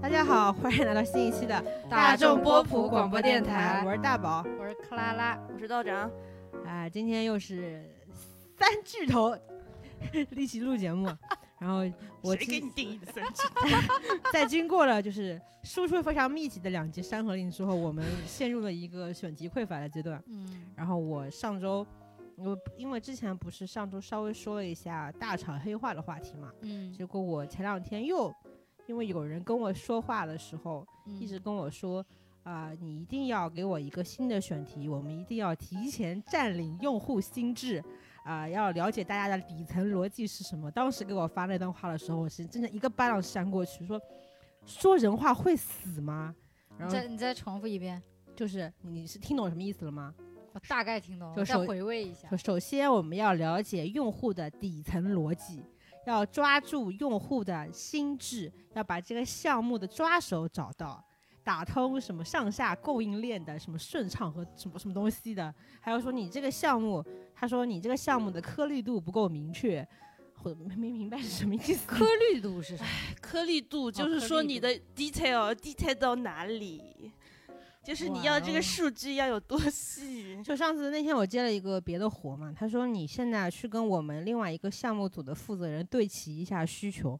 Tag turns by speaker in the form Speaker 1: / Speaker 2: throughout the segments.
Speaker 1: 大家好，欢迎来到新一期的
Speaker 2: 大众波普广播电台
Speaker 1: 我是大宝。
Speaker 2: 我是克拉拉，
Speaker 3: 我是道长，
Speaker 1: 啊，今天又是三巨头 一起录节目，然后我
Speaker 4: 谁给
Speaker 1: 经
Speaker 4: 你定义的三只？
Speaker 1: 在经过了就是输出非常密集的两集《山河令》之后，我们陷入了一个选题匮乏的阶段。
Speaker 2: 嗯，
Speaker 1: 然后我上周，我因为之前不是上周稍微说了一下大厂黑化的话题嘛，
Speaker 2: 嗯，
Speaker 1: 结果我前两天又因为有人跟我说话的时候，
Speaker 2: 嗯
Speaker 1: 一直跟我说。啊、你一定要给我一个新的选题，我们一定要提前占领用户心智，啊、要了解大家的底层逻辑是什么。当时给我发那段话的时候，我是真的一个巴掌扇过去，说说人话会死吗？然后
Speaker 2: 再你再重复一遍，
Speaker 1: 就是你是听懂什么意思了吗？
Speaker 2: 我大概听懂了，
Speaker 1: 就
Speaker 2: 我再
Speaker 1: 手
Speaker 2: 回味一下
Speaker 1: 就。首先我们要了解用户的底层逻辑，要抓住用户的心智，要把这个项目的抓手找到，打通什么上下供应链的什么顺畅和什么什么东西的，还有说你这个项目，他说你这个项目的颗粒度不够明确，或没没明白是什么意思。
Speaker 2: 颗粒度是什么？
Speaker 4: 颗粒度就
Speaker 2: 哦
Speaker 4: 是
Speaker 2: 颗
Speaker 4: 说
Speaker 2: 粒
Speaker 4: 你
Speaker 2: 度
Speaker 4: 的 detail detail 到哪里，就是你要这
Speaker 2: 哇哦
Speaker 4: 个数据要有多细。
Speaker 1: 就上次那天我接了一个别的活嘛，他说你现在去跟我们另外一个项目组的负责人对齐一下需求。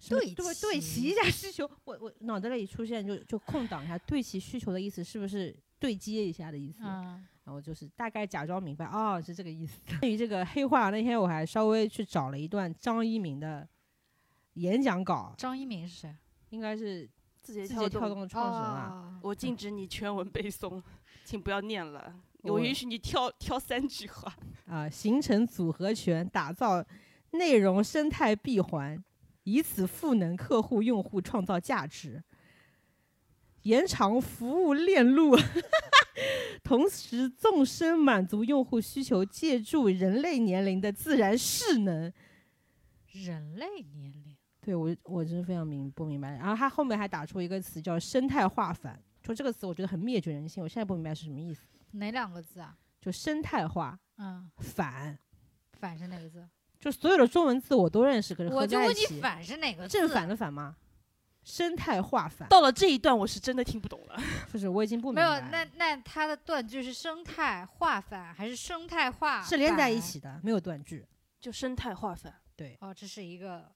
Speaker 1: 什么
Speaker 2: 对
Speaker 1: 对
Speaker 2: 齐
Speaker 1: 对齐一下需求，我我脑袋里出现就就空档一下，对齐需求的意思是不是对接一下的意思？
Speaker 2: 嗯，
Speaker 1: 然后就是大概假装明白，哦，是这个意思。 关于这个黑化，那天我还稍微去找了一段张一鸣的演讲稿，
Speaker 2: 张一鸣是谁？
Speaker 1: 应该是
Speaker 4: 字节
Speaker 1: 字节跳动的创始人啊。
Speaker 2: 啊，
Speaker 4: 我禁止你全文背诵，请不要念了。我
Speaker 1: 我
Speaker 4: 允许你挑挑三句话。
Speaker 1: 啊、形成组合拳，打造内容生态闭环，以此赋能客户用户，创造价值，延长服务链路， 同时纵深满足用户需求，借助人类年龄的自然势能。
Speaker 2: 人类年龄，
Speaker 1: 对我，我真是非常明不明白。然后他后面还打出一个词叫“生态化反”，说这个词我觉得很灭绝人性，我现在不明白是什么意思。
Speaker 2: 哪两个字啊？
Speaker 1: 就生态化
Speaker 2: 嗯，
Speaker 1: 反，
Speaker 2: 反是哪个字？
Speaker 1: 就所有的中文字我都认识，可是
Speaker 2: 我
Speaker 1: 合
Speaker 2: 就
Speaker 1: 在一
Speaker 2: 问
Speaker 1: 起
Speaker 2: 你反是哪个字？
Speaker 1: 正反的反吗？生态化反，
Speaker 4: 到了这一段，我是真的听不懂了。
Speaker 1: 就是我已经不明
Speaker 2: 没有
Speaker 1: 白，了
Speaker 2: 那那它的断句是生态化反还是生态化？
Speaker 1: 是连在一。起的，没有断句。
Speaker 4: 就生态化反，
Speaker 2: 哦，这是一个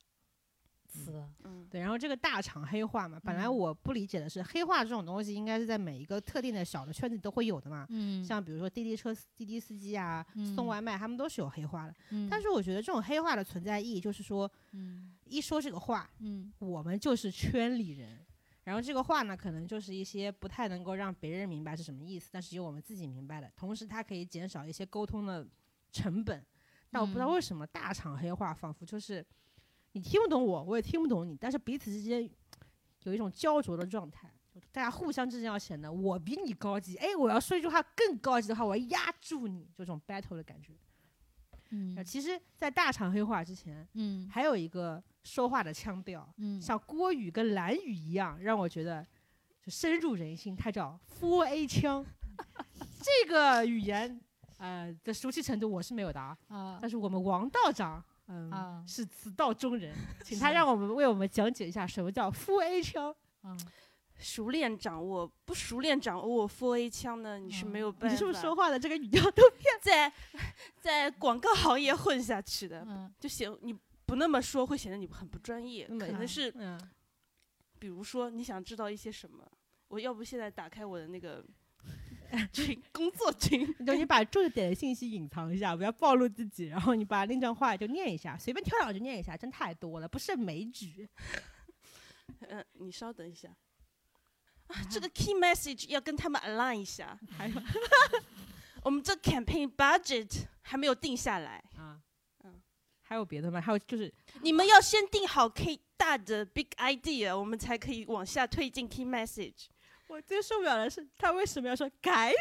Speaker 2: 词。
Speaker 4: 嗯，
Speaker 1: 对，然后这个大厂黑化嘛，本来
Speaker 2: 嗯
Speaker 1: 我不理解的是，黑化这种东西应该是在每一个特定的小的圈子里都会有的嘛。
Speaker 2: 嗯
Speaker 1: 像比如说滴滴车司、滴滴司机啊、送
Speaker 2: 嗯
Speaker 1: 外卖，他们都是有黑化的。
Speaker 2: 嗯
Speaker 1: 但是我觉得这种黑化的存在意义就是说，
Speaker 2: 嗯
Speaker 1: 一说这个话，
Speaker 2: 嗯
Speaker 1: 我们就是圈里人。然后这个话呢，可能就是一些不太能够让别人明白是什么意思，但是有我们自己明白的。同时，它可以减少一些沟通的成本。但我不知道
Speaker 2: 嗯
Speaker 1: 为什么大厂黑话仿佛就是你听不懂我，我也听不懂你，但是彼此之间有一种焦灼的状态，就大家互相之间要显得我比你高级，哎，我要说一句话更高级的话，我要压住你，就这种 battle 的感觉。
Speaker 2: 嗯
Speaker 1: 其实，在大厂黑话之前，
Speaker 2: 嗯
Speaker 1: 还有一个说话的腔调，
Speaker 2: 嗯，
Speaker 1: 像郭宇跟蓝宇一样，让我觉得就深入人心。它叫 Four A 腔，这个语言呃的熟悉程度我是没有的啊，
Speaker 2: 啊
Speaker 1: 但是我们王道长嗯、
Speaker 2: 啊
Speaker 1: 是此道中人，请他让我们为我们讲解一下什么叫 Four A 腔。
Speaker 2: 嗯，
Speaker 4: 熟练掌握，不熟练掌握我 f A 枪呢，嗯你是没有办
Speaker 1: 你
Speaker 4: 法。
Speaker 1: 是不是说话的这个语调都
Speaker 4: 在在广告行业混下去的？
Speaker 2: 嗯
Speaker 4: 就显你不那么说，会显得你很不专业。
Speaker 1: 那么
Speaker 4: 可能是
Speaker 1: 嗯
Speaker 4: 比如说你想知道一些什么，我要不现在打开我的那 个群工作 群，
Speaker 1: 就你把重点的信息隐藏一下，不要暴露自己，然后你把那段话就念一下，随便挑两句念一下，真太多了，不胜枚举。
Speaker 4: 嗯、你稍等一下。啊，这个 key message 要跟他们 align 一 下。
Speaker 1: 还有
Speaker 4: 我们这 campaign budget 还没有定下来，
Speaker 1: 啊，
Speaker 4: 嗯
Speaker 1: 还有别的吗？还有就是
Speaker 4: 你们要先定好 K 大的 big idea，我们才可以往下推进 key message。
Speaker 1: 我最受不了的是，他为什么要说 guys，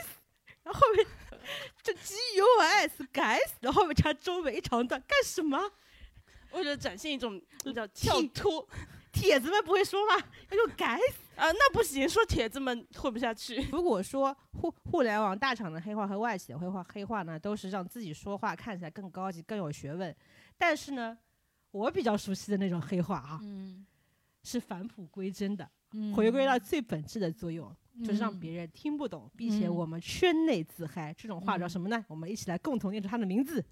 Speaker 1: 然后后面就 G U S guys，然后后面加中文一长段干什么？
Speaker 4: 为了展现一种比较 跳
Speaker 1: 替
Speaker 4: 脱
Speaker 1: 铁子们不会说吗？要用 guys。
Speaker 4: 啊，那不行，说帖子们混不下去。
Speaker 1: 如果说互互联网大厂的黑话和外企的黑话黑话呢，都是让自己说话看起来更高级、更有学问，但是呢，我比较熟悉的那种黑话啊，
Speaker 2: 嗯
Speaker 1: 是返璞归真的，
Speaker 2: 嗯
Speaker 1: 回归到最本质的作用，就是让
Speaker 2: 嗯
Speaker 1: 别人听不懂，并且
Speaker 2: 嗯
Speaker 1: 我们圈内自嗨。这种话叫
Speaker 2: 嗯
Speaker 1: 什么呢？我们一起来共同念出它的名字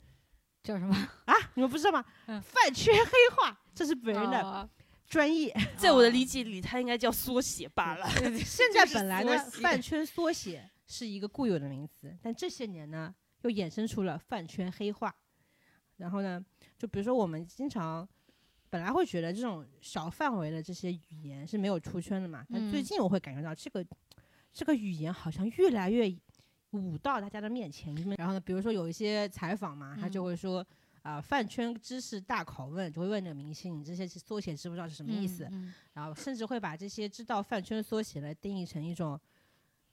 Speaker 2: 叫什么？
Speaker 1: 啊！你们不知道吗
Speaker 2: 嗯？
Speaker 1: 饭圈黑话，这是本人的
Speaker 2: 哦
Speaker 1: 专业。
Speaker 4: 在我的
Speaker 2: 哦
Speaker 4: 理解里，它应该叫缩写罢了。
Speaker 1: 现在本来呢
Speaker 4: 这是缩，写
Speaker 1: 饭圈缩写是一个固有的名词，但这些年呢，又衍生出了饭圈黑化。然后呢，就比如说我们经常本来会觉得这种小范围的这些语言是没有出圈的嘛，但最
Speaker 2: 嗯
Speaker 1: 近我会感觉到这个这个语言好像越来越舞到大家的面前。因为然后呢，比如说有一些采访嘛，他就
Speaker 2: 嗯
Speaker 1: 会说。啊、饭圈知识大拷问就会问这个明星，你这些缩写知不知道是什么意思？
Speaker 2: 嗯
Speaker 1: 然后甚至会把这些知道饭圈缩写来定义成一种，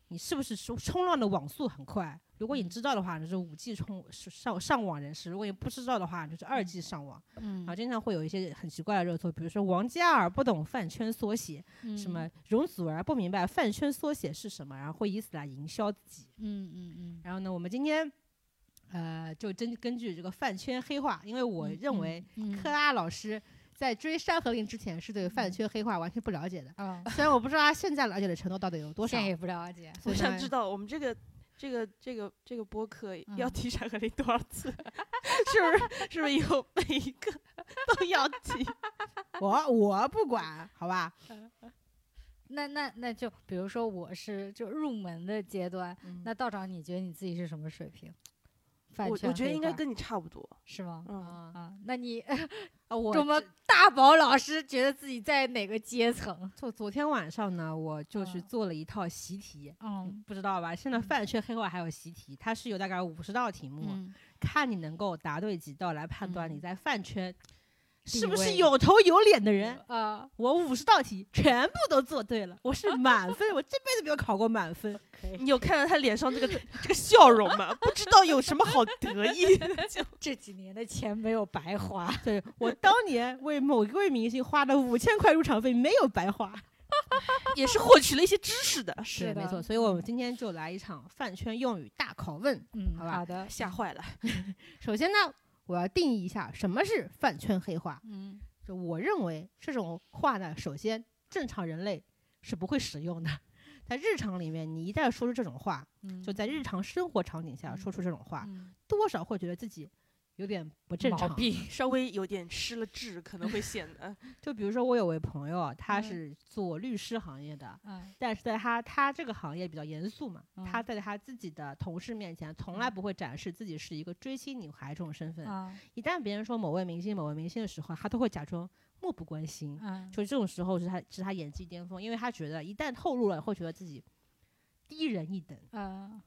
Speaker 1: 你是不是冲冲浪的网速很快？如果你
Speaker 2: 嗯
Speaker 1: 知道的话，你就是五 G 冲是上上网人士；如果你不知道的话，你就是二 G 上网。
Speaker 2: 嗯
Speaker 1: 然后经常会有一些很奇怪的热搜，比如说王嘉尔不懂饭圈缩写，
Speaker 2: 嗯
Speaker 1: 什么容祖儿不明白饭圈缩写是什么，然后会以此来营销自己。
Speaker 2: 嗯嗯嗯
Speaker 1: 然后呢，我们今天。呃，就根根据这个饭圈黑化，因为我
Speaker 2: 嗯
Speaker 1: 认为
Speaker 2: 嗯
Speaker 1: 科拉老师在追《山河令》之前是对饭圈黑化完全不了解的，
Speaker 2: 哦，
Speaker 1: 虽然我不知道他现在了解的程度到底有多少
Speaker 2: 现在，也不了解，
Speaker 1: 所
Speaker 4: 我
Speaker 1: 以
Speaker 4: 想
Speaker 1: 呢
Speaker 4: 知道我们这个这个这个这个播客要
Speaker 2: 嗯
Speaker 4: 提闪和林多少次？ 是不是 是不是以后每一个都要提？
Speaker 1: 我我不管，好吧？
Speaker 2: 那那那就比如说我是就入门的阶段，那道长你觉得你自己是什么水平？饭
Speaker 4: 我
Speaker 2: 圈
Speaker 4: 我觉得
Speaker 2: 黑
Speaker 4: 应该
Speaker 2: 化
Speaker 4: 跟你差不多。
Speaker 2: 是吗？
Speaker 4: 嗯
Speaker 1: 啊
Speaker 2: 啊，那你
Speaker 1: 啊，我
Speaker 2: 我们大宝老师觉得自己在哪个阶层？
Speaker 1: 就昨天晚上呢，我就去
Speaker 2: 嗯
Speaker 1: 做了一套习题。
Speaker 2: 嗯
Speaker 1: 不知道吧？现在
Speaker 2: 嗯
Speaker 1: 饭圈黑化还有习题，它是有大概五十道题目，
Speaker 2: 嗯
Speaker 1: 看你能够答对几道来判断
Speaker 2: 嗯
Speaker 1: 你在饭圈
Speaker 2: 地
Speaker 1: 是不是
Speaker 2: 位
Speaker 1: 有头有脸的人。
Speaker 2: 啊，
Speaker 1: 我五十道题全部都做对了，我是满分，我这辈子没有考过满分。
Speaker 2: 可以，
Speaker 4: 你有看到他脸 上这个这个笑容吗？不知道有什么好得意 的。
Speaker 2: 这几年的钱没有白花。
Speaker 1: 对我当年为某一位明星花的五千块入场费没有白花，
Speaker 4: 也是获取了一些知识的，
Speaker 1: 是
Speaker 2: 是
Speaker 1: 没
Speaker 2: 的
Speaker 1: 错。所以我们今天就来一场饭圈用语大拷问。
Speaker 2: 嗯，
Speaker 1: 好吧
Speaker 2: 好的，
Speaker 4: 吓坏了。
Speaker 1: 首先呢，我要定义一下什么是饭圈黑话。
Speaker 2: 嗯
Speaker 1: 就我认为这种话呢，首先正常人类是不会使用的。在日常里面，你一旦说出这种话，
Speaker 2: 嗯，
Speaker 1: 就在日常生活场景下说出这种话，
Speaker 2: 嗯
Speaker 1: 多少会觉得自己有点不正常
Speaker 2: 毛。 病，
Speaker 4: 稍微有点失了智，可能会显得
Speaker 1: 就比如说，我有位朋友，啊他
Speaker 2: 嗯
Speaker 1: 是做律师行业的，
Speaker 4: 哎
Speaker 2: 嗯
Speaker 1: 但是在他他这个行业比较严肃嘛，他
Speaker 2: 嗯
Speaker 1: 在他自己的同事面前从来不会展示自己是一个追星女孩这种身份。
Speaker 4: 啊
Speaker 2: 嗯
Speaker 1: 一旦别人说某位明星某位明星的时候，他都会假装漠不关心。
Speaker 2: 嗯，
Speaker 1: 就这种时候是他是他演技巅峰，因为他觉得一旦透露了，会觉得自己低人一等。
Speaker 2: 嗯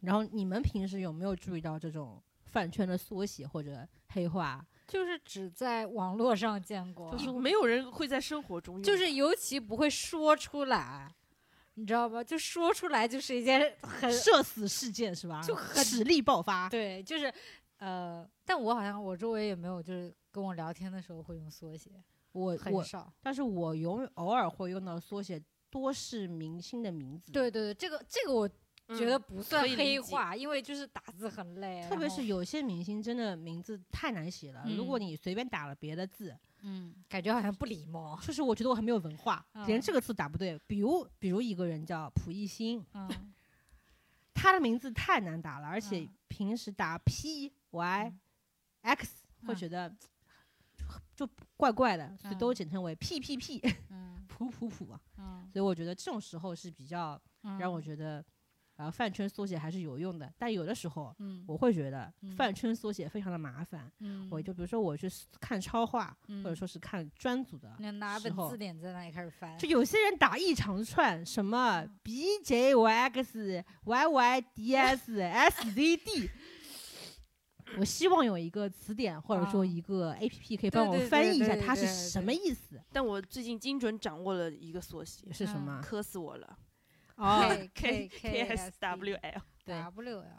Speaker 1: 然后你们平时有没有注意到这种饭圈的缩写或者黑话？
Speaker 2: 就是只在网络上见过，
Speaker 4: 就是没有人会在生活中用
Speaker 2: 就是尤其不会说出来，你知道吧？就说出来就是一件很
Speaker 1: 社死事件是吧？
Speaker 2: 呃就很
Speaker 1: 实力爆发。
Speaker 2: 对，就是呃，但我好像我周围也没有，就是跟我聊天的时候会用缩写，
Speaker 1: 我
Speaker 2: 很
Speaker 1: 我，
Speaker 2: 少。
Speaker 1: 但是我永远偶尔会用到缩写，多是明星的名字。
Speaker 2: 对对对，这个这个我
Speaker 4: 嗯
Speaker 2: 觉得不算
Speaker 4: 可以理
Speaker 2: 黑
Speaker 4: 解
Speaker 2: 化，因为就是打字很累，
Speaker 1: 特
Speaker 2: 然
Speaker 1: 别
Speaker 2: 后
Speaker 1: 是有些明星真的名字太难写了，如果
Speaker 2: 嗯
Speaker 1: 你随便打了别的字，
Speaker 2: 嗯，感觉好像不礼貌。
Speaker 1: 就是我觉得我很没有文化，连
Speaker 2: 嗯
Speaker 1: 这个字打不对。比如，比如一个人叫蒲熠星，
Speaker 2: 嗯
Speaker 1: 他的名字太难打了，而且
Speaker 2: 嗯
Speaker 1: 平时打 P Y
Speaker 2: 嗯
Speaker 1: X 会
Speaker 2: 嗯
Speaker 1: 觉得就怪怪的，所以都
Speaker 2: 嗯
Speaker 1: 简称为 P P P
Speaker 2: 嗯
Speaker 1: 普普普啊。
Speaker 2: 嗯，
Speaker 1: 所以我觉得这种时候是比较
Speaker 4: 嗯
Speaker 1: 让我觉得，呃，饭圈缩写还是有用的，但有的时候。
Speaker 2: 嗯，
Speaker 1: 我会觉得
Speaker 2: 嗯
Speaker 1: 饭圈缩写非常的麻烦，
Speaker 2: 嗯
Speaker 1: 我就比如说我去看超话，或者
Speaker 2: 嗯
Speaker 1: 说是看专组的，
Speaker 2: 那拿
Speaker 1: 时
Speaker 2: 本
Speaker 1: 候
Speaker 2: 字典在那里开始翻，
Speaker 1: 就有些人打一长串什么
Speaker 2: 嗯
Speaker 1: B J Y X Y Y D S S Z D，我希望有一个词典或者说
Speaker 2: 啊
Speaker 1: 一个 A P P 可以帮我
Speaker 2: 对对
Speaker 1: 翻译一下
Speaker 2: 对对
Speaker 1: 它是
Speaker 2: 对对
Speaker 1: 什么意思，
Speaker 4: 但我最近精准掌握了一个缩写，
Speaker 1: 是
Speaker 2: 嗯
Speaker 1: 什么？
Speaker 4: 磕死我了。
Speaker 1: 哦，
Speaker 2: K K
Speaker 4: K S W L，
Speaker 1: 对
Speaker 2: W 呀，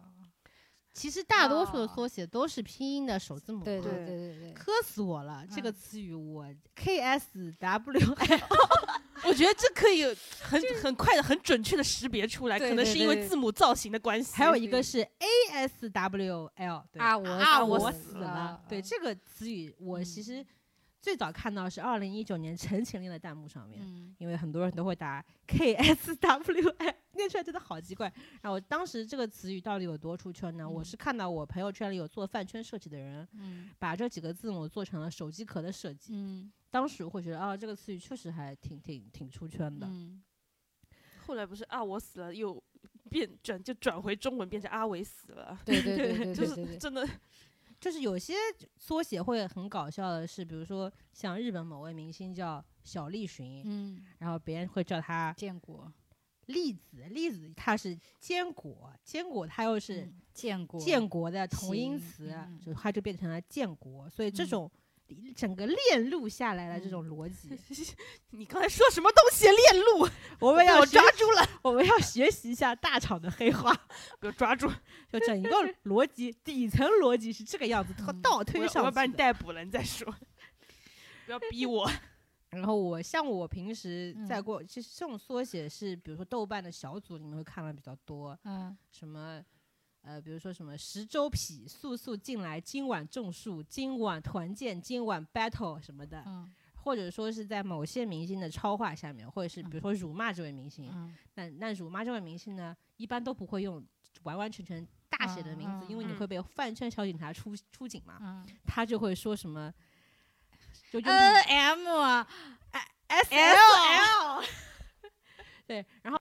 Speaker 1: 其实大多数的
Speaker 2: 哦
Speaker 1: 缩写都是拼音的首字母嘛。
Speaker 2: 对对
Speaker 4: 对
Speaker 2: 对对对，
Speaker 1: 磕死我了！这个
Speaker 2: 嗯哎
Speaker 1: 词语我 K S W
Speaker 4: 我觉得这可以很很快的、很准确的识别出来，
Speaker 2: 对
Speaker 4: 可能是因
Speaker 2: 对
Speaker 4: 为
Speaker 2: 对
Speaker 4: 字母造型的关系。
Speaker 1: 还有一个是 A S W L，对
Speaker 2: 啊我
Speaker 1: 啊
Speaker 2: 死
Speaker 1: 我
Speaker 4: 了
Speaker 1: 死了，对
Speaker 2: 啊
Speaker 1: 这个词语我其
Speaker 2: 嗯
Speaker 1: 实最早看到是二零一九年陈情令的弹幕上面，
Speaker 2: 嗯
Speaker 1: 因为很多人都会打 KSWI，念 出来真的好奇怪。然后当时这个词语到底有多出圈呢？我
Speaker 2: 嗯
Speaker 1: 是看到我朋友圈里有做饭圈设计的人，
Speaker 2: 嗯
Speaker 1: 把这几个字母做成了手机壳的设计。
Speaker 2: 嗯
Speaker 1: 当时我会觉得，啊，这个词语确实还挺挺挺出圈的。
Speaker 2: 嗯，
Speaker 4: 后来不是啊，我死了又变转就转回中文变成阿伟死了，
Speaker 2: 对对 对对
Speaker 4: 就
Speaker 2: 对对
Speaker 4: 是
Speaker 2: 对，
Speaker 4: 真的
Speaker 1: 就是有些缩写会很搞笑的是，比如说像日本某位明星叫小栗旬，
Speaker 2: 嗯，
Speaker 1: 然后别人会叫他
Speaker 2: 建国
Speaker 1: 栗子，栗子它是坚果，坚果它又是
Speaker 2: 嗯建国
Speaker 1: 建国的同音
Speaker 2: 行
Speaker 1: 词
Speaker 2: 嗯，
Speaker 1: 就它就变成了建国，所以这
Speaker 2: 嗯
Speaker 1: 种整个链路下来的这
Speaker 2: 嗯
Speaker 1: 种逻辑，
Speaker 4: 你刚才说什么东西？链路，
Speaker 1: 我们要
Speaker 4: 我
Speaker 1: 学
Speaker 4: 抓，住了，
Speaker 1: 我们要学习一下大厂的黑话，
Speaker 4: 给我抓 住，
Speaker 1: 就整个逻辑底层逻辑是这个样子，它
Speaker 2: 嗯
Speaker 1: 倒
Speaker 4: 我
Speaker 1: 推
Speaker 4: 要我要
Speaker 1: 上
Speaker 4: 把
Speaker 1: 去
Speaker 4: 你
Speaker 1: 的。
Speaker 4: 逮捕了，你再说， 不要逼我。
Speaker 1: 然后我像我平时在
Speaker 2: 嗯
Speaker 1: 过，其实这种缩写是，比如说豆瓣的小组你们会看的比较多，
Speaker 2: 嗯
Speaker 1: 什么。呃，比如说什么十周痞，速速进来，今晚种树，今晚团建，今晚 battle 什么的，
Speaker 2: 嗯
Speaker 1: 或者说是在某些明星的超话下面，或者是比如说辱骂这位明星，
Speaker 2: 嗯
Speaker 1: 那那辱骂这位明星呢，一般都不会用完完全全大写的名字，
Speaker 2: 嗯
Speaker 1: 因为你
Speaker 4: 嗯
Speaker 1: 会被饭圈小警察出出警嘛，
Speaker 2: 嗯
Speaker 1: 他就会说什么，就用
Speaker 2: ，N M 啊
Speaker 1: S L，对，然后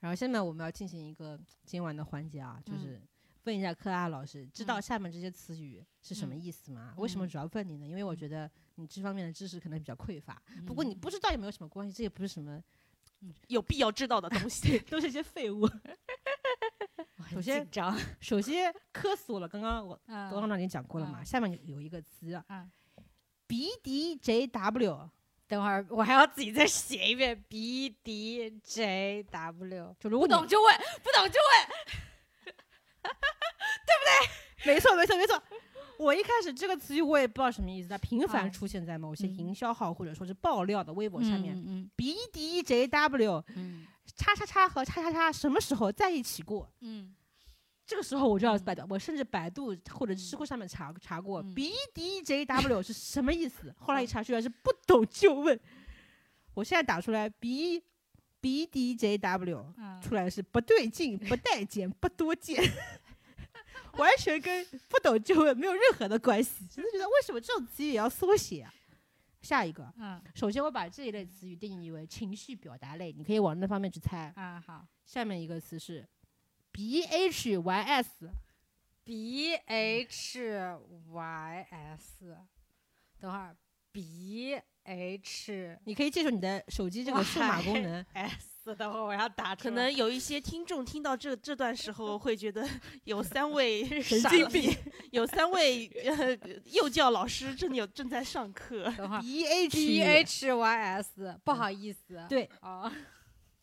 Speaker 1: 然后下面我们要进行一个今晚的环节啊，就
Speaker 2: 嗯
Speaker 1: 是。问一下克拉老师，知道
Speaker 2: 嗯
Speaker 1: 下面这些词语是什么
Speaker 2: 嗯
Speaker 1: 意思吗？为什么
Speaker 2: 嗯
Speaker 1: 主要问你呢？因为我
Speaker 2: 嗯
Speaker 1: 觉得你这方面的知识可能比较匮乏。不过你不知道也没有什么关系，这也不是什么，
Speaker 4: 有必要知道的东西。
Speaker 1: 都是一些废物。首先
Speaker 2: 讲，
Speaker 1: 首先磕死我了，刚刚我
Speaker 2: 嗯
Speaker 1: 刚刚那已经讲过了嘛。
Speaker 2: 嗯
Speaker 1: 下面有有一个词啊
Speaker 2: 嗯
Speaker 1: ，B D J W，
Speaker 2: 等会儿我还要自己再写一遍 B D J W，
Speaker 1: 就如
Speaker 2: 不
Speaker 1: 果
Speaker 2: 懂
Speaker 1: 你
Speaker 2: 就问，不懂就问，
Speaker 1: 没错没错没错。我一开始这个词语我也不知道什么意思，它频繁
Speaker 2: 嗯
Speaker 1: 出现在某些
Speaker 2: 嗯
Speaker 1: 营销号或者说是爆料的微博下面。
Speaker 2: 嗯
Speaker 1: B D J W
Speaker 2: 嗯
Speaker 1: 叉叉叉和叉叉叉什么时候在一起过？
Speaker 2: 嗯
Speaker 1: 这个时候我就要
Speaker 2: 嗯
Speaker 1: 百度，我甚至百度或者
Speaker 2: 嗯
Speaker 1: 知乎上面查查过
Speaker 2: 嗯
Speaker 1: B D J W 是什么意 思，后来一查居然是不懂就问。我现在打出来 B B D J W
Speaker 2: 嗯
Speaker 1: 出来是不对劲、不待见、不多见，完全跟不懂就问没有任何的关系。真的觉得为什么这种词语也要缩写啊？下一个，
Speaker 2: 嗯
Speaker 1: 首先我把这一类词语定义为情绪表达类，你可以往那方面去猜。
Speaker 2: 啊好
Speaker 1: 下面一个词是 B H Y S。
Speaker 2: B H Y S，等会儿 B H
Speaker 1: 你可以借助你的手机这个数码功能，
Speaker 2: S，等会儿我要打出
Speaker 4: 可
Speaker 2: 来，
Speaker 4: 能有一些听众听到这这段时候会觉得 有三 位
Speaker 2: 神
Speaker 4: 傻
Speaker 2: 经
Speaker 4: 了，
Speaker 1: 啊
Speaker 4: 有三位呃幼教老师正有正在上 课，
Speaker 2: 等会儿
Speaker 1: B H
Speaker 2: B H 嗯 Y S，不好意思，
Speaker 1: 对，
Speaker 2: 哦，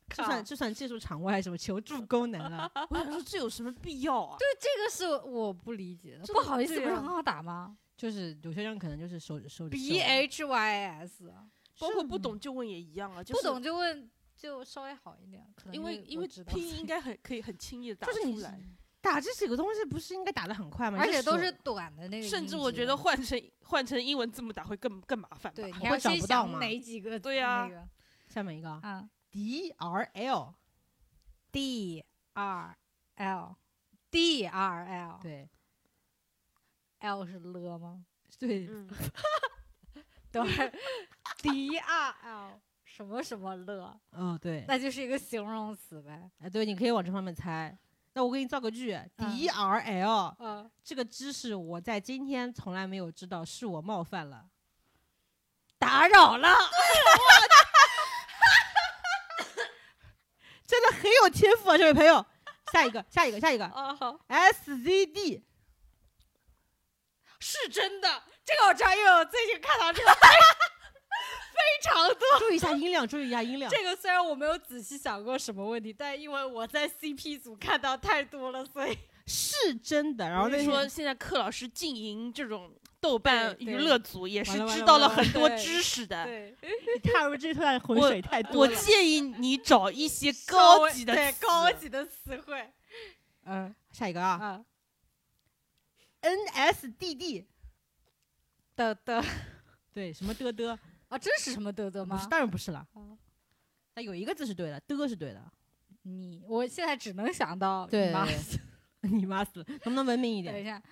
Speaker 1: 就算就算借助场外什么求助功能 了，
Speaker 4: 我想说这有什么必要啊？
Speaker 2: 对，这个是我不理解的，
Speaker 4: 这
Speaker 2: 不
Speaker 4: 个
Speaker 2: 好意思，
Speaker 4: 对
Speaker 2: 不是
Speaker 4: 啊
Speaker 2: 很好打吗
Speaker 1: 就是有些人可能就是手手手
Speaker 2: ？B
Speaker 4: 啊
Speaker 2: H Y S，
Speaker 4: 包括
Speaker 1: 是
Speaker 4: 不懂就问也一样啊，就
Speaker 2: 不
Speaker 4: 是
Speaker 2: 懂就问，就稍微好一点，可能
Speaker 4: 因为
Speaker 2: 我
Speaker 4: 因为
Speaker 2: 知道
Speaker 4: 拼音应该很可以很轻易的打
Speaker 1: 就是你
Speaker 4: 出来，
Speaker 1: 打这几个东西不是应该打得很快吗？
Speaker 2: 而
Speaker 1: 你
Speaker 2: 且
Speaker 1: 手
Speaker 2: 都是短的那个音节，啊
Speaker 4: 甚至我觉得换成换成英文字母打会更更麻烦吧。
Speaker 2: 对，你
Speaker 1: 我
Speaker 2: 还要
Speaker 1: 会找
Speaker 2: 先
Speaker 1: 不到
Speaker 2: 想
Speaker 1: 嘛
Speaker 2: 哪几个
Speaker 4: 对
Speaker 2: 呀
Speaker 4: 啊
Speaker 1: 下面一个啊
Speaker 2: 啊
Speaker 1: D R L，
Speaker 2: D R L D R L，
Speaker 1: 对
Speaker 2: ，L 是了 吗？
Speaker 1: 对，
Speaker 4: 嗯，
Speaker 2: 等会儿 D R L 什么什么了，
Speaker 1: 哦对，
Speaker 2: 那就是一个形容词呗。
Speaker 1: 哎对，你可以往这方面猜。那我给你造个句，D R L
Speaker 2: 嗯，
Speaker 1: 这个知识我在今天从来没有知道，是我冒犯了，打扰了。真的很有天赋啊，这位朋友。下一个，下一个，下一
Speaker 2: 哦
Speaker 1: 个
Speaker 4: 啊，好
Speaker 1: ，S Z D，
Speaker 2: 是真的，这个我知道，因为我最近看到 这个非常多。
Speaker 1: 注意一下音量，注意一下音量。
Speaker 2: 这个虽然我没有仔细想过什么问题，但因为我在 CP 组看到太多了，所以
Speaker 1: 是真的。然后
Speaker 4: 我
Speaker 1: 那
Speaker 4: 是说，现在克老师经营这种豆瓣
Speaker 2: 对对
Speaker 4: 娱乐组也
Speaker 1: 完
Speaker 4: 是
Speaker 1: 了完
Speaker 4: 知
Speaker 1: 了
Speaker 4: 道
Speaker 1: 完
Speaker 4: 了
Speaker 1: 了
Speaker 4: 很多
Speaker 2: 对
Speaker 4: 知识的，
Speaker 2: 对
Speaker 1: 踏入这段浑
Speaker 4: 我
Speaker 1: 水太多
Speaker 4: 我
Speaker 1: 了。
Speaker 4: 建议你找一些
Speaker 2: 稍
Speaker 4: 高
Speaker 2: 微
Speaker 4: 级的
Speaker 2: 对
Speaker 4: 词
Speaker 2: 高级的词汇
Speaker 1: 嗯，下一个啊
Speaker 2: 啊
Speaker 1: ，N S D D，
Speaker 2: 的的
Speaker 1: 对，什么的的，
Speaker 2: 啊，真是什么德德
Speaker 1: 不
Speaker 2: 吗
Speaker 1: 是，？当然不是了
Speaker 2: 哦。
Speaker 1: 那有一个字是对的，的是对的。
Speaker 2: 你，我现在只能想到你
Speaker 1: 对
Speaker 2: 妈。
Speaker 1: 你妈死了，能不能文明一
Speaker 2: 等一
Speaker 1: 点？
Speaker 2: 下，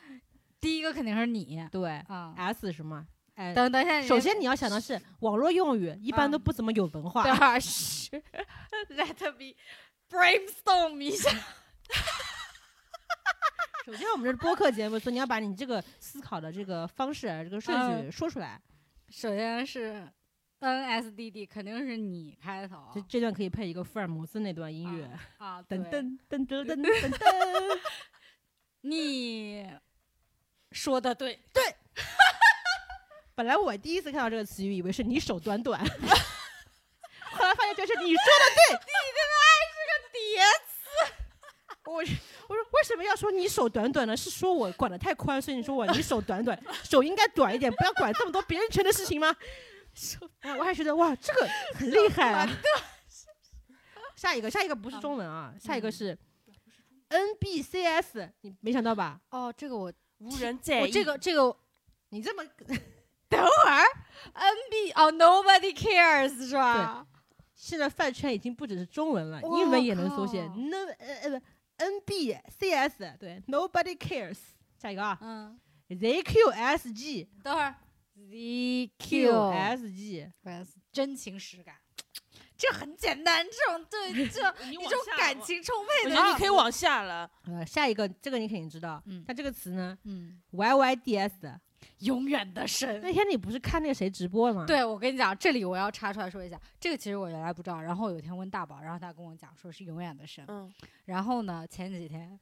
Speaker 2: 第一个肯定是你
Speaker 1: 对
Speaker 2: 啊。
Speaker 1: ，S 什么？嗯哎，
Speaker 2: 等等一下，
Speaker 1: 首先你要想的 是，网络用语一般都
Speaker 2: 嗯
Speaker 1: 不怎么有文化。
Speaker 2: 等会儿是 let me brainstorm 一下。
Speaker 1: 首先，我们这是播客节目，所以你要把你这个思考的这个方式、啊这个顺序
Speaker 2: 嗯
Speaker 1: 说出来。
Speaker 2: 首先是 NSDD，肯定是你开头
Speaker 1: 这这段可以配一个福尔摩斯那段音乐，
Speaker 2: 啊。
Speaker 1: 噔
Speaker 2: 对，
Speaker 1: 噔噔噔噔噔 噔。
Speaker 2: 你说的对，
Speaker 1: 本来我第一次看到这个词语，以为是你手短短， 后来发现这是你说的对。
Speaker 2: 叠
Speaker 1: 我是我说为什么要说你手短短呢？是说我管得太宽，所以你说我你手短 短，手应该短一点，不要管这么多别人成的事情吗？哎我还觉得哇，这个很厉害啊！下一个，下一个不是中文啊，下一个是 NBCS，你没想到吧？
Speaker 2: 哦，这个我
Speaker 4: 无人在
Speaker 2: 我
Speaker 4: 意。
Speaker 2: 这个这个
Speaker 1: 你这么
Speaker 2: 等会儿，NB 哦，Nobody cares 是吧？
Speaker 1: 现在饭圈已经不只是中文了，
Speaker 2: 我
Speaker 1: 英文也能搜写
Speaker 2: 靠
Speaker 1: N 呃呃 NBCS，对，Nobody cares。下一个啊
Speaker 2: 嗯，
Speaker 1: ，ZQSG。
Speaker 2: 等会儿 ZQS
Speaker 1: QSG，
Speaker 2: 真情实感，这很简单，这种对这种
Speaker 4: 你
Speaker 2: 一种感，情充沛
Speaker 4: 我
Speaker 2: 的
Speaker 4: 觉
Speaker 2: 那种，
Speaker 4: 得你可以往下了。
Speaker 1: 呃，下一个这个你肯定知道，
Speaker 2: 嗯
Speaker 1: 但这个词呢
Speaker 2: 嗯，
Speaker 1: ，YYDS。
Speaker 2: 永远的神。
Speaker 1: 那天你不是看那个谁直播吗？，
Speaker 2: 对，我跟你讲，这里我要插出来说一下，这个其实我原来不知道。然后有一天问大宝，然后他跟我讲说是永远的神。
Speaker 4: 嗯，
Speaker 2: 然后呢，前几天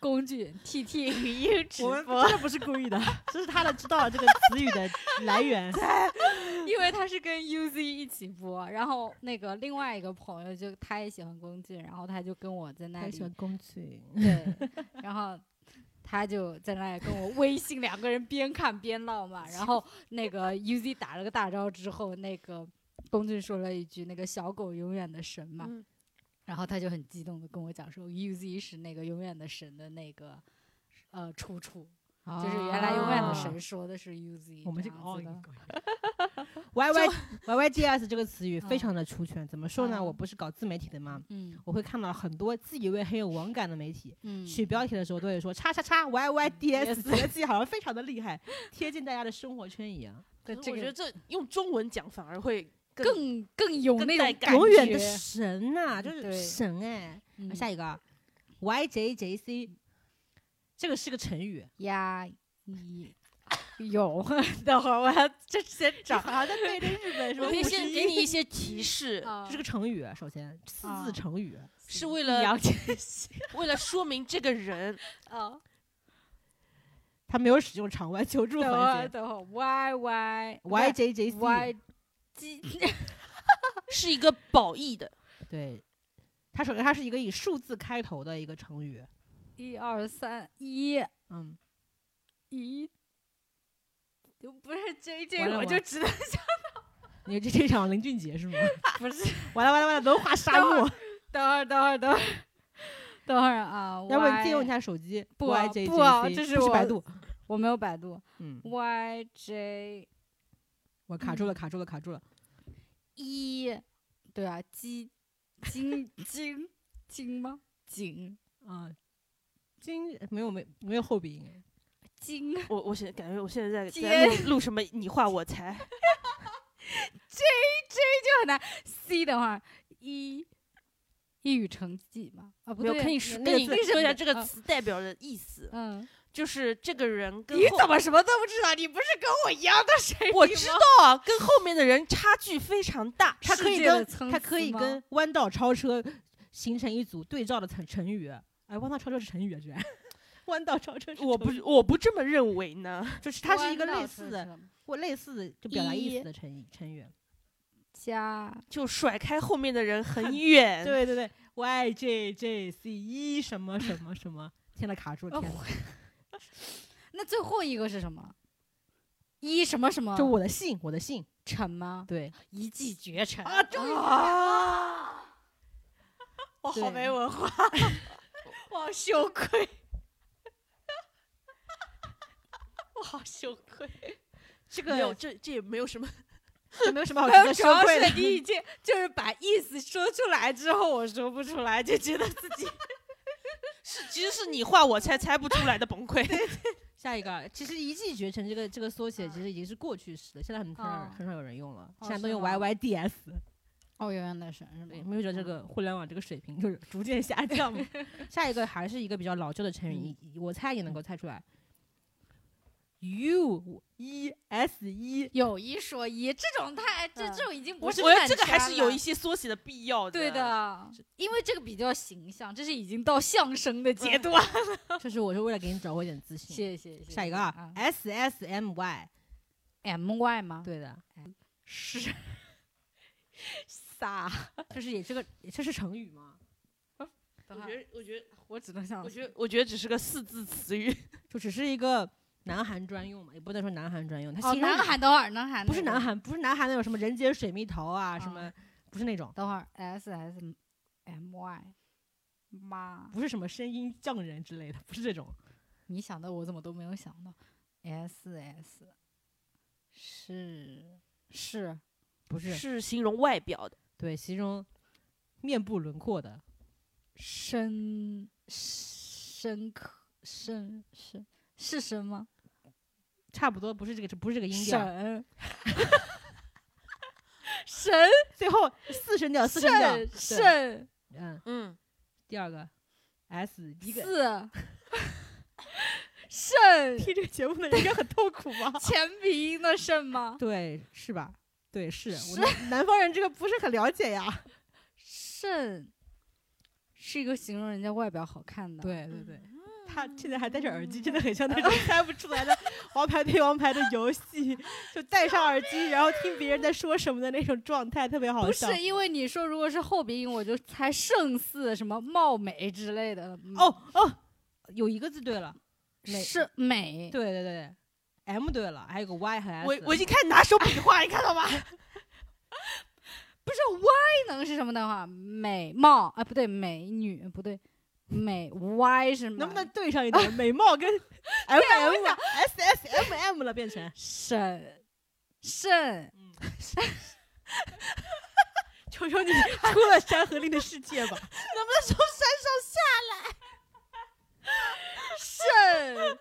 Speaker 2: 工具 TT 语音直
Speaker 1: 我们
Speaker 2: 播，
Speaker 1: 真的不是故意的，这是他的知道了这个词语 的来源。
Speaker 2: 因为他是跟 UZ 一起播，然后那个另外一个朋友就他也喜欢工具，然后他就跟我在那
Speaker 1: 他
Speaker 2: 里
Speaker 1: 喜欢工具，
Speaker 2: 对， 然后他就在那里跟我微信，两个人边看边唠嘛。然后那个 UZ 打了个大招之后，那个龚俊说了一句：“那个小狗永远的神嘛。
Speaker 4: 嗯
Speaker 2: 然后他就很激动的跟我讲说，UZ 是那个永远的神的那个呃出处，就是原来永远的神
Speaker 1: 哦。
Speaker 2: 说的是 UZ、
Speaker 1: 我们这个
Speaker 2: 样
Speaker 1: 哦
Speaker 2: 子的。
Speaker 1: Y Y Y Y D S 这个词语非
Speaker 2: 嗯
Speaker 1: 常的出圈，怎么说呢？
Speaker 2: 嗯
Speaker 1: 我不是搞自媒体的嘛，
Speaker 2: 嗯
Speaker 1: 我会看到很多自以为很有网感的媒体，
Speaker 2: 嗯，
Speaker 1: 取标题的时候都会说叉叉叉 Y Y D S，觉 得自己好像非常的厉害，贴近大家的生活圈一样。
Speaker 2: 对
Speaker 4: 可是
Speaker 2: 这
Speaker 4: 我
Speaker 2: 个
Speaker 4: 觉得这用中文讲反而会更
Speaker 2: 更更有
Speaker 4: 更
Speaker 2: 那
Speaker 4: 带
Speaker 2: 种
Speaker 4: 感
Speaker 2: 感
Speaker 1: 永远的
Speaker 2: 觉嗯
Speaker 1: 神呐、就
Speaker 2: 对
Speaker 1: 是神哎、
Speaker 2: 嗯
Speaker 1: 下一个啊，YJJC，这个是个成语，
Speaker 2: 呀，你有，等会儿我要这先找
Speaker 1: 好像在对着日本什么
Speaker 4: 我
Speaker 1: 五
Speaker 4: 可以
Speaker 1: 十
Speaker 4: 先
Speaker 1: 一
Speaker 4: 给你一些提示，
Speaker 2: 啊
Speaker 1: 这是个成语，首先四字
Speaker 2: 啊呃
Speaker 1: 成语，
Speaker 4: 是为了
Speaker 2: 杨 千玺
Speaker 4: 为了说明这个 人，
Speaker 1: 哦
Speaker 2: 啊，
Speaker 1: 他没有使用场外求助
Speaker 2: 等会儿
Speaker 1: 环节。
Speaker 2: 等会儿，Y Y
Speaker 1: YJJC，
Speaker 2: Y G
Speaker 4: 是一个褒义的，
Speaker 1: 对，它首先它是一个以数字开头的一个成语，
Speaker 2: 一二三一
Speaker 1: 嗯，
Speaker 2: 一，就不是 J J，
Speaker 1: 完了
Speaker 2: 我
Speaker 1: 完
Speaker 2: 就知道嗯
Speaker 1: 你这这场林俊杰是吗？
Speaker 2: 不是，
Speaker 1: 完了完了完了，文化沙 漠，
Speaker 2: 等会儿等会儿等会儿。等会儿 啊，
Speaker 1: 要不你借
Speaker 2: Y-
Speaker 1: 用一下手机？
Speaker 2: 不啊
Speaker 1: y j
Speaker 2: 不啊
Speaker 1: j
Speaker 2: 这
Speaker 1: c
Speaker 2: 是
Speaker 1: 不是
Speaker 2: 我
Speaker 1: 百度，
Speaker 2: 我没有百度
Speaker 1: 嗯，
Speaker 2: ，Y J
Speaker 1: 我卡
Speaker 2: 嗯
Speaker 1: 住了，卡住了，卡住了。
Speaker 2: 一，对啊，鸡金金金吗？ 景
Speaker 1: 啊，今没有没没有后鼻音，
Speaker 2: 金
Speaker 4: 我我现在感觉我现在在在
Speaker 2: 接
Speaker 4: 录录什么你画我猜，
Speaker 2: 很难。C 的话，一一语成谶嘛，啊不
Speaker 4: 没有
Speaker 2: 对，
Speaker 4: 跟你说
Speaker 1: 那
Speaker 4: 跟
Speaker 1: 个
Speaker 4: 你
Speaker 1: 字
Speaker 4: 说一下这个
Speaker 2: 嗯
Speaker 4: 词代表的意思，
Speaker 2: 嗯，
Speaker 4: 就是这个人跟
Speaker 2: 你
Speaker 4: 后
Speaker 2: 怎么什么都不知道？你不是跟我一样的水平吗？
Speaker 4: 我知道啊，跟后面的人差距非常大，
Speaker 1: 它可
Speaker 2: 世
Speaker 1: 以
Speaker 2: 界的
Speaker 1: 跟
Speaker 2: 参
Speaker 1: 它可
Speaker 2: 差
Speaker 1: 以
Speaker 2: 吗
Speaker 1: 跟弯道超车形成一组对照的成成语。哎，弯道超车是成语啊，居然。弯道超车是
Speaker 4: 我
Speaker 1: 成
Speaker 4: 不
Speaker 1: 语
Speaker 4: 我不这么认为呢，
Speaker 1: 就是它是一个
Speaker 2: 弯道
Speaker 1: 类
Speaker 2: 车
Speaker 1: 似的
Speaker 2: 车
Speaker 1: 或类似的就表达意
Speaker 2: 一
Speaker 1: 思的成语成语。
Speaker 2: 加
Speaker 4: 就甩开后面的人很 远，
Speaker 1: 对对对，Y J J C 一什么什么什么，天呐卡住了，
Speaker 2: 哦
Speaker 1: 天呐，
Speaker 2: 那最后一个是什么？一什么什么？
Speaker 1: 就我的姓，我的姓，
Speaker 2: 沉吗？
Speaker 1: 对，
Speaker 2: 一骑绝尘
Speaker 1: 啊
Speaker 2: 终
Speaker 4: 啊，
Speaker 2: 我
Speaker 1: 对
Speaker 2: 好没文化，我好羞 愧，我好羞愧。
Speaker 1: 这
Speaker 4: 没有，
Speaker 1: 个
Speaker 4: 这这也没有什么。
Speaker 1: 这没有 什么好值
Speaker 2: 还有
Speaker 1: 得
Speaker 2: 哎主
Speaker 1: 羞
Speaker 2: 要
Speaker 1: 愧
Speaker 2: 是
Speaker 1: 的。
Speaker 2: 你已经就是把意思说出来之后，我说不出来，就觉得自己
Speaker 4: 是， 其实是你画我猜猜不出来的崩溃。
Speaker 1: 下一个，其实一骑绝尘这个这个缩写其实已经是过去式了，现在很很少人
Speaker 2: 哦
Speaker 1: 很少有人用了，
Speaker 2: 哦
Speaker 1: 现在都
Speaker 2: 是
Speaker 1: 用
Speaker 2: 吗
Speaker 1: YYDS。
Speaker 2: 哦，原来是是
Speaker 1: 对，没有觉得
Speaker 2: 嗯
Speaker 1: 这个互联网这个水平就是 逐渐下降嘛。下一个还是一个比较老旧的成语，
Speaker 2: 嗯
Speaker 1: 你我猜也能够猜出来。U E S E，
Speaker 2: 有一说一，这种太这
Speaker 1: 嗯
Speaker 2: 这种已经不
Speaker 4: 我
Speaker 2: 是
Speaker 4: 觉得
Speaker 2: 饭
Speaker 4: 这个还
Speaker 2: 圈
Speaker 4: 是有
Speaker 2: 了
Speaker 4: 一些缩写的必要的。
Speaker 2: 对，的，因为这个比较形象，这是已经到相声的阶段。
Speaker 1: 这是我是为了给你找回点自信。
Speaker 2: 谢谢谢谢。嗯哎啊
Speaker 1: 下一个啊，S S M Y，
Speaker 2: M Y 吗？，
Speaker 1: 对的，
Speaker 2: 是 傻，
Speaker 1: 这是也这个这是成语吗？
Speaker 4: 我觉得，我觉得，
Speaker 2: 我只能想，
Speaker 4: 我觉得，我觉得只是个四字词语。
Speaker 1: 就只是一个南韩专用嘛，也不能说南韩专用，它
Speaker 2: 哦，
Speaker 1: 形容
Speaker 2: 南韩等会儿，南韩
Speaker 1: 不是南
Speaker 2: 韩，
Speaker 1: 韩，不是南韩那种什么人间水蜜桃啊，什
Speaker 2: 啊
Speaker 1: 么不是那种，
Speaker 2: 等会儿 S S M Y 妈，
Speaker 1: 不是什么声音匠人之类的，不是这种。
Speaker 2: 你想的我怎么都没有想到，S S 是是
Speaker 1: 不是
Speaker 4: 是形容外表的，
Speaker 1: 对，形容面部轮廓的，
Speaker 2: 深深刻深深是深吗？
Speaker 1: 差不多不是这个，不是这个音调。
Speaker 2: 神神
Speaker 1: 最后四声
Speaker 2: 呃
Speaker 1: 调，四声调
Speaker 2: 肾，
Speaker 1: 对
Speaker 2: 肾
Speaker 1: 嗯，
Speaker 4: 嗯，
Speaker 1: 第二个 S 一个。
Speaker 2: 四肾？
Speaker 1: 听这个节目的人应该很痛苦吧
Speaker 2: 前鼻音的肾吗？
Speaker 1: 对，是吧？对，是我们 南方人这个不是很了解呀。
Speaker 2: 肾是一个形容人家外表好看的，，
Speaker 1: 对对对，他现在还戴着耳机，真的很像 那种猜不出来的王牌对王牌的游戏，就戴上耳机，然后听别人在说什么的那种状态，特别好
Speaker 2: 不
Speaker 1: 笑。
Speaker 2: 是因为你说如果是后鼻音，我就猜胜似什么貌美之类的，嗯
Speaker 1: 哦哦，有一个字对了，美
Speaker 2: 是美，
Speaker 1: 对对对，M 对了，还有个 Y 和 S。
Speaker 4: 我我已经开始拿手比划，你看 到吗？
Speaker 2: 不是 Y 能是什么的话，美貌啊，不对，美女不对，美 Y 是吗？
Speaker 1: 能不能对上一 点？美貌跟 M M S S M M 了，变成
Speaker 2: 肾肾
Speaker 1: 求求你 出了山河令的世界 吧！
Speaker 2: 肾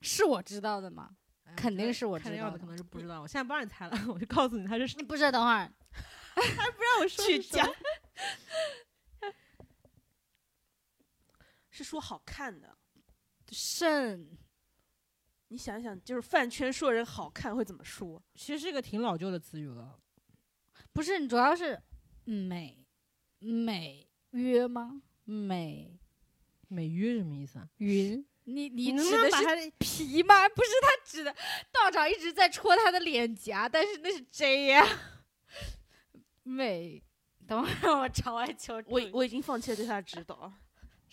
Speaker 2: 是我知道的吗？嗯肯定是我
Speaker 1: 看
Speaker 2: 知
Speaker 1: 样
Speaker 2: 道
Speaker 1: 子
Speaker 2: 的
Speaker 1: 可能是不知道。我现在帮你猜了，我就告诉你，他是
Speaker 2: 不是，等会儿
Speaker 1: 让我说
Speaker 4: 去
Speaker 1: 是什么
Speaker 4: 讲，是说好看的。
Speaker 2: 肾
Speaker 4: 你想一想，就是饭圈说人好看会怎么说？
Speaker 1: 其实是一个挺老旧的词语了。
Speaker 2: 不是，主要是嗯美美约吗？美
Speaker 1: 美约什么意思啊？
Speaker 2: 云，你你
Speaker 1: 能
Speaker 2: 指
Speaker 1: 不能
Speaker 2: 的
Speaker 1: 把
Speaker 2: 是
Speaker 1: 它的
Speaker 2: 皮吗？不是，他指的道长一直在戳他的脸颊，但是那是 J 呀、 美，等会儿我朝外求助
Speaker 4: 我已我已经放弃了对他的指导。啊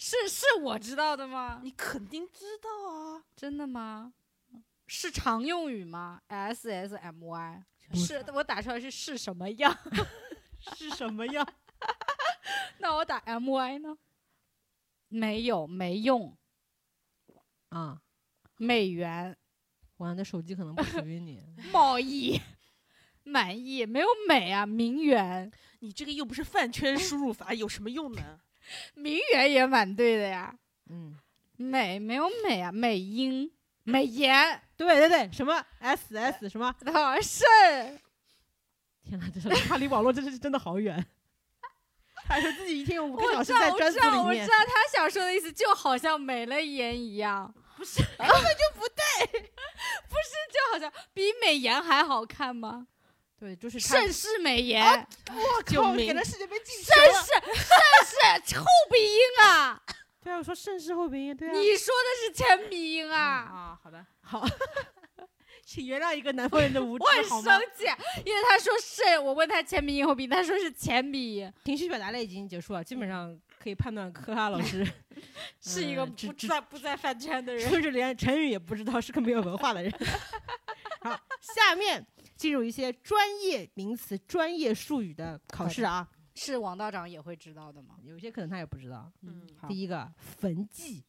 Speaker 2: 是是我知道的吗？
Speaker 4: 你肯定知道啊，
Speaker 2: 真的吗？是常用语吗？S S M Y
Speaker 1: 不
Speaker 2: 是我打出来是是什么样？
Speaker 1: 是什么样？
Speaker 2: 那我打 M Y 呢？没有，没用。
Speaker 1: 啊，
Speaker 2: 美元
Speaker 1: 完了，那手机可能不属于你。
Speaker 2: 贸易 满意没有美啊？名媛，
Speaker 4: 你这个又不是饭圈输入法，有什么用呢？
Speaker 2: 名媛也蛮对的呀。
Speaker 1: 嗯，
Speaker 2: 美没有美啊？美音、美颜，
Speaker 1: 对对对，什么 S S 什么？
Speaker 2: 好是
Speaker 1: 天
Speaker 2: 啊
Speaker 1: 哪，这是 他离网络真是真的好远。 他说自己一天有五
Speaker 2: 我
Speaker 1: 个小
Speaker 2: 知
Speaker 1: 时
Speaker 2: 道，
Speaker 1: 在
Speaker 2: 我
Speaker 1: 专
Speaker 2: 知
Speaker 1: 注
Speaker 2: 道，
Speaker 1: 里
Speaker 2: 我
Speaker 1: 面
Speaker 2: 知。道他想说的意思，就好像美了颜一样，不是 根本就不对，不是就好像比美颜还好看吗？
Speaker 1: 对，就是他
Speaker 2: 盛世美颜，
Speaker 1: 我
Speaker 4: 救
Speaker 1: 靠，
Speaker 4: 命
Speaker 1: 给他世界杯进球
Speaker 2: 盛
Speaker 1: 了。
Speaker 2: 世盛世后鼻音啊！
Speaker 1: 对啊，我说盛世后鼻音，对啊。
Speaker 2: 你说的是前鼻音啊！
Speaker 1: 啊，好的，好，请原谅一个南方人的无知
Speaker 2: 我很
Speaker 1: 好
Speaker 2: 生
Speaker 1: 吗？
Speaker 2: 气，因为他说是我问他前鼻音后鼻音，他说是前鼻音，
Speaker 1: 情绪表达类已经结束了，基本上可以判断科拉老师
Speaker 2: 是一个
Speaker 1: 嗯只
Speaker 2: 不
Speaker 1: 只
Speaker 2: 在不在饭圈的人。
Speaker 1: 甚至连成语也不知道，是个没有文化的人。 好，下面进入一些专业名词、专业术语的考试啊，
Speaker 2: 是王道长也会知道的吗？嗯
Speaker 1: 有一些可能他也不知道。
Speaker 4: 嗯
Speaker 2: 好
Speaker 1: 第一个，焚寂，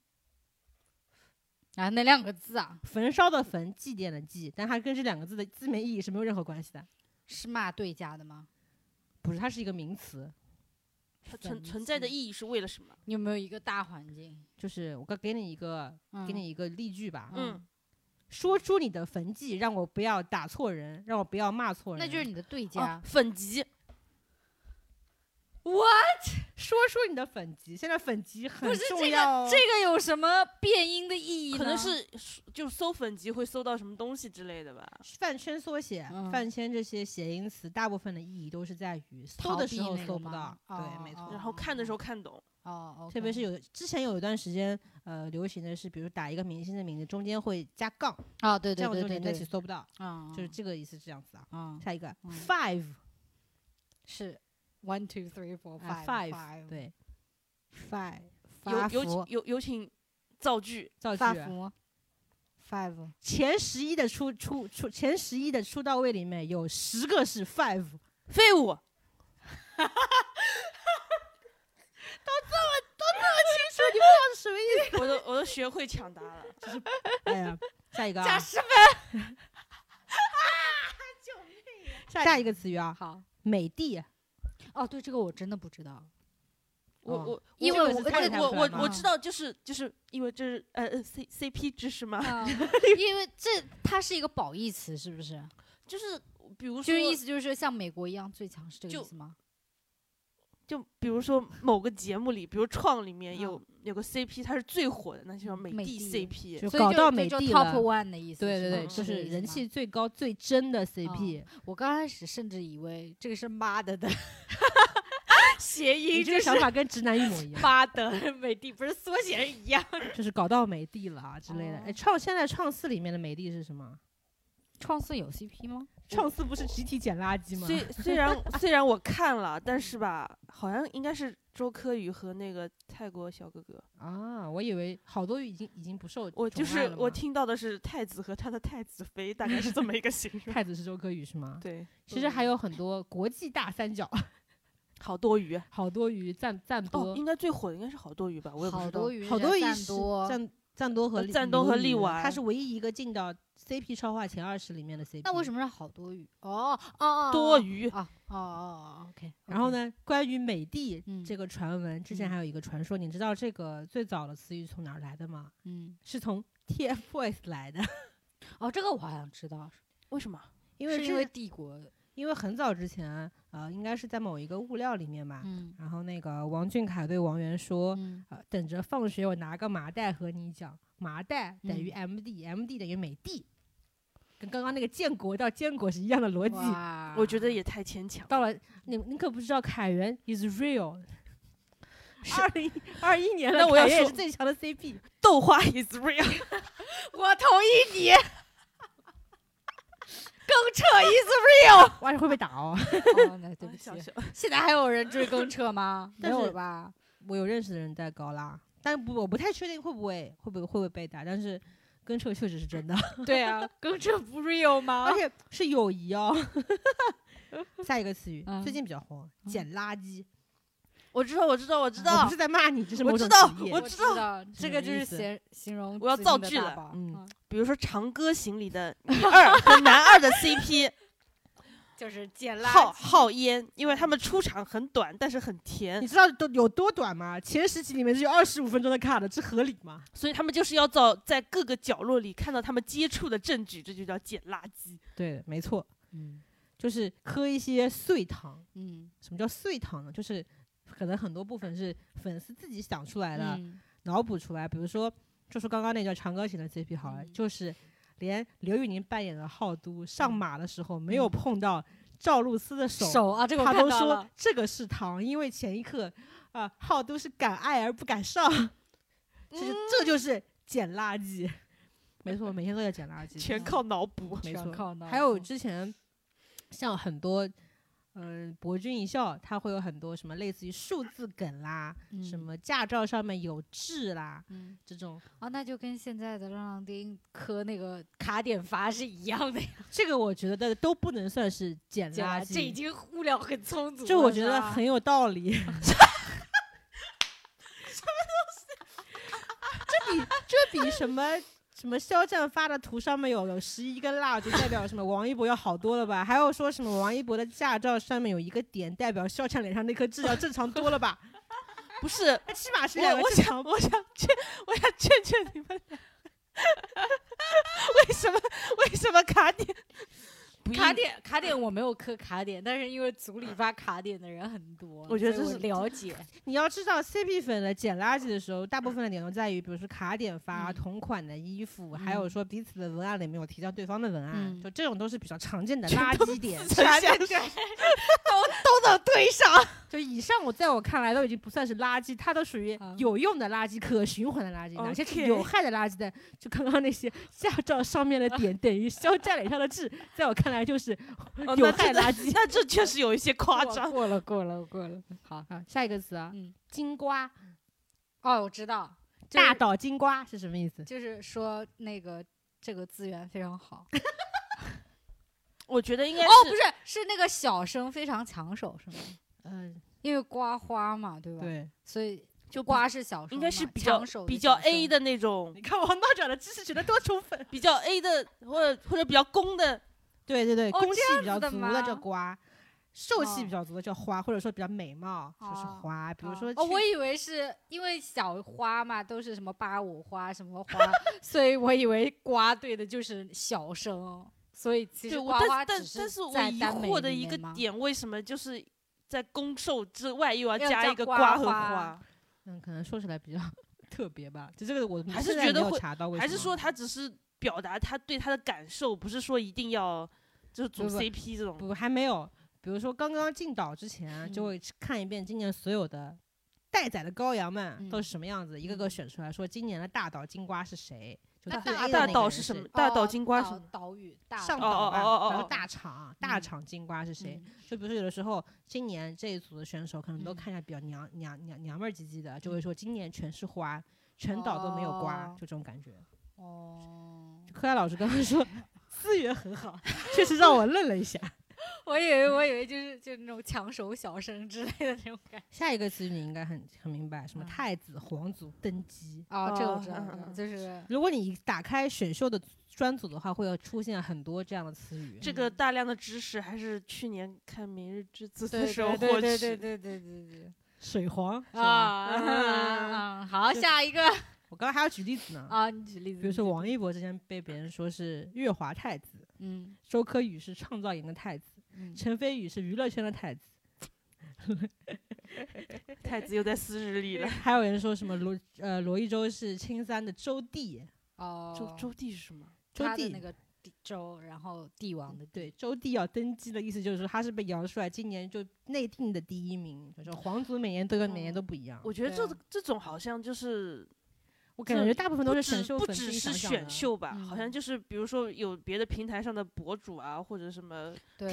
Speaker 2: 啊，哪两个字啊？
Speaker 1: 焚烧的焚，祭奠的祭，但它跟这两个字的字面意义是没有任何关系的。
Speaker 2: 是骂对家的吗？
Speaker 1: 不是，它是一个名词，
Speaker 4: 它
Speaker 2: 神
Speaker 4: 存存在的意义是为了什么？
Speaker 2: 你有没有一个大环境？
Speaker 1: 就是我刚给你一个
Speaker 2: 嗯、
Speaker 1: 给你一个例句吧，
Speaker 2: 嗯
Speaker 4: 嗯，
Speaker 1: 说出你的坟迹，让我不要打错人，让我不要骂错人。
Speaker 2: 那就是你的对家。
Speaker 1: 啊
Speaker 4: 哦，粉籍，
Speaker 1: 说出你的粉籍，现在粉籍很
Speaker 2: 不是
Speaker 1: 重要、哦
Speaker 2: 这个有什么变音的意义呢？
Speaker 4: 可能是就搜粉籍会搜到什么东西之类的吧。
Speaker 1: 饭圈缩写、
Speaker 2: 嗯
Speaker 1: 饭圈这些谐音词，大部分的意义都是在于搜
Speaker 2: 逃
Speaker 1: 的
Speaker 2: 避
Speaker 1: 时候
Speaker 2: 那个
Speaker 1: 搜不到
Speaker 2: 吗，哦
Speaker 1: 对，没错。
Speaker 2: 哦
Speaker 4: 然后看的时候看懂，
Speaker 2: 哦，OK，
Speaker 1: 特别是有之前有一段时间，呃，流行的是，比如打一个明星的名字中间会加杠，
Speaker 2: 哦，对
Speaker 1: 这
Speaker 2: 对
Speaker 1: 样我
Speaker 2: 对
Speaker 1: 就
Speaker 2: 对
Speaker 1: 连在一起
Speaker 2: 对，
Speaker 1: 搜不到，
Speaker 2: 啊，
Speaker 1: 就是这个意思，这样子啊。
Speaker 2: 啊，
Speaker 1: 下一个
Speaker 2: 嗯
Speaker 1: five
Speaker 2: 是 one two three four
Speaker 1: 啊
Speaker 2: 哦 five
Speaker 1: five 对 five
Speaker 4: 有
Speaker 1: 发
Speaker 4: 有
Speaker 1: 福
Speaker 4: 请有有请造句，
Speaker 1: 造
Speaker 2: 发
Speaker 1: 句啊
Speaker 2: 福 five
Speaker 1: 前十一的出出出前十一的出道位里面有十个是 five，
Speaker 4: 废物，
Speaker 1: 什么意
Speaker 4: 我都我都学会抢答了。
Speaker 1: 思？哎呀，下一个、
Speaker 2: 加
Speaker 1: 啊，
Speaker 2: 十分，
Speaker 1: 下一个词语啊，
Speaker 2: 好
Speaker 1: 美啊的，
Speaker 2: 哦，对这个我真的不知 道，
Speaker 4: 我
Speaker 1: 哦
Speaker 4: 我
Speaker 2: 因
Speaker 4: 这
Speaker 2: 为
Speaker 4: 个
Speaker 2: 我
Speaker 4: 是
Speaker 1: 我
Speaker 4: 看
Speaker 1: 也看
Speaker 4: 我
Speaker 1: 出来
Speaker 4: 我
Speaker 1: 嘛
Speaker 4: 我知道，就是就是因为这是呃呃 C C P 知识嘛，
Speaker 2: 啊 因为这它是一个褒义词，是不是？
Speaker 4: 就是比如
Speaker 2: 就是意
Speaker 4: 说
Speaker 2: 思就是说像美国一样最强是这个
Speaker 4: 就
Speaker 2: 意思吗？
Speaker 4: 就比如说某个节目里，比如创里面
Speaker 2: 嗯
Speaker 4: 有有个 C P，它是最火的，那就叫美
Speaker 2: 美的
Speaker 4: 的 C P。
Speaker 1: 就
Speaker 2: 所以
Speaker 1: 搞
Speaker 2: 就
Speaker 1: 到
Speaker 2: 就
Speaker 1: 美
Speaker 2: 就
Speaker 1: 的
Speaker 2: top
Speaker 1: 了。
Speaker 2: one 的意思，
Speaker 1: 对
Speaker 2: 是
Speaker 1: 对对，
Speaker 2: 吗
Speaker 1: 就是
Speaker 2: 这
Speaker 1: 是
Speaker 2: 个意
Speaker 1: 人
Speaker 2: 思吗
Speaker 1: 气最高最真的 CP，、
Speaker 2: 我刚开始甚至以为这个是 妈的的谐
Speaker 1: 你
Speaker 2: 音，
Speaker 1: 这个
Speaker 2: 就是
Speaker 1: 想法跟直男一模 一样，
Speaker 2: 妈的美的不是缩写是一样。
Speaker 1: 就是搞到美的了啊之类的。哎，
Speaker 2: 哦
Speaker 1: 创现在创四里面的美的是什么？
Speaker 2: 创四有 CP 吗？
Speaker 1: 创四不是集体捡垃圾吗？
Speaker 4: 虽虽然虽然我看了，但是吧，好像应该是周柯宇和那个泰国小哥哥，
Speaker 1: 啊，我以为好多已经已经不受
Speaker 4: 我就
Speaker 1: 宠爱
Speaker 4: 是
Speaker 1: 了
Speaker 4: 我
Speaker 1: 嘛
Speaker 4: 听到的是太子和他的太子妃，大概是这么一个形容。
Speaker 1: 太子是周柯宇是吗？
Speaker 4: 对，嗯
Speaker 1: 其实还有很多国际大三角，
Speaker 4: 好多余
Speaker 1: 好多鱼赞赞多
Speaker 4: 哦，，应该最火的应该是好多余吧，我也不知
Speaker 2: 好
Speaker 4: 道。
Speaker 2: 多鱼，
Speaker 1: 好多鱼
Speaker 2: 赞
Speaker 1: 是
Speaker 2: 多，
Speaker 1: 赞赞多和
Speaker 4: 呃
Speaker 1: 利
Speaker 4: 赞多和
Speaker 1: 刘
Speaker 4: 力
Speaker 1: 宇
Speaker 4: 丸
Speaker 1: 他是唯一一个进到 CP 超话前二十里面的 CP。
Speaker 2: 那为什
Speaker 1: 么？
Speaker 2: 么是好多鱼？嗯哦哦，
Speaker 4: 多
Speaker 2: 鱼
Speaker 4: 余，
Speaker 2: 啊哦哦哦，OK。
Speaker 1: 然后？呢？关于美的
Speaker 2: 嗯
Speaker 1: 这个传闻，之前
Speaker 2: 嗯
Speaker 1: 还有一个传说，你知道这个最早的词语从哪儿来的吗？
Speaker 2: 嗯，
Speaker 1: 是从 TFBOYS 来的，
Speaker 2: 哦，这个我好像知道，
Speaker 4: 为什么？
Speaker 1: 因为
Speaker 2: 是
Speaker 1: 这
Speaker 2: 因为啊帝国，
Speaker 1: 因为很早之前，呃，应该是在某一个物料里面吧。
Speaker 2: 嗯
Speaker 1: 然后那个王俊凯对王源说，
Speaker 2: 嗯
Speaker 1: 呃，等着放学我拿个麻袋和你讲，麻袋等于 MD，MD、MD 等于美的，跟刚刚那个建国到坚果是一样的逻辑。
Speaker 2: 哇
Speaker 4: 我觉得也太牵强。
Speaker 1: 到了你你可不知道凯源 is real，二零二一年的
Speaker 4: 那我要
Speaker 1: 凯源也
Speaker 4: 说
Speaker 1: 是最强的 CP，
Speaker 4: 豆花 is real，
Speaker 2: 我同意 你，更扯 is
Speaker 1: 哇，会被打哦。
Speaker 2: real。哦，那 对不起
Speaker 4: 小，小
Speaker 2: 现在还有人追更扯 吗？没
Speaker 1: 但是
Speaker 2: 有了吧？
Speaker 1: 我有认识的人在高拉，但不我不太确定会不会会不会会不会被打，但是跟臭确实是 真的。
Speaker 2: 对啊，更扯不 real 吗
Speaker 1: 而？且是友谊哦。 下一个词语、
Speaker 2: 嗯
Speaker 1: 最近比较红，捡垃圾。
Speaker 4: 我知道，我知道，我知
Speaker 1: 我
Speaker 4: 道
Speaker 1: 不是，在骂你，这是
Speaker 4: 我
Speaker 1: 某种
Speaker 4: 知道
Speaker 1: 职业
Speaker 4: 我
Speaker 2: 知
Speaker 4: 知道
Speaker 2: 道这
Speaker 1: 什
Speaker 2: 个
Speaker 1: 么
Speaker 2: 就
Speaker 1: 意
Speaker 2: 是
Speaker 1: 思
Speaker 2: 形形容
Speaker 4: 我要
Speaker 2: 子
Speaker 4: 造
Speaker 2: 女的
Speaker 4: 句
Speaker 2: 大
Speaker 4: 了
Speaker 2: 宝
Speaker 1: 嗯
Speaker 2: 啊
Speaker 4: 比如说《长歌行》里的女二和男二的 CP
Speaker 2: 就是捡垃圾。
Speaker 4: 浩浩烟，因为他们出场很短，但是很甜
Speaker 1: 你，知道都有多短吗？前十集里面是有二十五分钟的 cut 的，这合理吗？
Speaker 4: 所以他们就是要找在各个角落里看到他们接触的证据，这就叫捡垃圾。
Speaker 1: 对的，没错，
Speaker 2: 嗯
Speaker 1: 就是磕一些碎糖。
Speaker 2: 嗯，
Speaker 1: 什么叫碎糖呢？就是可能很多部分是粉丝自己想出来的，
Speaker 2: 嗯
Speaker 1: 脑补出来。比如说，就说刚刚那叫长歌行的 CP 好了，
Speaker 2: 嗯
Speaker 1: 就是连刘宇宁扮演的浩都上
Speaker 2: 嗯
Speaker 1: 马的时候没有
Speaker 2: 嗯
Speaker 1: 碰到赵露思的手，
Speaker 2: 手啊，这个我
Speaker 1: 他
Speaker 2: 看
Speaker 1: 都
Speaker 2: 到
Speaker 1: 说
Speaker 2: 了。
Speaker 1: 这个是糖，因为前一刻啊，浩都是敢爱而不敢上，这就
Speaker 2: 嗯
Speaker 1: 这就是捡垃圾。没错，每天都在捡垃圾，
Speaker 4: 全靠脑补，
Speaker 1: 没
Speaker 2: 全
Speaker 1: 错。
Speaker 2: 靠脑
Speaker 1: 还有
Speaker 2: 补
Speaker 1: 之前像很多。嗯，博君一笑，它会有很多什么类似于数字梗啦，什？么驾照上面有痣啦，
Speaker 2: 嗯嗯嗯
Speaker 1: 这种，
Speaker 2: 哦，那就跟现在的让让丁磕那个卡点阀是一样的呀，
Speaker 1: 这个我觉得都不能算是捡
Speaker 2: 捡
Speaker 1: 垃
Speaker 2: 垃圾这已
Speaker 1: 圾，
Speaker 2: 经物料很充足了。
Speaker 1: 这我觉
Speaker 2: 是
Speaker 1: 得
Speaker 2: 吧
Speaker 1: 很有道理。这比这比什么什么肖战发的图上面有有十一根蜡烛，代表什么王一博要好多了吧？还有说什么王一博的驾照上面有一个点，代表肖战脸上那颗痣要正常多了吧？
Speaker 4: 不是，
Speaker 1: 哎起 码是
Speaker 4: 我
Speaker 1: 两个
Speaker 4: 我
Speaker 1: 正
Speaker 4: 想
Speaker 1: 常。
Speaker 4: 我想劝我想劝劝你们俩， 为什么为什么卡点？不
Speaker 2: 卡
Speaker 4: 应
Speaker 2: 点卡点我没有磕卡点，但是因为组里发卡点的人很多，
Speaker 4: 我觉得
Speaker 2: 所以
Speaker 4: 这是
Speaker 2: 了解。
Speaker 1: 你要知道，CP 粉的捡垃圾的时候，大部分的点都在于，比如说卡点发、啊
Speaker 2: 嗯
Speaker 1: 同款的衣服，还有
Speaker 2: 嗯
Speaker 1: 说彼此的文案里面有提到对方的文案，
Speaker 2: 嗯
Speaker 1: 就这种都是比较常见的
Speaker 4: 全
Speaker 1: 垃
Speaker 4: 都
Speaker 1: 圾点。
Speaker 4: 自成相识
Speaker 2: 都能对上。
Speaker 1: 就以上我在我看来都已经不算是垃圾，它都属于
Speaker 2: 啊
Speaker 1: 有用的垃圾、可循环的垃圾。哪些是
Speaker 4: OK
Speaker 1: 有害的垃圾呢？就刚刚那些驾照上面的点等于肖战脸上的痣，在我看来就是
Speaker 4: 哦
Speaker 1: 有
Speaker 4: 那
Speaker 1: 害
Speaker 4: 真的
Speaker 1: 垃圾。
Speaker 4: 那这确实有一 些夸张。
Speaker 2: 过了，过了，过了。好，
Speaker 1: 啊，下一个词啊，
Speaker 2: 嗯，
Speaker 1: 金瓜，
Speaker 2: 哦，我知道，就是
Speaker 1: 大岛金瓜是什么意思？
Speaker 2: 就是说那个这个资源非常好。
Speaker 4: 我觉得应该
Speaker 2: 哦，不是，是那个小生非常抢手，是吗？
Speaker 1: 嗯，
Speaker 2: 因为瓜花嘛，对吧？
Speaker 1: 对。
Speaker 2: 所以就
Speaker 4: 就
Speaker 2: 瓜是小生嘛，
Speaker 4: 应该是比较
Speaker 2: 抢手
Speaker 4: 比较 A
Speaker 2: 的
Speaker 4: 的那种
Speaker 1: 你，看王道长的知识学得多充分。
Speaker 4: 比较 A 的或者或者比较攻的，
Speaker 1: 对对对，
Speaker 2: 哦
Speaker 1: 攻
Speaker 2: 这
Speaker 1: 气
Speaker 2: 样
Speaker 1: 比较
Speaker 2: 子的
Speaker 1: 足
Speaker 2: 吗
Speaker 1: 的叫瓜，受气
Speaker 2: 哦
Speaker 1: 比较足的叫花，或者说比较美貌就是
Speaker 2: 哦
Speaker 1: 花。比
Speaker 2: 小生。
Speaker 1: 如说
Speaker 2: 哦，
Speaker 1: 去
Speaker 2: 我以为是因为小花嘛，都是什么八五花什么花， 所以我以为瓜对的就是小生，所以其
Speaker 4: 对，
Speaker 2: 实
Speaker 4: 我
Speaker 2: 瓜花
Speaker 4: 但
Speaker 2: 只
Speaker 4: 但但
Speaker 2: 是
Speaker 4: 是我
Speaker 2: 在
Speaker 4: 疑
Speaker 2: 耽美
Speaker 4: 惑的
Speaker 2: 里
Speaker 4: 一个
Speaker 2: 面吗，
Speaker 4: 点，为什么就是在攻受之外又要
Speaker 2: 要
Speaker 4: 加
Speaker 2: 加
Speaker 4: 一个
Speaker 2: 瓜
Speaker 4: 瓜和
Speaker 2: 花
Speaker 4: 花？
Speaker 1: 嗯，可能说起来比较 特别吧。就这个我
Speaker 4: 还
Speaker 1: 现
Speaker 4: 是
Speaker 1: 在
Speaker 4: 觉
Speaker 1: 没
Speaker 4: 得
Speaker 1: 有
Speaker 4: 会
Speaker 1: 查到为
Speaker 4: 还
Speaker 1: 什
Speaker 4: 是
Speaker 1: 么
Speaker 4: 说他只是表达他对他的感受，不是说一定要就是组
Speaker 1: 不不
Speaker 4: CP 这种？
Speaker 1: 不还没有？比如说刚刚进岛之前啊，就
Speaker 2: 嗯
Speaker 1: 会去看一遍今年所有的待宰的羔羊们都
Speaker 2: 嗯
Speaker 1: 是什么样子，一个个选出来说今年的大岛金瓜是谁。就
Speaker 2: 那
Speaker 1: 最
Speaker 2: 大
Speaker 1: A 的
Speaker 2: 岛
Speaker 1: 那个
Speaker 4: 岛
Speaker 1: 人
Speaker 4: 是什么大
Speaker 2: 哦
Speaker 4: 岛金瓜是
Speaker 2: 岛
Speaker 4: 吗
Speaker 2: 岛屿大
Speaker 1: 上
Speaker 4: 哦
Speaker 1: 岛
Speaker 4: 哦
Speaker 1: 吧，
Speaker 4: 哦哦
Speaker 1: 然后
Speaker 4: 哦
Speaker 1: 大厂大
Speaker 2: 嗯
Speaker 1: 厂金瓜是谁？
Speaker 2: 嗯
Speaker 1: 就比如说，有的时候今年这一组的选手可能都
Speaker 2: 嗯
Speaker 1: 看起来比较娘、娘娘娘们儿唧唧的，
Speaker 4: 嗯
Speaker 1: 就会说今年全是花，全岛都没有瓜，
Speaker 2: 哦
Speaker 1: 就这种感觉。
Speaker 4: 嗯
Speaker 2: 哦，
Speaker 1: 柯亚老师刚刚说资源很好，确实让我愣了一下。
Speaker 2: 我以为我以为就是就是那种抢手小生之类的那种感觉。
Speaker 1: 下一个词语你应该很很明白，什么
Speaker 2: 嗯
Speaker 1: 太子、皇族、登基。
Speaker 2: 哦，这个我知
Speaker 4: 哦
Speaker 2: 道，
Speaker 4: 嗯
Speaker 2: 我知道
Speaker 4: 嗯
Speaker 2: 就是
Speaker 1: 如果你打开选秀的专组的话，会有出现很多这样的词语。
Speaker 2: 嗯
Speaker 4: 这个大量的知识还是去年看《明日之子》
Speaker 2: 对
Speaker 4: 的时候
Speaker 2: 对对
Speaker 4: 获
Speaker 2: 对对
Speaker 4: 取。
Speaker 2: 对对对
Speaker 1: 水皇
Speaker 2: 对啊！啊！好，下一个
Speaker 1: 我刚刚还要举例子呢，
Speaker 2: 啊，你举例子，
Speaker 1: 比如说王一博之前被别人说是月华太子，
Speaker 2: 嗯
Speaker 1: 周柯宇是创造营的太子，
Speaker 2: 嗯，
Speaker 1: 陈飞宇是娱乐圈的太子，
Speaker 4: 太子又在私日里了。
Speaker 1: 还有人说什么罗呃罗一舟是青三的周帝，
Speaker 2: 哦，
Speaker 4: 周周地是什么？
Speaker 1: 周
Speaker 2: 他的
Speaker 1: 帝
Speaker 2: 那个帝周，然后帝王的
Speaker 1: 嗯对周帝要登基的意思就是说他是被摇出来，今年就内定的第一名，就是皇族每年都跟每年都不一样。
Speaker 4: 哦我觉得
Speaker 2: 对
Speaker 4: 这
Speaker 2: 啊
Speaker 4: 这种好像就是
Speaker 1: 我感觉大部分都
Speaker 4: 不
Speaker 1: 是
Speaker 4: 只
Speaker 1: 选秀
Speaker 4: 不
Speaker 1: 粉
Speaker 4: 只
Speaker 1: 自己想
Speaker 4: 是
Speaker 1: 象
Speaker 4: 选
Speaker 1: 的，
Speaker 4: 秀吧，好像
Speaker 2: 嗯
Speaker 4: 就是比如说有别的平台上的博主啊，或者什么
Speaker 2: 对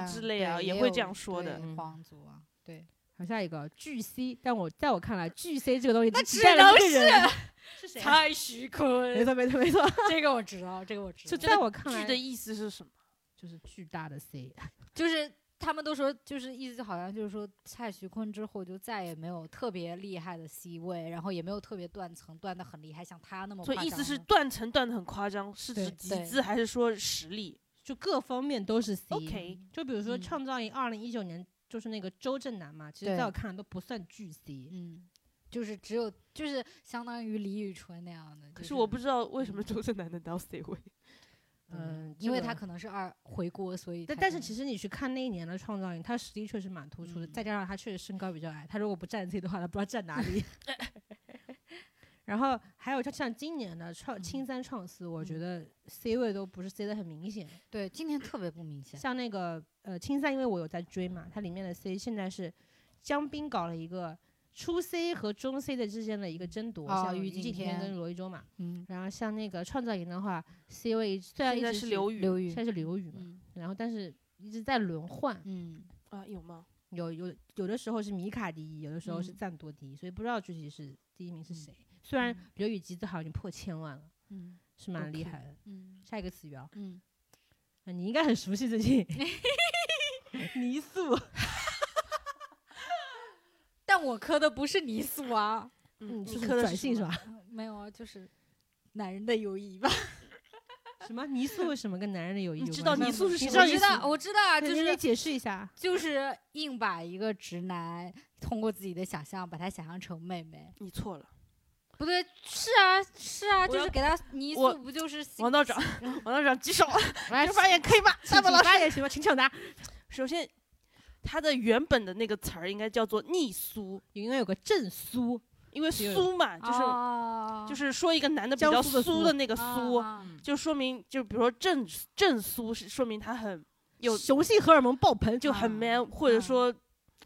Speaker 2: B 站
Speaker 4: 之类啊
Speaker 2: 对
Speaker 4: 也
Speaker 2: 也
Speaker 4: 会
Speaker 2: 有
Speaker 4: 这样说的
Speaker 2: 对
Speaker 1: 嗯
Speaker 2: 皇族啊，对，
Speaker 1: 好，下一个巨 C，但我在我看来，巨 C 这个东西
Speaker 2: 那
Speaker 1: 只
Speaker 2: 只
Speaker 1: 带了一
Speaker 2: 能
Speaker 1: 个人，
Speaker 4: 是谁啊？
Speaker 2: 蔡徐
Speaker 1: 没
Speaker 2: 坤，
Speaker 1: 错没错没错，
Speaker 2: 这个我知道，这个我知
Speaker 1: 就
Speaker 2: 道，
Speaker 1: 在我看
Speaker 4: 剧
Speaker 1: 来
Speaker 4: 的意思是什么？
Speaker 1: 就是巨大的 C，
Speaker 2: 就是他们都说，就是意思好像就是说，蔡徐坤之后就再也没有特别厉害的 C 位，然后也没有特别断层断的很厉害，像他那么夸
Speaker 4: 所
Speaker 2: 张
Speaker 4: 以
Speaker 2: 的。
Speaker 4: 意思是断层断的很夸张，是
Speaker 1: 啊对
Speaker 4: 指集
Speaker 2: 对
Speaker 4: 资还是说实力
Speaker 1: 就各方面都是 C。
Speaker 4: ？OK，
Speaker 1: 就比如说
Speaker 2: 嗯
Speaker 1: 创造营二零一九年就是那个周震南嘛，其实
Speaker 2: 对
Speaker 1: 在我看来都不算巨 C，
Speaker 2: 嗯，就是只有就是相当于李宇春那样的。
Speaker 4: 可
Speaker 2: 就是
Speaker 4: 我不知道为什么周震南能当 C 位，
Speaker 1: 嗯，
Speaker 2: 因为
Speaker 1: 这个
Speaker 2: 他可能是二回锅，所以
Speaker 1: 但
Speaker 2: 他
Speaker 1: 但
Speaker 2: 可
Speaker 1: 是
Speaker 2: 能
Speaker 1: 其实你去看那一年的创造营，他实力确实蛮突出的，
Speaker 2: 嗯
Speaker 1: 再加上他确实身高比较矮，他如果不站 C 的话，他不知道站哪里。 然后还有就像今年的创
Speaker 2: 嗯
Speaker 1: 青三创四，我觉
Speaker 2: 嗯
Speaker 1: 得 C 位都不是 C 的很明显，
Speaker 2: 对今年特别不明显。
Speaker 1: 像那个呃青三，因为我有在追嘛，它里面的 C 现在是江滨搞了一个初 C 和中 C 的之间的一个争夺，
Speaker 2: 哦
Speaker 1: 像
Speaker 2: 于
Speaker 1: 于
Speaker 2: 景
Speaker 1: 景天
Speaker 2: 天
Speaker 1: 跟罗一舟嘛，
Speaker 2: 嗯，
Speaker 1: 然后像那个创造营的话，C 位虽啊然一
Speaker 4: 现在
Speaker 1: 直
Speaker 4: 是刘宇
Speaker 2: 刘宇
Speaker 1: 现，在是刘宇嘛，
Speaker 2: 嗯
Speaker 1: 然后但是一直在轮换，
Speaker 2: 嗯，
Speaker 4: 啊，有吗？
Speaker 1: 有有有的时候是米卡第一，有的时候是
Speaker 2: 嗯
Speaker 1: 赞多第一，所以不知道具体是第一名是
Speaker 2: 嗯
Speaker 1: 谁。虽然
Speaker 2: 嗯
Speaker 1: 刘宇集资好像已经破千万了，
Speaker 2: 嗯
Speaker 1: 是蛮厉
Speaker 2: OK
Speaker 1: 害的。
Speaker 2: 嗯
Speaker 1: 下一个词语啊，
Speaker 2: 嗯，
Speaker 1: 啊你应该很熟悉最 近泥塑，
Speaker 2: 但我磕的不是泥塑啊，
Speaker 1: 嗯，
Speaker 4: 嗯，
Speaker 1: 就
Speaker 4: 你
Speaker 1: 是
Speaker 4: 磕的
Speaker 1: 转
Speaker 4: 是
Speaker 1: 性
Speaker 4: 什
Speaker 1: 嗯是
Speaker 4: 么？
Speaker 2: 嗯
Speaker 1: 吧？
Speaker 2: 没有啊，就是男人的友谊吧。
Speaker 1: 什么泥塑为什么跟男人的友谊有
Speaker 4: 你
Speaker 1: 关系？
Speaker 4: 知道泥塑是
Speaker 1: 哦你知道泥
Speaker 2: 我
Speaker 4: 什么
Speaker 2: 知
Speaker 4: 意思
Speaker 1: 塑
Speaker 4: 吗
Speaker 2: 道，我知道啊，
Speaker 1: 对
Speaker 2: 就
Speaker 1: 你得
Speaker 2: 是
Speaker 1: 解释一 下。
Speaker 2: 就是硬把一个直男通过自己的想象把他想象成妹妹，
Speaker 4: 你错了，
Speaker 2: 不对，是啊是啊，
Speaker 4: 我
Speaker 2: 就
Speaker 4: 要
Speaker 2: 是给他泥
Speaker 4: 我
Speaker 2: 塑不就是性
Speaker 4: 王道长，王道长举 手。
Speaker 1: 来
Speaker 4: 这发言可以吧？大宝老师，
Speaker 1: 发言行吧，请抢答。
Speaker 4: 首先，它的原本的那个词儿应该叫做逆苏，
Speaker 1: 应该有个正苏，
Speaker 4: 因为苏嘛，就是、
Speaker 2: 哦
Speaker 4: 就是说一个男的比
Speaker 1: 江
Speaker 4: 较
Speaker 1: 苏的
Speaker 4: 苏
Speaker 1: 苏
Speaker 4: 的那个苏，
Speaker 2: 啊
Speaker 4: 就说明就比如说正正苏是说明他很有
Speaker 1: 雄性荷尔蒙爆棚
Speaker 4: 就很
Speaker 2: 啊
Speaker 4: man，、或者
Speaker 2: 啊
Speaker 4: 说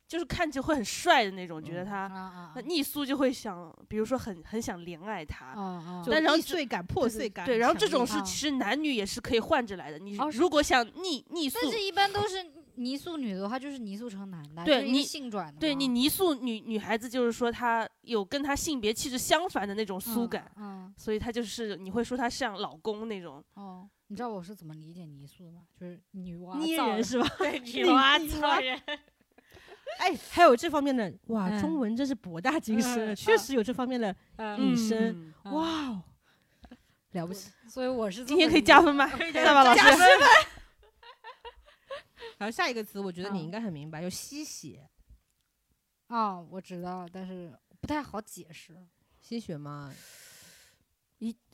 Speaker 4: 就是看起来会很帅的那种，觉得
Speaker 2: 啊
Speaker 4: 他。
Speaker 2: 啊
Speaker 4: 那逆苏就会想，比如说很很想怜爱他，
Speaker 2: 啊，
Speaker 1: 就
Speaker 4: 但然后
Speaker 1: 易
Speaker 4: 这
Speaker 1: 碎感、破碎感很强烈。
Speaker 4: 对，然后这种事
Speaker 2: 啊
Speaker 4: 其实男女也是可以换着来的。你
Speaker 2: 哦是
Speaker 4: 如果想逆逆
Speaker 2: 但
Speaker 4: 塑，
Speaker 2: 是一般都是泥塑女的话，就是泥塑成男的，
Speaker 4: 对
Speaker 2: 就是一个
Speaker 4: 你
Speaker 2: 性转的嘛，
Speaker 4: 对你泥塑女女孩子，就是说她有跟她性别气质相反的那种苏
Speaker 2: 嗯
Speaker 4: 感，，
Speaker 2: 嗯
Speaker 4: 所以她就是你会说她像老公那种。
Speaker 2: 哦，你知道我是怎么理解泥塑的吗？就是女娲
Speaker 1: 捏
Speaker 2: 造
Speaker 1: 人
Speaker 2: 的
Speaker 1: 是吧？
Speaker 2: 对，女
Speaker 1: 女
Speaker 2: 娲造
Speaker 1: 娲
Speaker 2: 人，
Speaker 1: 哎，还有这方面的哇，
Speaker 2: 嗯
Speaker 1: 中文真是博大精深，啊
Speaker 2: 嗯
Speaker 1: 确实有这方面的
Speaker 2: 嗯
Speaker 1: 女生
Speaker 4: 嗯，
Speaker 1: 哇哦。
Speaker 2: 了不起，所以我是
Speaker 4: 今天可以加分吗？
Speaker 2: 嗯
Speaker 4: 大宝老师，
Speaker 1: 然后下一个词，我觉得你
Speaker 2: 嗯
Speaker 1: 应该很明白，叫吸血。
Speaker 2: 啊，我知道，但是不太好解释，
Speaker 1: 吸血嘛，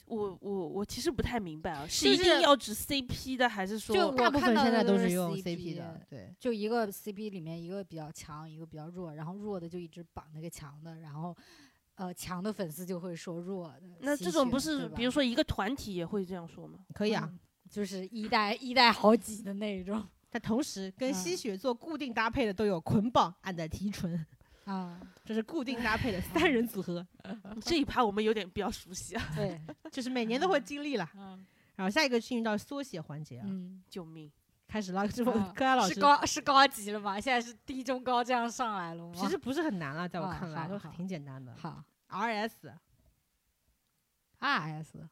Speaker 4: 我我我其实不太明白啊，是
Speaker 2: 就
Speaker 4: 一定
Speaker 2: 是
Speaker 4: 要指 CP 的，还是
Speaker 2: 就
Speaker 4: 说
Speaker 2: 我
Speaker 1: 大部分
Speaker 2: 看到
Speaker 1: 现
Speaker 2: 的
Speaker 1: 在
Speaker 2: 都
Speaker 1: 都
Speaker 2: 是
Speaker 1: 是用
Speaker 2: CP
Speaker 1: CP
Speaker 2: 的
Speaker 1: 的，对。
Speaker 2: 就一个 CP 里面一个比较强，一个比较弱，然后弱的就一直绑那个强的，然后呃强的粉丝就会说弱的，
Speaker 4: 那
Speaker 2: 吸
Speaker 4: 这种
Speaker 2: 血
Speaker 4: 不是
Speaker 2: 对，吧
Speaker 4: 比如说一个团体也会这样说 吗？
Speaker 1: 可以啊，
Speaker 2: 嗯就是一代一代好几的那种
Speaker 1: 但同时跟
Speaker 2: 嗯
Speaker 1: 吸血做固定搭配的都有捆绑、按在提纯，
Speaker 2: 啊，
Speaker 1: 这是固定搭配的三人组合，
Speaker 4: 这一趴我们有点比较熟悉啊，
Speaker 2: 对，
Speaker 1: 就是每年都会经历了。
Speaker 2: 嗯
Speaker 1: 然后下一个进入到缩写环节啊，
Speaker 2: 嗯，
Speaker 4: 救 命！
Speaker 1: 开始了。这我
Speaker 2: 啊
Speaker 1: 柯安老师
Speaker 2: 是高是高级了吗？现在是低中高这样上来了吗？
Speaker 1: 其实不是很难了，在我
Speaker 2: 啊
Speaker 1: 看来
Speaker 2: 嗯好
Speaker 1: 都
Speaker 2: 好
Speaker 1: 挺简单的。
Speaker 2: 好
Speaker 1: R S，
Speaker 2: R S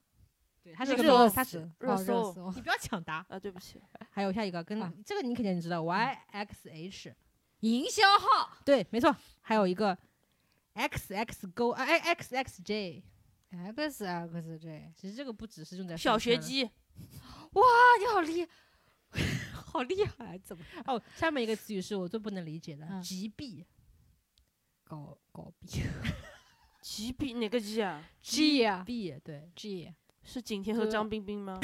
Speaker 1: 对，它
Speaker 4: 热
Speaker 1: 是一个
Speaker 4: 搜
Speaker 1: 名词它是
Speaker 4: 热
Speaker 2: 哦热
Speaker 4: 搜
Speaker 2: 搜
Speaker 1: 你不要抢答。
Speaker 4: 啊，对不起，
Speaker 1: 还有下一个
Speaker 2: 啊
Speaker 1: 跟这个你肯定知道 Y X H，
Speaker 2: 营销号
Speaker 1: 嗯对，没错。还有一个 X X Go，哎 X X J，
Speaker 2: X X J，
Speaker 1: 其实这个不只是用在
Speaker 4: 小
Speaker 1: 饭
Speaker 4: 学
Speaker 1: 圈了
Speaker 4: 鸡，
Speaker 2: 啊，你好厉 好厉害，怎么
Speaker 1: 哦，下面一个词语是我最不能理解的
Speaker 2: 嗯
Speaker 1: G B，
Speaker 2: 搞搞逼
Speaker 4: 鸡比哪个鸡啊？
Speaker 2: G 啊
Speaker 1: B 对
Speaker 2: G
Speaker 4: 是景甜和
Speaker 2: 哥
Speaker 4: 张冰冰 吗？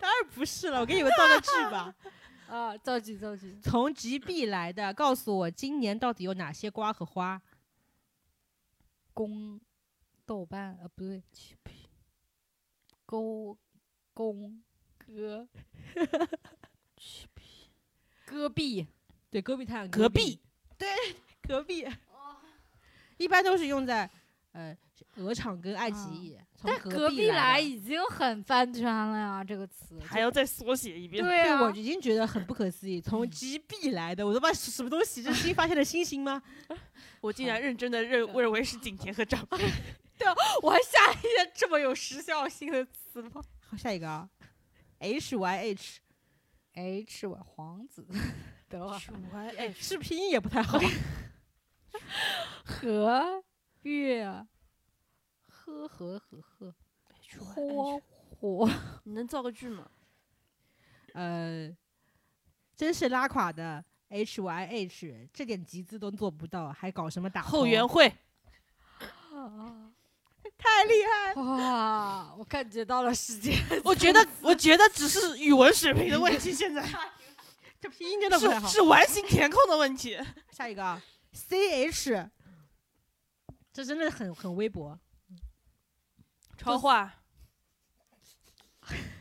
Speaker 1: 当然不是了，我给你们造个句吧。
Speaker 2: 啊，造句造句，
Speaker 1: 从 G B 来的，告诉我今年到底有哪些瓜和花？
Speaker 2: 公豆瓣啊不对，勾公戈戈壁
Speaker 1: 对，戈壁滩，
Speaker 4: 隔
Speaker 1: 壁，对，隔壁，一般都是用在呃鹅厂跟爱奇艺。从
Speaker 2: 但
Speaker 1: 隔
Speaker 2: 隔壁来
Speaker 1: 来的，
Speaker 2: 已经很翻圈了呀，这个词
Speaker 4: 还要再缩写一遍。
Speaker 2: 对
Speaker 1: 对
Speaker 2: 啊，
Speaker 1: 我已经觉得很不可思议。从 G B 来的，我他妈是什么东西？这是新发现的星星吗？
Speaker 4: 我竟然认真的认认为是景甜和张冰。
Speaker 2: 我还下一些这么有时效性的词吗
Speaker 1: 好，下一个啊，H Y H，
Speaker 2: ？H 哎我皇子 的 话
Speaker 4: 哎，
Speaker 1: 是拼音也不太好。
Speaker 2: 和月呵呵呵呵豁 火
Speaker 4: 你哎能造个句吗？
Speaker 1: 呃，真是拉垮的 H Y H，这点集资都做不到，还搞什么打
Speaker 4: 后
Speaker 1: 头
Speaker 4: 援 会，
Speaker 1: 太厉害！
Speaker 2: 哇！我感觉到了世界，
Speaker 4: 我觉得，我觉得只是语文水平的问 题，现在
Speaker 1: 这拼音真的不太好
Speaker 4: 是。是完形填空的问题。
Speaker 1: 下一个啊，C H，这真的很很微薄。
Speaker 4: 超话，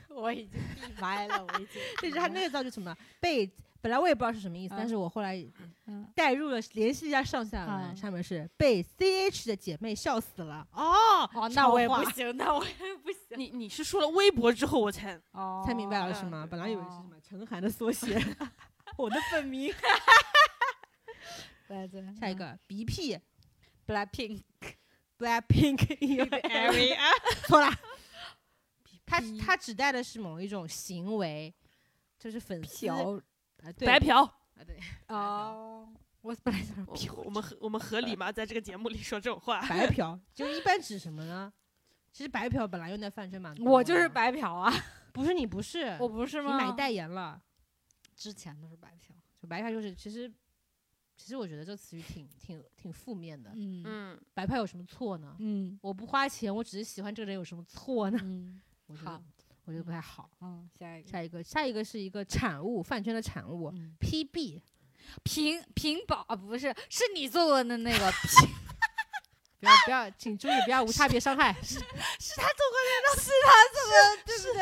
Speaker 2: 我已经闭麦了，我已经
Speaker 1: 对，它那个造句什么被，本来我也不知道是什么意思，但
Speaker 2: 嗯
Speaker 1: 是我后来
Speaker 2: 嗯
Speaker 1: 代入了，联系一下上下文，
Speaker 2: 嗯
Speaker 1: 上面是被 C H 的姐妹笑死了。啊哦，
Speaker 2: 哦，那我也
Speaker 1: 超
Speaker 2: 不
Speaker 1: 话
Speaker 2: 行，那我也不行，
Speaker 4: 你你是说了微博之后我 才
Speaker 2: 哦
Speaker 1: 才明白了是
Speaker 4: 嗯
Speaker 1: 吗？
Speaker 4: 对
Speaker 1: 本来以为是什么陈涵的缩 写，我的本名。嗯
Speaker 2: 来再
Speaker 1: 下一个 B P。
Speaker 2: Blackpink
Speaker 1: Blackpink in your
Speaker 4: 哎啊
Speaker 1: area，错了，他
Speaker 2: BB
Speaker 1: 他指代的是某一种行为，就是粉丝
Speaker 2: 朴
Speaker 1: 啊对
Speaker 4: 白嫖。
Speaker 1: 啊对，
Speaker 2: 哦，我本来想说
Speaker 4: 我
Speaker 2: 飘
Speaker 4: 我们合我们合理吗？在这个节目里说这种话？
Speaker 1: 白嫖 就一般指什么呢？其实白嫖本来用在泛称蛮多的
Speaker 2: 我就是
Speaker 1: 嘛，
Speaker 2: 白嫖啊，
Speaker 1: 不是你不是，
Speaker 2: 我不是
Speaker 1: 你
Speaker 2: 吗？
Speaker 1: 买代言了，
Speaker 2: 之前都是白嫖，
Speaker 1: 就白嫖就是其实。其实我觉得这个词语挺挺挺负面的，
Speaker 2: 嗯
Speaker 4: 嗯，
Speaker 1: 白嫖有什么错呢？
Speaker 2: 嗯
Speaker 1: 我不花钱，我只是喜欢这个人有什么错呢？
Speaker 2: 嗯
Speaker 1: 我觉得
Speaker 2: 好
Speaker 1: 我觉得不太好。
Speaker 2: 嗯，下一个
Speaker 1: 下一个，下一个是一个产物，饭圈的产物
Speaker 2: 嗯
Speaker 1: PB，
Speaker 2: 屏屏保啊，不是，是你做过的那 个屏，
Speaker 1: 不要不要，请注意不要无差别伤 害。
Speaker 2: 是他做的，对不对？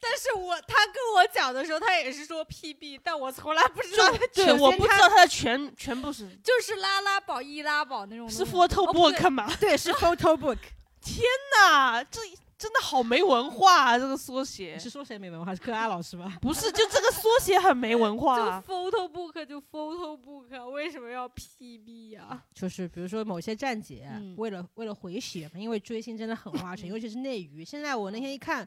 Speaker 2: 但是我他跟我讲的时候，他也是说 PB，但我从来不知道他
Speaker 1: 对
Speaker 4: 全我
Speaker 1: 先
Speaker 4: 不知
Speaker 1: 看
Speaker 4: 道他的全全部是
Speaker 2: 就是拉拉宝、易拉宝那种
Speaker 4: 是
Speaker 2: 东西。
Speaker 4: photo
Speaker 2: 哦不
Speaker 4: book 吗？
Speaker 1: 对，是 photo book。
Speaker 4: 呐，这真的好没文化啊！这个缩写
Speaker 1: 你是说谁没文化？是柯拉老师吗？
Speaker 4: 不是就这个缩写很没文化
Speaker 2: 就
Speaker 4: 啊。
Speaker 2: photo book 就 photo book，为什么要 PB 呀、
Speaker 1: 就是比如说某些站姐，
Speaker 2: 嗯
Speaker 1: 为了为了回血嘛，因为追星真的很花钱，尤其是内娱。现在我那天一看，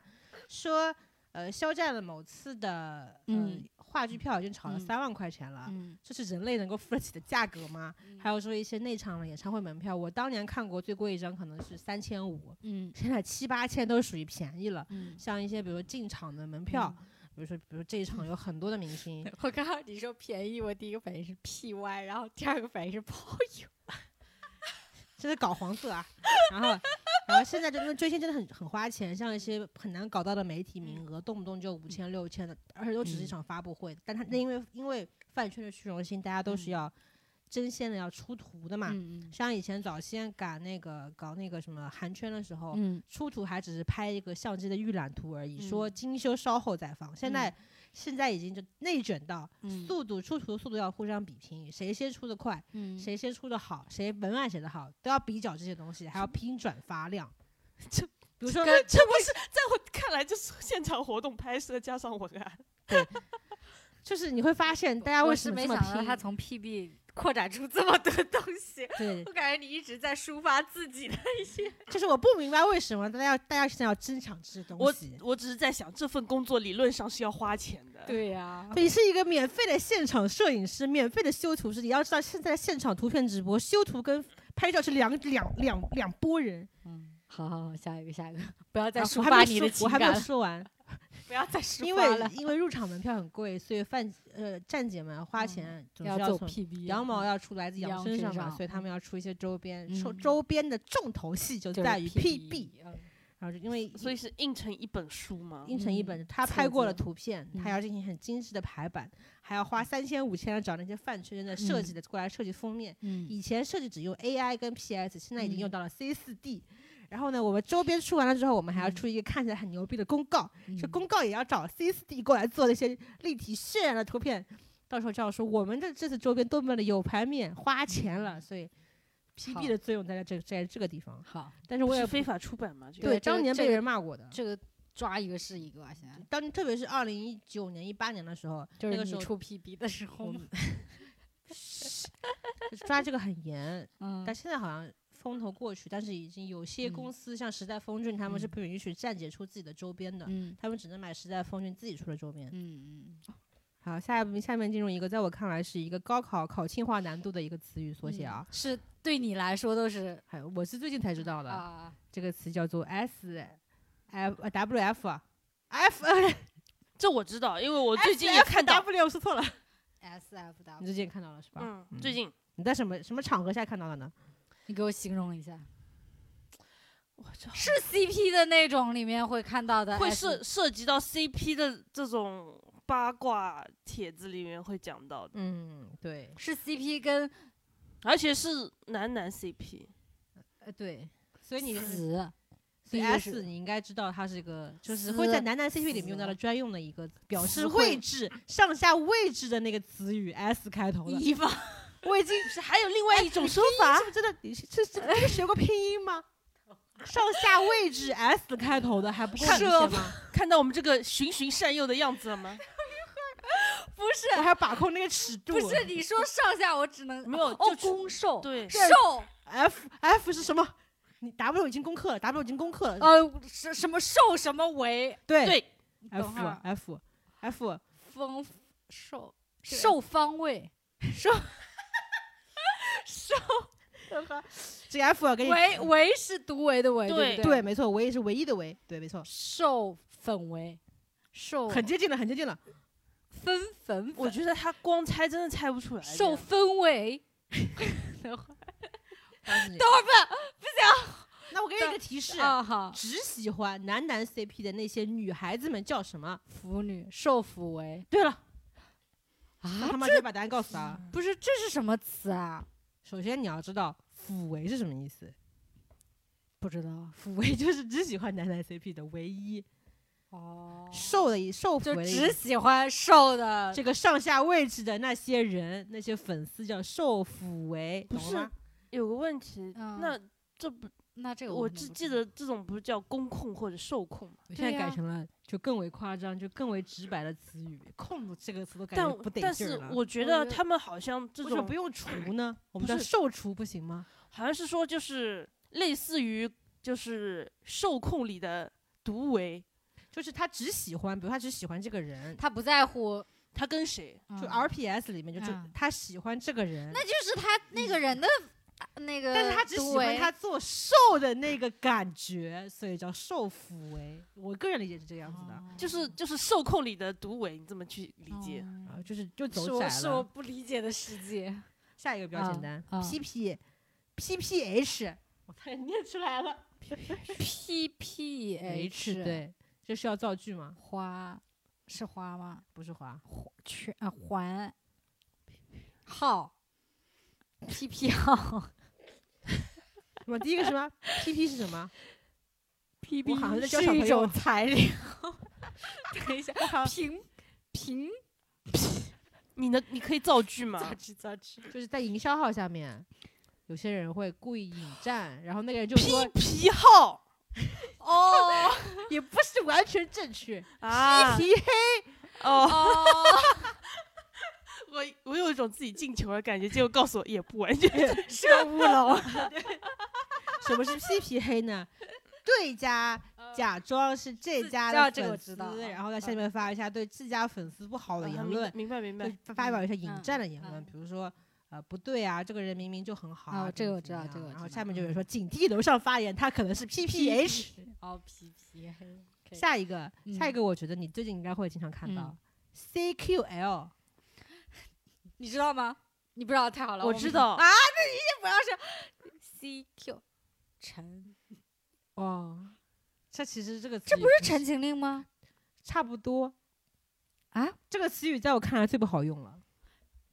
Speaker 1: 说呃肖战的某次的嗯
Speaker 2: 嗯
Speaker 1: 话剧票已经炒了
Speaker 2: 嗯
Speaker 1: 三万块钱了，
Speaker 2: 嗯，
Speaker 1: 这是人类能够付得起的价格吗？还有说一些内场的演唱会门票，我当年看过最贵一张可能是三千五，
Speaker 2: 嗯
Speaker 1: 现在七八千都是属于便宜了。
Speaker 2: 嗯，
Speaker 1: 像一些比如说进场的门票，比如说比如这一
Speaker 2: 嗯
Speaker 1: 场有很多的明星，
Speaker 2: 我刚刚你说便宜，我第一个反应是 PY，然后第二个反应是泡友。
Speaker 1: 现在搞黄色啊，然后然后现在就因为追星真的很很花钱，像一些很难搞到的媒体名额，动不动就五千六千的，而且都只是一
Speaker 2: 嗯
Speaker 1: 场发布会，但他那因为因为饭圈的虚荣心，大家都是
Speaker 2: 嗯
Speaker 1: 要争先的要出图的嘛。
Speaker 2: 嗯
Speaker 1: 像以前早先赶那个搞那个什么韩圈的时候，
Speaker 2: 嗯
Speaker 1: 出图还只是拍一个相机的预览图而已，
Speaker 2: 嗯
Speaker 1: 说精修稍后再放。现在、
Speaker 2: 嗯
Speaker 1: 现在已经就内卷到
Speaker 2: 嗯
Speaker 1: 速度出图速度要互相比拼，谁先出的快，
Speaker 2: 嗯
Speaker 1: 谁先出的好，谁文案写的好，都要比较这些东西，还要拼转发 量。
Speaker 4: 这
Speaker 1: 比如说，
Speaker 4: 这这不是在我看来就是现场活动拍摄加上文案，
Speaker 1: 就是你会发现大家为
Speaker 2: 我
Speaker 1: 什
Speaker 2: 是
Speaker 1: 么
Speaker 2: 没
Speaker 1: 这么
Speaker 2: 想到
Speaker 1: 拼？
Speaker 2: 他从 PB 扩展出这么多东西，
Speaker 1: 对，
Speaker 2: 我感觉你一直在抒发自己的一些。
Speaker 1: 就是我不明白为什么大家要大家现在要争抢这些东
Speaker 4: 我
Speaker 1: 西。
Speaker 4: 我只是在想，这份工作理论上是要花钱的。，
Speaker 2: 对 呀、
Speaker 1: 你是一个免费的现场摄影师，免费的修图师。你要知道，现在现场图片直播修图跟拍照是两两两两拨人。
Speaker 2: 嗯，好好好，下一个，下一个，不要再
Speaker 1: 啊
Speaker 2: 抒
Speaker 1: 我
Speaker 2: 发
Speaker 1: 还没
Speaker 2: 你
Speaker 1: 有
Speaker 2: 的
Speaker 1: 说
Speaker 2: 情
Speaker 1: 我还没
Speaker 2: 感
Speaker 1: 有
Speaker 2: 了，
Speaker 1: 说完，
Speaker 2: 不要再抒
Speaker 1: 因
Speaker 2: 发
Speaker 1: 为
Speaker 2: 了，
Speaker 1: 因为入场门票很贵，所以饭呃站姐们花钱总是
Speaker 2: 嗯走
Speaker 1: 从
Speaker 2: PB，
Speaker 1: 羊毛要出来自羊
Speaker 2: 嗯羊
Speaker 1: 身
Speaker 2: 身
Speaker 1: 上嘛，
Speaker 2: 上
Speaker 1: 所以他们要出一些周边，周
Speaker 2: 嗯
Speaker 1: 周边的重头戏就在于 PB，
Speaker 2: PB，嗯
Speaker 1: 然后就因为
Speaker 4: 所以是印成一本书吗？
Speaker 1: 印成一本，他
Speaker 2: 嗯册
Speaker 1: 拍过
Speaker 2: 子
Speaker 1: 了图片，他
Speaker 2: 嗯
Speaker 1: 要进行很精致的排版，还要花三千五千找那些饭圈的设计的过来设计封面。
Speaker 2: 嗯，
Speaker 1: 以前设计只用 AI 跟 PS，现在已经用到了 C 4 D。然后呢，我们周边出完了之后，我们
Speaker 2: 嗯
Speaker 1: 还要出一个看起来很牛逼的公告，这公告也要找 C 4 D 过来做那些立体渲染的图片。到时候就要说我们的这次周边多么的有牌面，花钱了，所以 PB
Speaker 2: 好
Speaker 1: 的作用在这在这个地方。
Speaker 2: 好，
Speaker 1: 但是我也
Speaker 4: 是
Speaker 1: 不
Speaker 4: 非法出版吗？这个
Speaker 2: 对
Speaker 1: 对
Speaker 2: 这个
Speaker 1: 当年
Speaker 2: 这
Speaker 1: 被
Speaker 2: 个
Speaker 1: 人骂过的，
Speaker 2: 这个抓一个是一个啊，现在
Speaker 1: 当特别是二零一九年一八年的时候，
Speaker 2: 就
Speaker 1: 那
Speaker 2: 是
Speaker 1: 个时
Speaker 2: 你
Speaker 1: 候
Speaker 2: 出 PB 的时候
Speaker 1: 我
Speaker 2: 嘛，
Speaker 1: 们抓这个很严，
Speaker 2: 嗯
Speaker 1: 但现在好像风头过去，但是已经有些
Speaker 2: 嗯
Speaker 1: 公司、像时代峰峻，他们是
Speaker 2: 嗯
Speaker 1: 不允许站姐出自己的周边的，
Speaker 2: 嗯
Speaker 1: 他们只能买时代峰峻自己出的周边。
Speaker 2: 嗯嗯，
Speaker 1: 好，下一步下面进入一个在我看来是一个高考考清华难度的一个词语缩写啊，
Speaker 2: 嗯是对你来说都是
Speaker 1: 还有我是最近才知道的，
Speaker 2: 啊，
Speaker 1: 这个词叫做 S F W F 啊 F F
Speaker 4: 这我知道，因为我最近也看到，
Speaker 1: W 我说错了，
Speaker 2: S F
Speaker 1: 你
Speaker 2: W，
Speaker 1: 最近看到了是吧？
Speaker 4: 嗯，最近
Speaker 1: 你在什么什么场合下看到的呢？
Speaker 2: 你给我形容一下，
Speaker 4: 哇，这好
Speaker 2: 是 CP 的那种里面会看到的 S，
Speaker 4: 会涉涉及到 CP 的这种八卦帖子里面会讲到的，
Speaker 1: 嗯，对，
Speaker 2: 是 CP 跟
Speaker 4: 而且是男男 CP，
Speaker 1: 呃，对，所以你所
Speaker 2: 死，
Speaker 1: 以
Speaker 2: 一个
Speaker 1: S
Speaker 2: 是
Speaker 1: 你应该知道它是一个，就是
Speaker 2: 词
Speaker 1: 会在男男 CP 里面
Speaker 2: 词
Speaker 1: 用到的专用的一个表示
Speaker 2: 词汇
Speaker 1: 位置、上下位置的那个词语 S 开头的。
Speaker 2: 一方
Speaker 1: 我已经
Speaker 4: 不是还有另哎外一
Speaker 1: 哎
Speaker 4: 种说法，
Speaker 1: 是不是真的，你是是是真的学过拼音吗？上下位置 S 开头的还不够明
Speaker 4: 看
Speaker 1: 显吗？
Speaker 4: 看到我们这个循循善诱的样子了吗？
Speaker 2: 不是
Speaker 1: 我还要把控那个尺度。
Speaker 2: 不是，你说上下我只能
Speaker 4: 没有
Speaker 2: 哦
Speaker 4: 就只
Speaker 2: 攻受
Speaker 4: 对，
Speaker 2: 受
Speaker 1: F F 是什么？你 W 已经攻克了，W 已经攻克了。
Speaker 2: 呃什什么受什么为
Speaker 1: 对
Speaker 4: 对
Speaker 2: 等会
Speaker 1: F
Speaker 2: 儿
Speaker 1: F F
Speaker 2: 风受受方位受
Speaker 1: 这个 F 我给你
Speaker 2: 唯唯是独唯的唯，对不
Speaker 4: 对
Speaker 1: 对，没错，唯也是唯一的唯，对，没错，
Speaker 2: 受粉唯，受
Speaker 1: 很接近了，很接近了。
Speaker 2: 分粉
Speaker 4: 我
Speaker 2: 粉，
Speaker 4: 觉得他光猜真的猜不出来。
Speaker 2: 受分为。等会儿
Speaker 3: 告诉你，
Speaker 1: 那我给你一个提示，
Speaker 2: 啊哈，
Speaker 1: 只喜欢男男 CP 的那些女孩子们叫什么？
Speaker 2: 腐女受腐为
Speaker 1: 对了，那
Speaker 2: 啊
Speaker 1: 他，妈直接把答案告诉他。
Speaker 2: 不是这是什么词啊？
Speaker 1: 首先你要知道“腐唯”是什么意思，“
Speaker 2: 不知道
Speaker 1: 腐唯”就是只喜欢男男 CP 的唯一，
Speaker 2: 哦
Speaker 1: 受的一受腐
Speaker 2: 就
Speaker 1: 为的意
Speaker 2: 只
Speaker 1: 思
Speaker 2: 喜欢瘦的
Speaker 1: 这个上下位置的那些人，那些粉丝叫受腐为，
Speaker 4: 不
Speaker 1: 懂了
Speaker 4: 是
Speaker 1: 吗
Speaker 4: 有个问题，
Speaker 2: 嗯
Speaker 4: 那这不，
Speaker 2: 那这个
Speaker 4: 我
Speaker 2: 可
Speaker 4: 只
Speaker 2: 能不
Speaker 4: 记
Speaker 2: 知道
Speaker 4: 得这种不是叫公控或者受控吗？
Speaker 1: 我现在
Speaker 2: 对
Speaker 1: 改
Speaker 2: 呀
Speaker 1: 成了就更为夸张、就更为直白的词语“控”这个词都感
Speaker 4: 但
Speaker 1: 觉
Speaker 4: 我
Speaker 1: 不得
Speaker 4: 但
Speaker 1: 劲儿
Speaker 4: 是
Speaker 1: 了。
Speaker 4: 我觉
Speaker 2: 我
Speaker 4: 得
Speaker 2: 觉得
Speaker 4: 他们好像这
Speaker 1: 为什么
Speaker 4: 种
Speaker 1: 不用除呢？我们
Speaker 4: 不
Speaker 1: 叫
Speaker 4: 是
Speaker 1: 受除不行吗？
Speaker 4: 好像是说就是类似于就是受控里的独为，
Speaker 1: 就是他只喜欢，比如他只喜欢这个人，
Speaker 2: 他不在乎，
Speaker 4: 他跟谁？
Speaker 1: 就
Speaker 2: 嗯
Speaker 1: RPS 里面就是
Speaker 4: 啊
Speaker 2: 嗯
Speaker 1: 他喜欢这个人，
Speaker 2: 那就是他那个人的那个，
Speaker 1: 但是他只喜欢他做受的那个感觉，所以叫受腐为。我个人理解是这个样子的，
Speaker 4: 就是就是受控里的独为，你这么去理解？
Speaker 1: 啊，就是就走
Speaker 2: 是我
Speaker 1: 窄
Speaker 2: 是我
Speaker 1: 了。
Speaker 2: 哦不理解的 世 界。
Speaker 1: 下一个比较简单
Speaker 2: 啊啊
Speaker 1: ，PP PPH，我差点念出来了
Speaker 2: P P H
Speaker 1: 对，这需要造句吗？
Speaker 2: 花是花吗？
Speaker 1: 不是花，
Speaker 2: 圈啊环号 P P 号
Speaker 1: 什么第一个是什么 PP 是什么？
Speaker 2: P
Speaker 1: 我好像在教小
Speaker 2: 是一
Speaker 1: 朋
Speaker 2: 种
Speaker 1: 友
Speaker 2: 材料。等一下， 平平
Speaker 4: 你能你可以造句吗？
Speaker 2: 吃早吃，
Speaker 1: 就是在营销号下面，有些人会故意引战，然后那个人就说
Speaker 4: 批皮号
Speaker 2: 哦
Speaker 1: 也不是完全正确，
Speaker 4: 啊
Speaker 1: 皮
Speaker 4: 哦，
Speaker 2: 哦。
Speaker 4: 我我有一种自己进球的感觉，结果告诉我也不完全
Speaker 1: 是个乌龙。 什么是 PP 黑呢？对家假装是这家的
Speaker 2: 呃自这个我
Speaker 1: 粉
Speaker 2: 知
Speaker 1: 丝，
Speaker 2: 道嗯啊
Speaker 1: 然后在下面发一下对自家粉丝不好 的言论，
Speaker 4: 啊明白明白
Speaker 1: 就
Speaker 4: 明白，
Speaker 1: 发发表一下引
Speaker 2: 嗯
Speaker 1: 战的言论，
Speaker 2: 嗯
Speaker 1: 比如说。呃，不对啊，这个人明明就很好
Speaker 2: 啊
Speaker 1: 怎
Speaker 2: 这
Speaker 1: 么
Speaker 2: 个我
Speaker 1: 怎
Speaker 2: 知
Speaker 1: 么
Speaker 2: 道
Speaker 1: 样
Speaker 2: 这个我
Speaker 1: 然后
Speaker 2: 知
Speaker 1: 下
Speaker 2: 道
Speaker 1: 面就有
Speaker 2: 嗯
Speaker 1: 人说警惕楼上发言，他可 能是 PPH。
Speaker 2: 哦，P P 黑，可以
Speaker 1: 下一个，下一
Speaker 2: 嗯
Speaker 1: 个，我觉得你最近应该会经常看到
Speaker 2: 嗯
Speaker 1: CQL，
Speaker 2: 你知道吗？你不知道，太好了，
Speaker 4: 我
Speaker 2: 们
Speaker 4: 知道
Speaker 2: 啊，那你也不要是 C Q 陈，
Speaker 1: 哦，这其实这个
Speaker 2: 这
Speaker 1: 词
Speaker 2: 不
Speaker 1: 语
Speaker 2: 是《陈情令》吗？
Speaker 1: 差不多
Speaker 2: 啊？
Speaker 1: 这个词语在我看来最不好用了。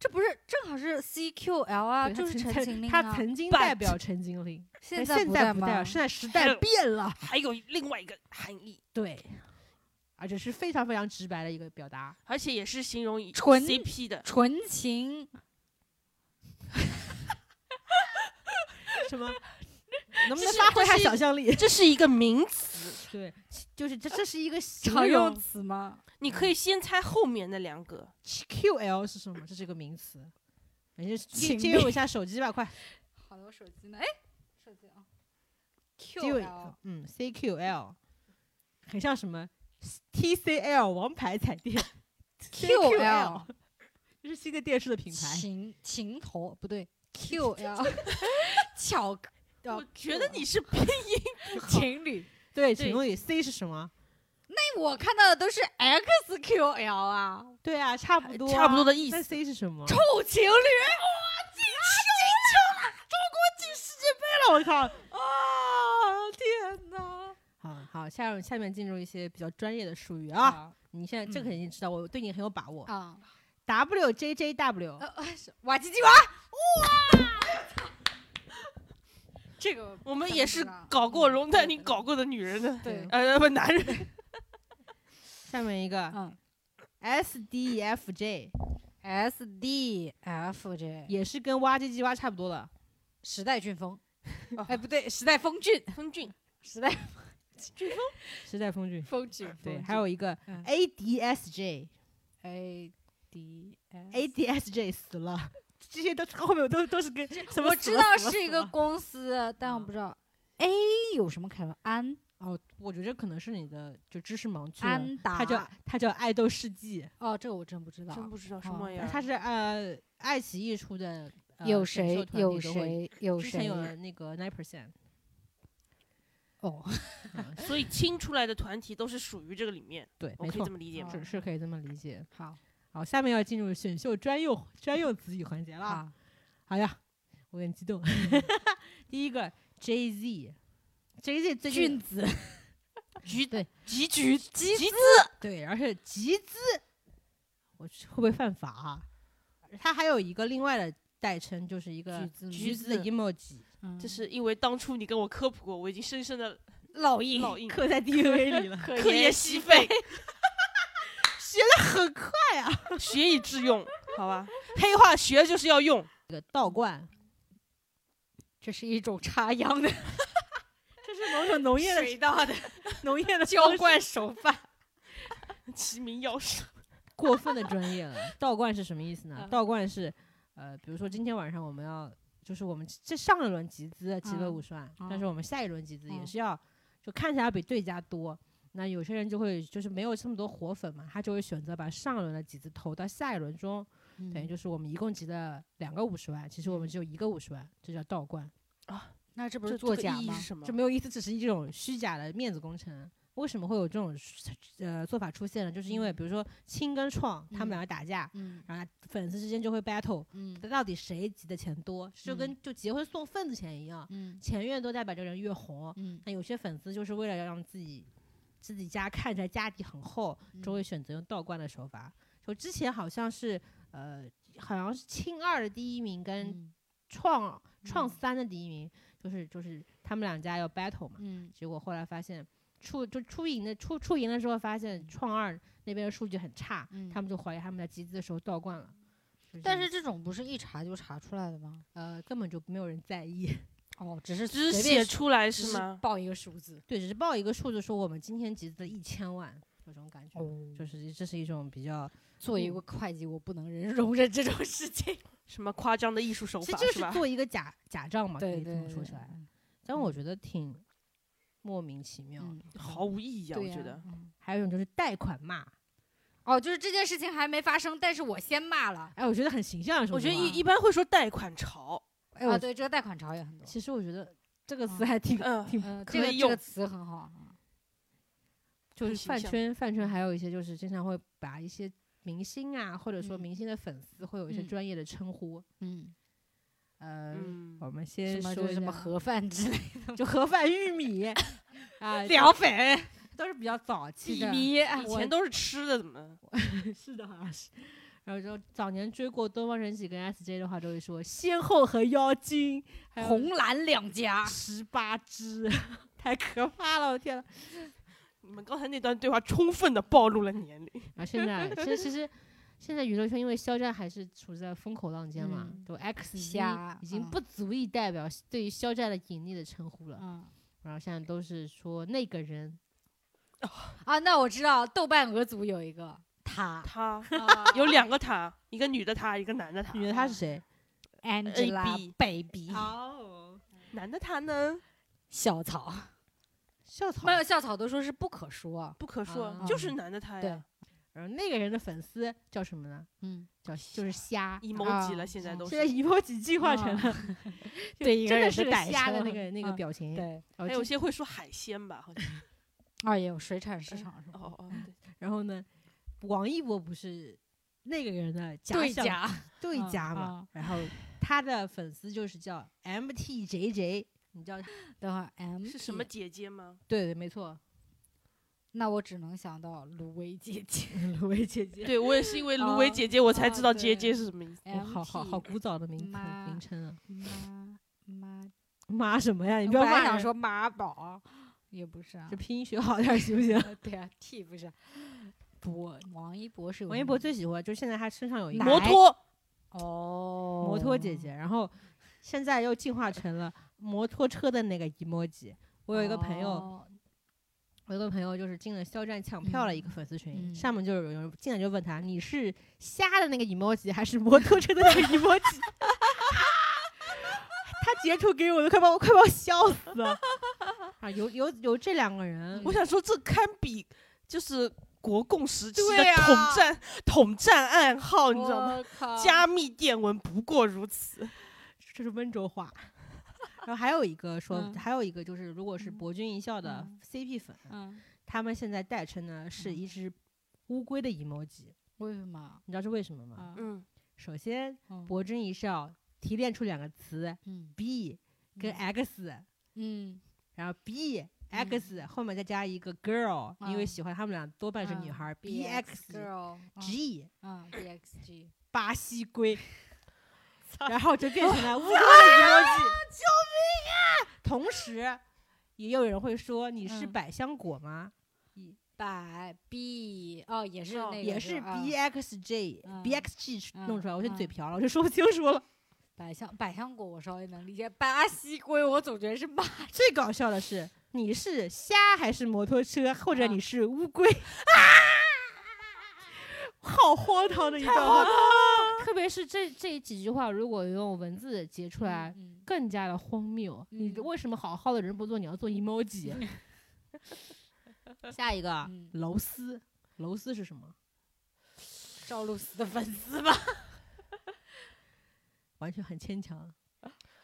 Speaker 2: 这不是正好是 C Q L 啊，
Speaker 1: 对
Speaker 2: 就
Speaker 1: 他
Speaker 2: 是
Speaker 1: 曾
Speaker 2: 陈情令
Speaker 1: 他
Speaker 2: 啊。
Speaker 1: 曾经
Speaker 4: But-
Speaker 1: 代表陈情令，
Speaker 2: 现
Speaker 1: 在
Speaker 2: 不
Speaker 1: 在不啊代
Speaker 2: 吗
Speaker 1: 表，？哎现在时代变 了，
Speaker 4: 还有另外一个含义，
Speaker 1: 对，而且是非常非常直白的一个表达。
Speaker 4: 而且也是形容
Speaker 2: 纯
Speaker 4: CP 的，
Speaker 2: 纯情
Speaker 1: 什么？能不
Speaker 4: 这
Speaker 1: 能
Speaker 4: 是
Speaker 1: 发挥
Speaker 4: 这
Speaker 1: 一下
Speaker 4: 是
Speaker 1: 想象力？
Speaker 4: 这是一个名词，
Speaker 1: 对，就是这这是一个形
Speaker 2: 常用
Speaker 1: 容。
Speaker 2: 词吗？
Speaker 4: 你可以先猜后面那两个。
Speaker 1: QL 是什么？这是一个名词。你就借
Speaker 2: 请
Speaker 1: 借用一下手机吧，快
Speaker 2: 好的，我手机呢？哎，手机啊。
Speaker 1: 借用
Speaker 2: Q
Speaker 1: 一
Speaker 2: L
Speaker 1: 个。嗯，CQL，很像什么 TCL 王牌彩电
Speaker 2: Q L
Speaker 1: 这是新的电视的品牌。
Speaker 2: 情情头不对 Q L 巧克
Speaker 4: 我觉得你是拼
Speaker 2: 情侣。
Speaker 1: 对，
Speaker 4: 对
Speaker 1: 请问你 C 是什么？
Speaker 2: 哎，我看到的都是 X Q L 啊，
Speaker 1: 对啊，差不多，
Speaker 4: 差不多。的意
Speaker 1: 那
Speaker 4: 思，
Speaker 1: C 是什么？
Speaker 2: 臭情侣。哎
Speaker 1: 我靠！
Speaker 2: 啊！天哪！
Speaker 1: 好好，下面下面进入一些比较专业的术语啊。
Speaker 2: 啊
Speaker 1: 你现在这个肯定知道，我对你很有把握。
Speaker 2: 啊！
Speaker 1: WJJW，
Speaker 2: 呃，呃是瓦唧唧娃，哇！这个
Speaker 4: 我们也是嗯搞过容
Speaker 2: 对
Speaker 4: 但你搞过的女人的，
Speaker 2: 对，
Speaker 4: 呃，不，男人。
Speaker 1: 下面一个 E
Speaker 2: 嗯
Speaker 1: SDFJ，
Speaker 2: ，S D F J
Speaker 1: 也是跟哇唧唧哇差不多了。
Speaker 2: 时代俊峰
Speaker 4: 哦，
Speaker 2: 哎不对，时代峰峻，
Speaker 4: 风俊，
Speaker 2: 时代
Speaker 1: 时代峰峻。
Speaker 2: 峰峻，
Speaker 1: 对，还有一个
Speaker 2: 嗯
Speaker 1: ADSJ，ADSJ
Speaker 2: A D S。
Speaker 1: 死了。这些都后面都都是 跟什么
Speaker 2: 我
Speaker 1: 死
Speaker 2: 知
Speaker 1: 了？
Speaker 2: 道
Speaker 1: 死了
Speaker 2: 是一
Speaker 1: 死
Speaker 2: 个
Speaker 1: 了
Speaker 2: 公司，但我不知道嗯 A 有什么开头，安
Speaker 1: 哦，我觉得可能是你的就知识盲区了。
Speaker 2: 安达，
Speaker 1: 它叫它叫爱豆世纪，
Speaker 2: 哦，这个我真不知道，
Speaker 4: 不知道
Speaker 2: 哦
Speaker 4: 玩意
Speaker 1: 它是呃爱奇艺出的呃
Speaker 2: 有
Speaker 1: 选秀
Speaker 2: 谁
Speaker 1: 团
Speaker 2: 有
Speaker 1: 体的会议
Speaker 2: 谁有
Speaker 1: 之前
Speaker 2: 谁
Speaker 1: 有那个 nine percent，
Speaker 2: 哦，
Speaker 4: 所以清出来的团体都是属于这个里面，
Speaker 1: 对，
Speaker 4: 我
Speaker 1: 没
Speaker 4: 可以
Speaker 1: 错
Speaker 4: 这，么理解吗？
Speaker 1: 是是可以这么理解。
Speaker 2: 好
Speaker 1: 好，下面要进入选秀专用专用词语环节了啊。
Speaker 2: 啊，
Speaker 1: 好嗯呀，我很激动。 第一个 J Z，J Z 最近
Speaker 2: 俊子
Speaker 4: 橘
Speaker 1: 对
Speaker 4: 橘橘橘子，
Speaker 1: 对，而且集资，我去会不会犯法啊？它还有一个另外的代称，就是一个
Speaker 2: 橘子
Speaker 1: 橘子的 emoji，
Speaker 2: 嗯
Speaker 4: 这是因为当初你跟我科普过，我已经深深的
Speaker 2: 烙印
Speaker 4: 烙印，
Speaker 1: 刻在 DNA 里 了，
Speaker 2: 可
Speaker 4: 课业西废，
Speaker 1: 很快。
Speaker 4: 学以致用，好 吧？黑话学就是要用，
Speaker 1: 这个道观，
Speaker 2: 这是一种插秧的
Speaker 1: 这是某种农业的
Speaker 2: 水稻 的
Speaker 1: 农业的
Speaker 2: 浇灌手法，
Speaker 4: 齐名要事。
Speaker 1: 过分的专业了。道观是什么意思呢？
Speaker 2: 嗯
Speaker 1: 道观是，呃，比如说今天晚上我们要，就是我们这上一轮集资集了
Speaker 2: 嗯
Speaker 1: 五十万，
Speaker 2: 嗯
Speaker 1: 但是我们下一轮集资也
Speaker 2: 嗯
Speaker 1: 是要，就看起来要比对家多。那有些人就会就是没有这么多活粉嘛，他就会选择把上一轮的集资投到下一轮中，等于
Speaker 2: 嗯
Speaker 1: 就是我们一共集了两个五十万，其实我们只有一个五十万，这叫道观，
Speaker 2: 那这不
Speaker 4: 这
Speaker 2: 是作
Speaker 4: 这个
Speaker 2: 假
Speaker 4: 意义
Speaker 2: 吗
Speaker 4: 是？什么
Speaker 1: 这？没有意思，只是一种虚假的面子工程。为什么会有这种呃做法出现呢？就是因为
Speaker 2: 嗯
Speaker 1: 比如说清跟创他们
Speaker 2: 嗯
Speaker 1: 两个打架，
Speaker 2: 嗯
Speaker 1: 然后粉丝之间就会 battle，
Speaker 2: 嗯
Speaker 1: 到底谁集的钱多，就跟
Speaker 2: 嗯
Speaker 1: 就结婚送份子钱一样，
Speaker 2: 嗯
Speaker 1: 钱越多代表这个人越红。
Speaker 2: 嗯，
Speaker 1: 那有些粉丝就是为了要让自己自己家看起来家底很厚，就会
Speaker 2: 嗯
Speaker 1: 选择用倒灌的手法。就之前好像是呃，好像是清二的第一名跟
Speaker 2: 嗯
Speaker 1: 创创
Speaker 2: 嗯
Speaker 1: 三的第一名，就是就是他们两家要 battle 嘛，
Speaker 2: 嗯
Speaker 1: 结果后来发现。出就出赢的出出赢了之后，发现创二那边的数据很差，
Speaker 2: 嗯
Speaker 1: 他们就怀疑他们在集资的时候倒灌了。就
Speaker 2: 但是这种不是一查就查出来的吗？
Speaker 1: 呃，根本就没有人在意。
Speaker 2: 哦，只是
Speaker 4: 只是
Speaker 2: 随便
Speaker 4: 写出来
Speaker 2: 只
Speaker 4: 是吗？
Speaker 2: 报一个数字
Speaker 1: 对，只是报一个数字，说我们今天集资一千万，有种感觉，
Speaker 2: 哦
Speaker 1: 就
Speaker 2: 就是
Speaker 1: 是这是一种比较，
Speaker 2: 作为一个会计，我不能忍容忍 这种事情。
Speaker 4: 什么夸张的艺术手
Speaker 1: 其
Speaker 4: 法
Speaker 1: 实就是
Speaker 4: 吧
Speaker 1: 是？做一个假假账嘛，可以
Speaker 2: 对
Speaker 1: 这
Speaker 2: 对，
Speaker 1: 么说
Speaker 2: 对
Speaker 1: 起来。，但
Speaker 2: 嗯
Speaker 1: 我觉得挺莫名其妙的。
Speaker 2: 嗯，
Speaker 4: 毫无意义啊，我
Speaker 2: 对呀
Speaker 4: 觉得。
Speaker 2: 嗯
Speaker 1: 还有一种就是贷款骂，
Speaker 2: 哦，就是这件事情还没发生，但是我先骂了。
Speaker 1: 哎，我觉得很形象。
Speaker 4: 我觉得
Speaker 1: 一，
Speaker 4: 一一般会说贷款潮，
Speaker 1: 哎，
Speaker 2: 啊，
Speaker 1: 我
Speaker 2: 对，这个贷款潮也很多。
Speaker 1: 其实我觉得这个词
Speaker 2: 嗯
Speaker 1: 还挺
Speaker 4: 嗯，
Speaker 1: 挺
Speaker 2: 嗯，
Speaker 4: 可
Speaker 2: 这个
Speaker 4: 以
Speaker 2: 这个
Speaker 4: 用
Speaker 2: 词很好啊。
Speaker 1: 就
Speaker 4: 很
Speaker 1: 是
Speaker 4: 形
Speaker 1: 饭
Speaker 4: 象
Speaker 1: 圈，饭
Speaker 2: 嗯
Speaker 1: 圈还有一些就是经常会把一些明星啊，或者说
Speaker 2: 嗯
Speaker 1: 明星的粉丝会有一些
Speaker 2: 嗯
Speaker 1: 专业的称呼。
Speaker 2: 嗯，
Speaker 1: 呃，
Speaker 4: 嗯，
Speaker 1: 我们
Speaker 2: 什
Speaker 1: 先说
Speaker 2: 么就是
Speaker 1: 一
Speaker 2: 什么
Speaker 1: 下
Speaker 2: 盒饭之类 的，
Speaker 1: 就盒饭、玉 米啊，
Speaker 2: 凉粉、
Speaker 1: 都是比较早期
Speaker 2: 米
Speaker 1: 的，
Speaker 2: 米，
Speaker 4: 以
Speaker 2: 我
Speaker 4: 前都是吃的，怎么？
Speaker 1: 是的，好像是。 然后就早年追过东方神起跟 SJ 的话，都会说仙后和妖精，还有
Speaker 2: 红蓝两家。
Speaker 1: 十八只， 太可怕了，我天呐！
Speaker 4: 你们刚才那段对话充分的暴露了年龄。
Speaker 1: 啊，现在其实其实现在娱乐圈因为肖战还是处在风口浪尖嘛，
Speaker 2: 嗯
Speaker 1: 就 X 已经
Speaker 2: 虾
Speaker 1: 已经
Speaker 2: 嗯
Speaker 1: 不足以代表对于肖战的隐匿的称呼了，
Speaker 2: 嗯
Speaker 1: 然后现在都是说那个人，
Speaker 2: 啊，那我知道豆瓣俄组有一个他
Speaker 4: 他
Speaker 2: 啊
Speaker 4: 有两个他，一个女的他，一个男的他。
Speaker 1: 女的她是谁？
Speaker 4: AB
Speaker 2: Angelababy
Speaker 1: 哦，
Speaker 4: 男的他呢？
Speaker 2: 校草，
Speaker 1: 校草
Speaker 2: 没。有校草都说是不可说。
Speaker 4: 不可说
Speaker 1: 啊，
Speaker 4: 就是男的他呀。
Speaker 1: 然后那个人的粉丝叫什么呢？
Speaker 2: 嗯，
Speaker 1: 叫就是虾。
Speaker 4: e m o j i
Speaker 2: 啊
Speaker 4: 了，现在都
Speaker 1: 现在
Speaker 4: 是。
Speaker 1: 一波几进化成了， 就
Speaker 2: 对一个
Speaker 1: 真的
Speaker 2: 人
Speaker 1: 是
Speaker 2: 的
Speaker 1: 个
Speaker 2: 代
Speaker 1: 虾
Speaker 2: 称
Speaker 1: 的那个那个
Speaker 2: 嗯
Speaker 1: 表情。
Speaker 2: 对，
Speaker 1: 然后
Speaker 4: 还有
Speaker 1: 这
Speaker 4: 些会说海鲜吧，好 像。
Speaker 2: 啊，也有水产市场是吧？
Speaker 4: 哦哦，对，
Speaker 1: 然后呢，王一博不是那个人的假
Speaker 2: 对
Speaker 1: 想
Speaker 2: 家，
Speaker 1: 对
Speaker 2: 嗯
Speaker 1: 家嘛，然后他的粉丝就是叫 MTJJ，你知道？
Speaker 2: 嗯等会儿 M
Speaker 4: 是什么
Speaker 2: T？
Speaker 4: 姐姐吗？
Speaker 1: 对对，没错，
Speaker 2: 那我只能想到芦苇姐姐。
Speaker 1: 芦苇姐姐，
Speaker 4: 对我也是因为芦苇姐姐，我才知道
Speaker 2: 啊
Speaker 4: 姐
Speaker 2: 对
Speaker 4: 姐是什么意思。
Speaker 1: 哇哦好好好
Speaker 2: MT
Speaker 1: 古早的名词
Speaker 2: 妈
Speaker 1: 名称啊！
Speaker 2: 妈妈，
Speaker 1: 妈什么呀？你
Speaker 2: 我
Speaker 1: 不要
Speaker 2: 本来
Speaker 1: 骂
Speaker 2: 想
Speaker 1: 人，
Speaker 2: 说妈宝，也不是啊
Speaker 1: 就。拼音学好点儿行不行？
Speaker 2: 对啊，T 不是。博王一博是有
Speaker 1: 王一
Speaker 2: 名
Speaker 1: 博
Speaker 2: 的
Speaker 1: 最喜欢，就现在他身上有一个
Speaker 2: 奶
Speaker 4: 摩托
Speaker 2: 哦，
Speaker 1: 摩托姐姐，然后现在又进化成了摩托车的那个 emoji。我有一个朋友，
Speaker 2: 哦
Speaker 1: 我有个朋友就是进了肖战抢票了一个粉丝群，
Speaker 2: 嗯
Speaker 1: 上面就有人进来就问他，你是虾的那个 emoji 还是摩托车的那个 emoji？他截图给我都快把我快把我笑死了 啊！有有有这两个
Speaker 2: 嗯
Speaker 1: 人，
Speaker 4: 我想说，这堪比就是国共时期的
Speaker 2: 对啊
Speaker 4: 统战、统战暗号，你知道吗？
Speaker 2: 我靠，
Speaker 4: 加密电文不过如此。
Speaker 1: 这是温州话。 然后还有一个说，
Speaker 2: 嗯
Speaker 1: 还有一个就是，如果是
Speaker 2: 嗯
Speaker 1: 博君一笑的
Speaker 2: 嗯
Speaker 1: CP 粉，
Speaker 2: 嗯，
Speaker 1: 他们现在代称呢是一只乌龟的 emoji，
Speaker 2: 为什么
Speaker 1: 你知道是为什么吗？
Speaker 2: 啊？
Speaker 4: 嗯，
Speaker 1: 首先，
Speaker 2: 嗯
Speaker 1: 博君一笑提炼出两个词
Speaker 2: 嗯
Speaker 1: b 跟 x，、
Speaker 2: 嗯
Speaker 1: 然后 b x、后面再加一个 girl，、因为
Speaker 2: 嗯
Speaker 1: 喜欢他们俩多半是女
Speaker 2: 嗯
Speaker 1: 孩、b
Speaker 2: ，BX
Speaker 1: x
Speaker 2: girl
Speaker 1: g
Speaker 2: 嗯，BXG
Speaker 1: 巴西 龟，然后就变成了乌龟的
Speaker 2: 啊
Speaker 1: emoji。救命啊！同时，也有人会说你是
Speaker 2: 嗯
Speaker 1: 百香果吗？
Speaker 2: 百 B 哦，也是
Speaker 4: 哦
Speaker 2: 那个
Speaker 1: 也是
Speaker 2: 吧啊
Speaker 1: b x j、
Speaker 2: 嗯
Speaker 1: b x g
Speaker 2: 嗯
Speaker 1: 弄出来，我就嘴
Speaker 2: 嗯
Speaker 1: 瓢了，我就说不清楚了。
Speaker 2: 百香百香果，我稍微能理解。巴西龟，我总觉得是巴
Speaker 1: 最搞笑的是，你是虾还是摩托车，或者
Speaker 2: 啊
Speaker 1: 你是乌龟？ 啊！好荒唐的一段话，特别是这这几句话，如果用文字截出来，
Speaker 2: 嗯
Speaker 1: 更加的荒谬。你
Speaker 2: 嗯
Speaker 1: 为什么好好的人不做，你要做 emoji？下一个
Speaker 2: 嗯
Speaker 1: 楼丝，楼丝是什么？
Speaker 2: 赵露思的粉丝吧？
Speaker 1: 完全很牵强。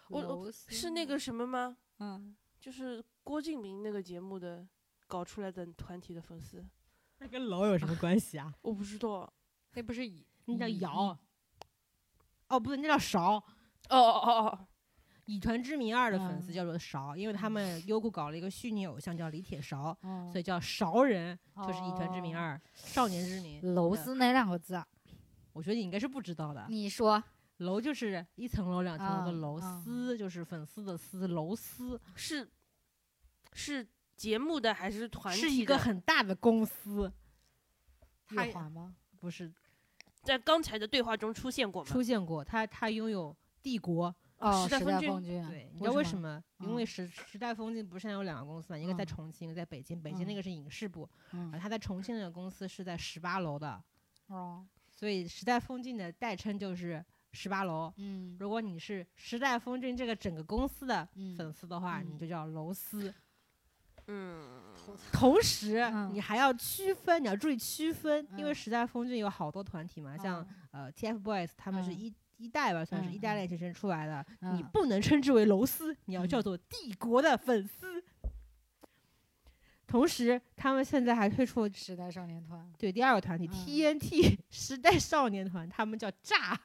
Speaker 4: 我我
Speaker 2: 楼丝
Speaker 4: 是那个什么吗？
Speaker 2: 嗯，
Speaker 4: 就是郭敬明那个节目的搞出来的团体的粉丝，
Speaker 1: 那跟楼有什么关系啊？
Speaker 4: 我不知道。哦
Speaker 2: 那不是以
Speaker 1: 那叫
Speaker 2: 嗯
Speaker 1: 摇，哦，不对，那叫勺。
Speaker 4: 哦哦哦，
Speaker 1: 《以团之名二》的粉丝
Speaker 2: 嗯
Speaker 1: 叫做勺，因为他们优酷搞了一个虚拟偶像叫李铁勺，
Speaker 2: 哦
Speaker 1: 所以叫勺人，就是《以团之名
Speaker 2: 哦嗯
Speaker 1: 二》少年之名。
Speaker 2: 楼丝哪两个字啊？
Speaker 1: 我觉得你应该是不知道的，
Speaker 2: 你说
Speaker 1: 楼就是一层楼、两层楼的
Speaker 2: 嗯
Speaker 1: 楼，
Speaker 2: 嗯
Speaker 1: 丝就是粉丝的丝，楼丝
Speaker 4: 是是节目的还是团体的？
Speaker 1: 是一个很大的公司，
Speaker 4: 他
Speaker 2: 夜华吗？
Speaker 1: 不是
Speaker 4: 在刚才的对话中出现过吗？
Speaker 1: 出现过，他他拥有帝国。
Speaker 2: 哦，
Speaker 4: 时
Speaker 2: 时
Speaker 4: 代
Speaker 2: 代
Speaker 4: 峰
Speaker 2: 峰峻，
Speaker 1: 对，你知道为什
Speaker 2: 么？
Speaker 1: 么？因为
Speaker 2: 嗯
Speaker 1: 时时代风景不是现在有两个公司嘛，一个在
Speaker 2: 嗯
Speaker 1: 重庆，一个在北京。北京那
Speaker 2: 嗯
Speaker 1: 个是影视部，而
Speaker 2: 嗯，
Speaker 1: 他在重庆那个公司是在十八楼的。
Speaker 2: 哦，
Speaker 1: 所以时代风境的代称就是十八楼。
Speaker 2: 嗯
Speaker 1: 如果你是时代风筝这个整个公司的粉
Speaker 2: 嗯，
Speaker 1: 丝的话，
Speaker 2: 嗯
Speaker 1: 你就叫楼丝。
Speaker 4: 嗯，
Speaker 1: 同时，
Speaker 2: 嗯
Speaker 1: 你还要区分，你要注意区分，因为
Speaker 2: 嗯
Speaker 1: 时代风筝有好多团体嘛，像呃 TFBOYS 他们是
Speaker 2: 嗯
Speaker 1: 一一代吧，算是
Speaker 2: 嗯
Speaker 1: 一代
Speaker 2: 嗯
Speaker 1: 练习生出来的，
Speaker 2: 嗯
Speaker 1: 你不能称之为楼丝，你要
Speaker 2: 嗯
Speaker 1: 叫做帝国的粉丝。同时，他们现在还推出
Speaker 2: 时代少年团，
Speaker 1: 对第二个团体、
Speaker 2: 嗯
Speaker 1: TNT 时代少年团，他们叫 炸。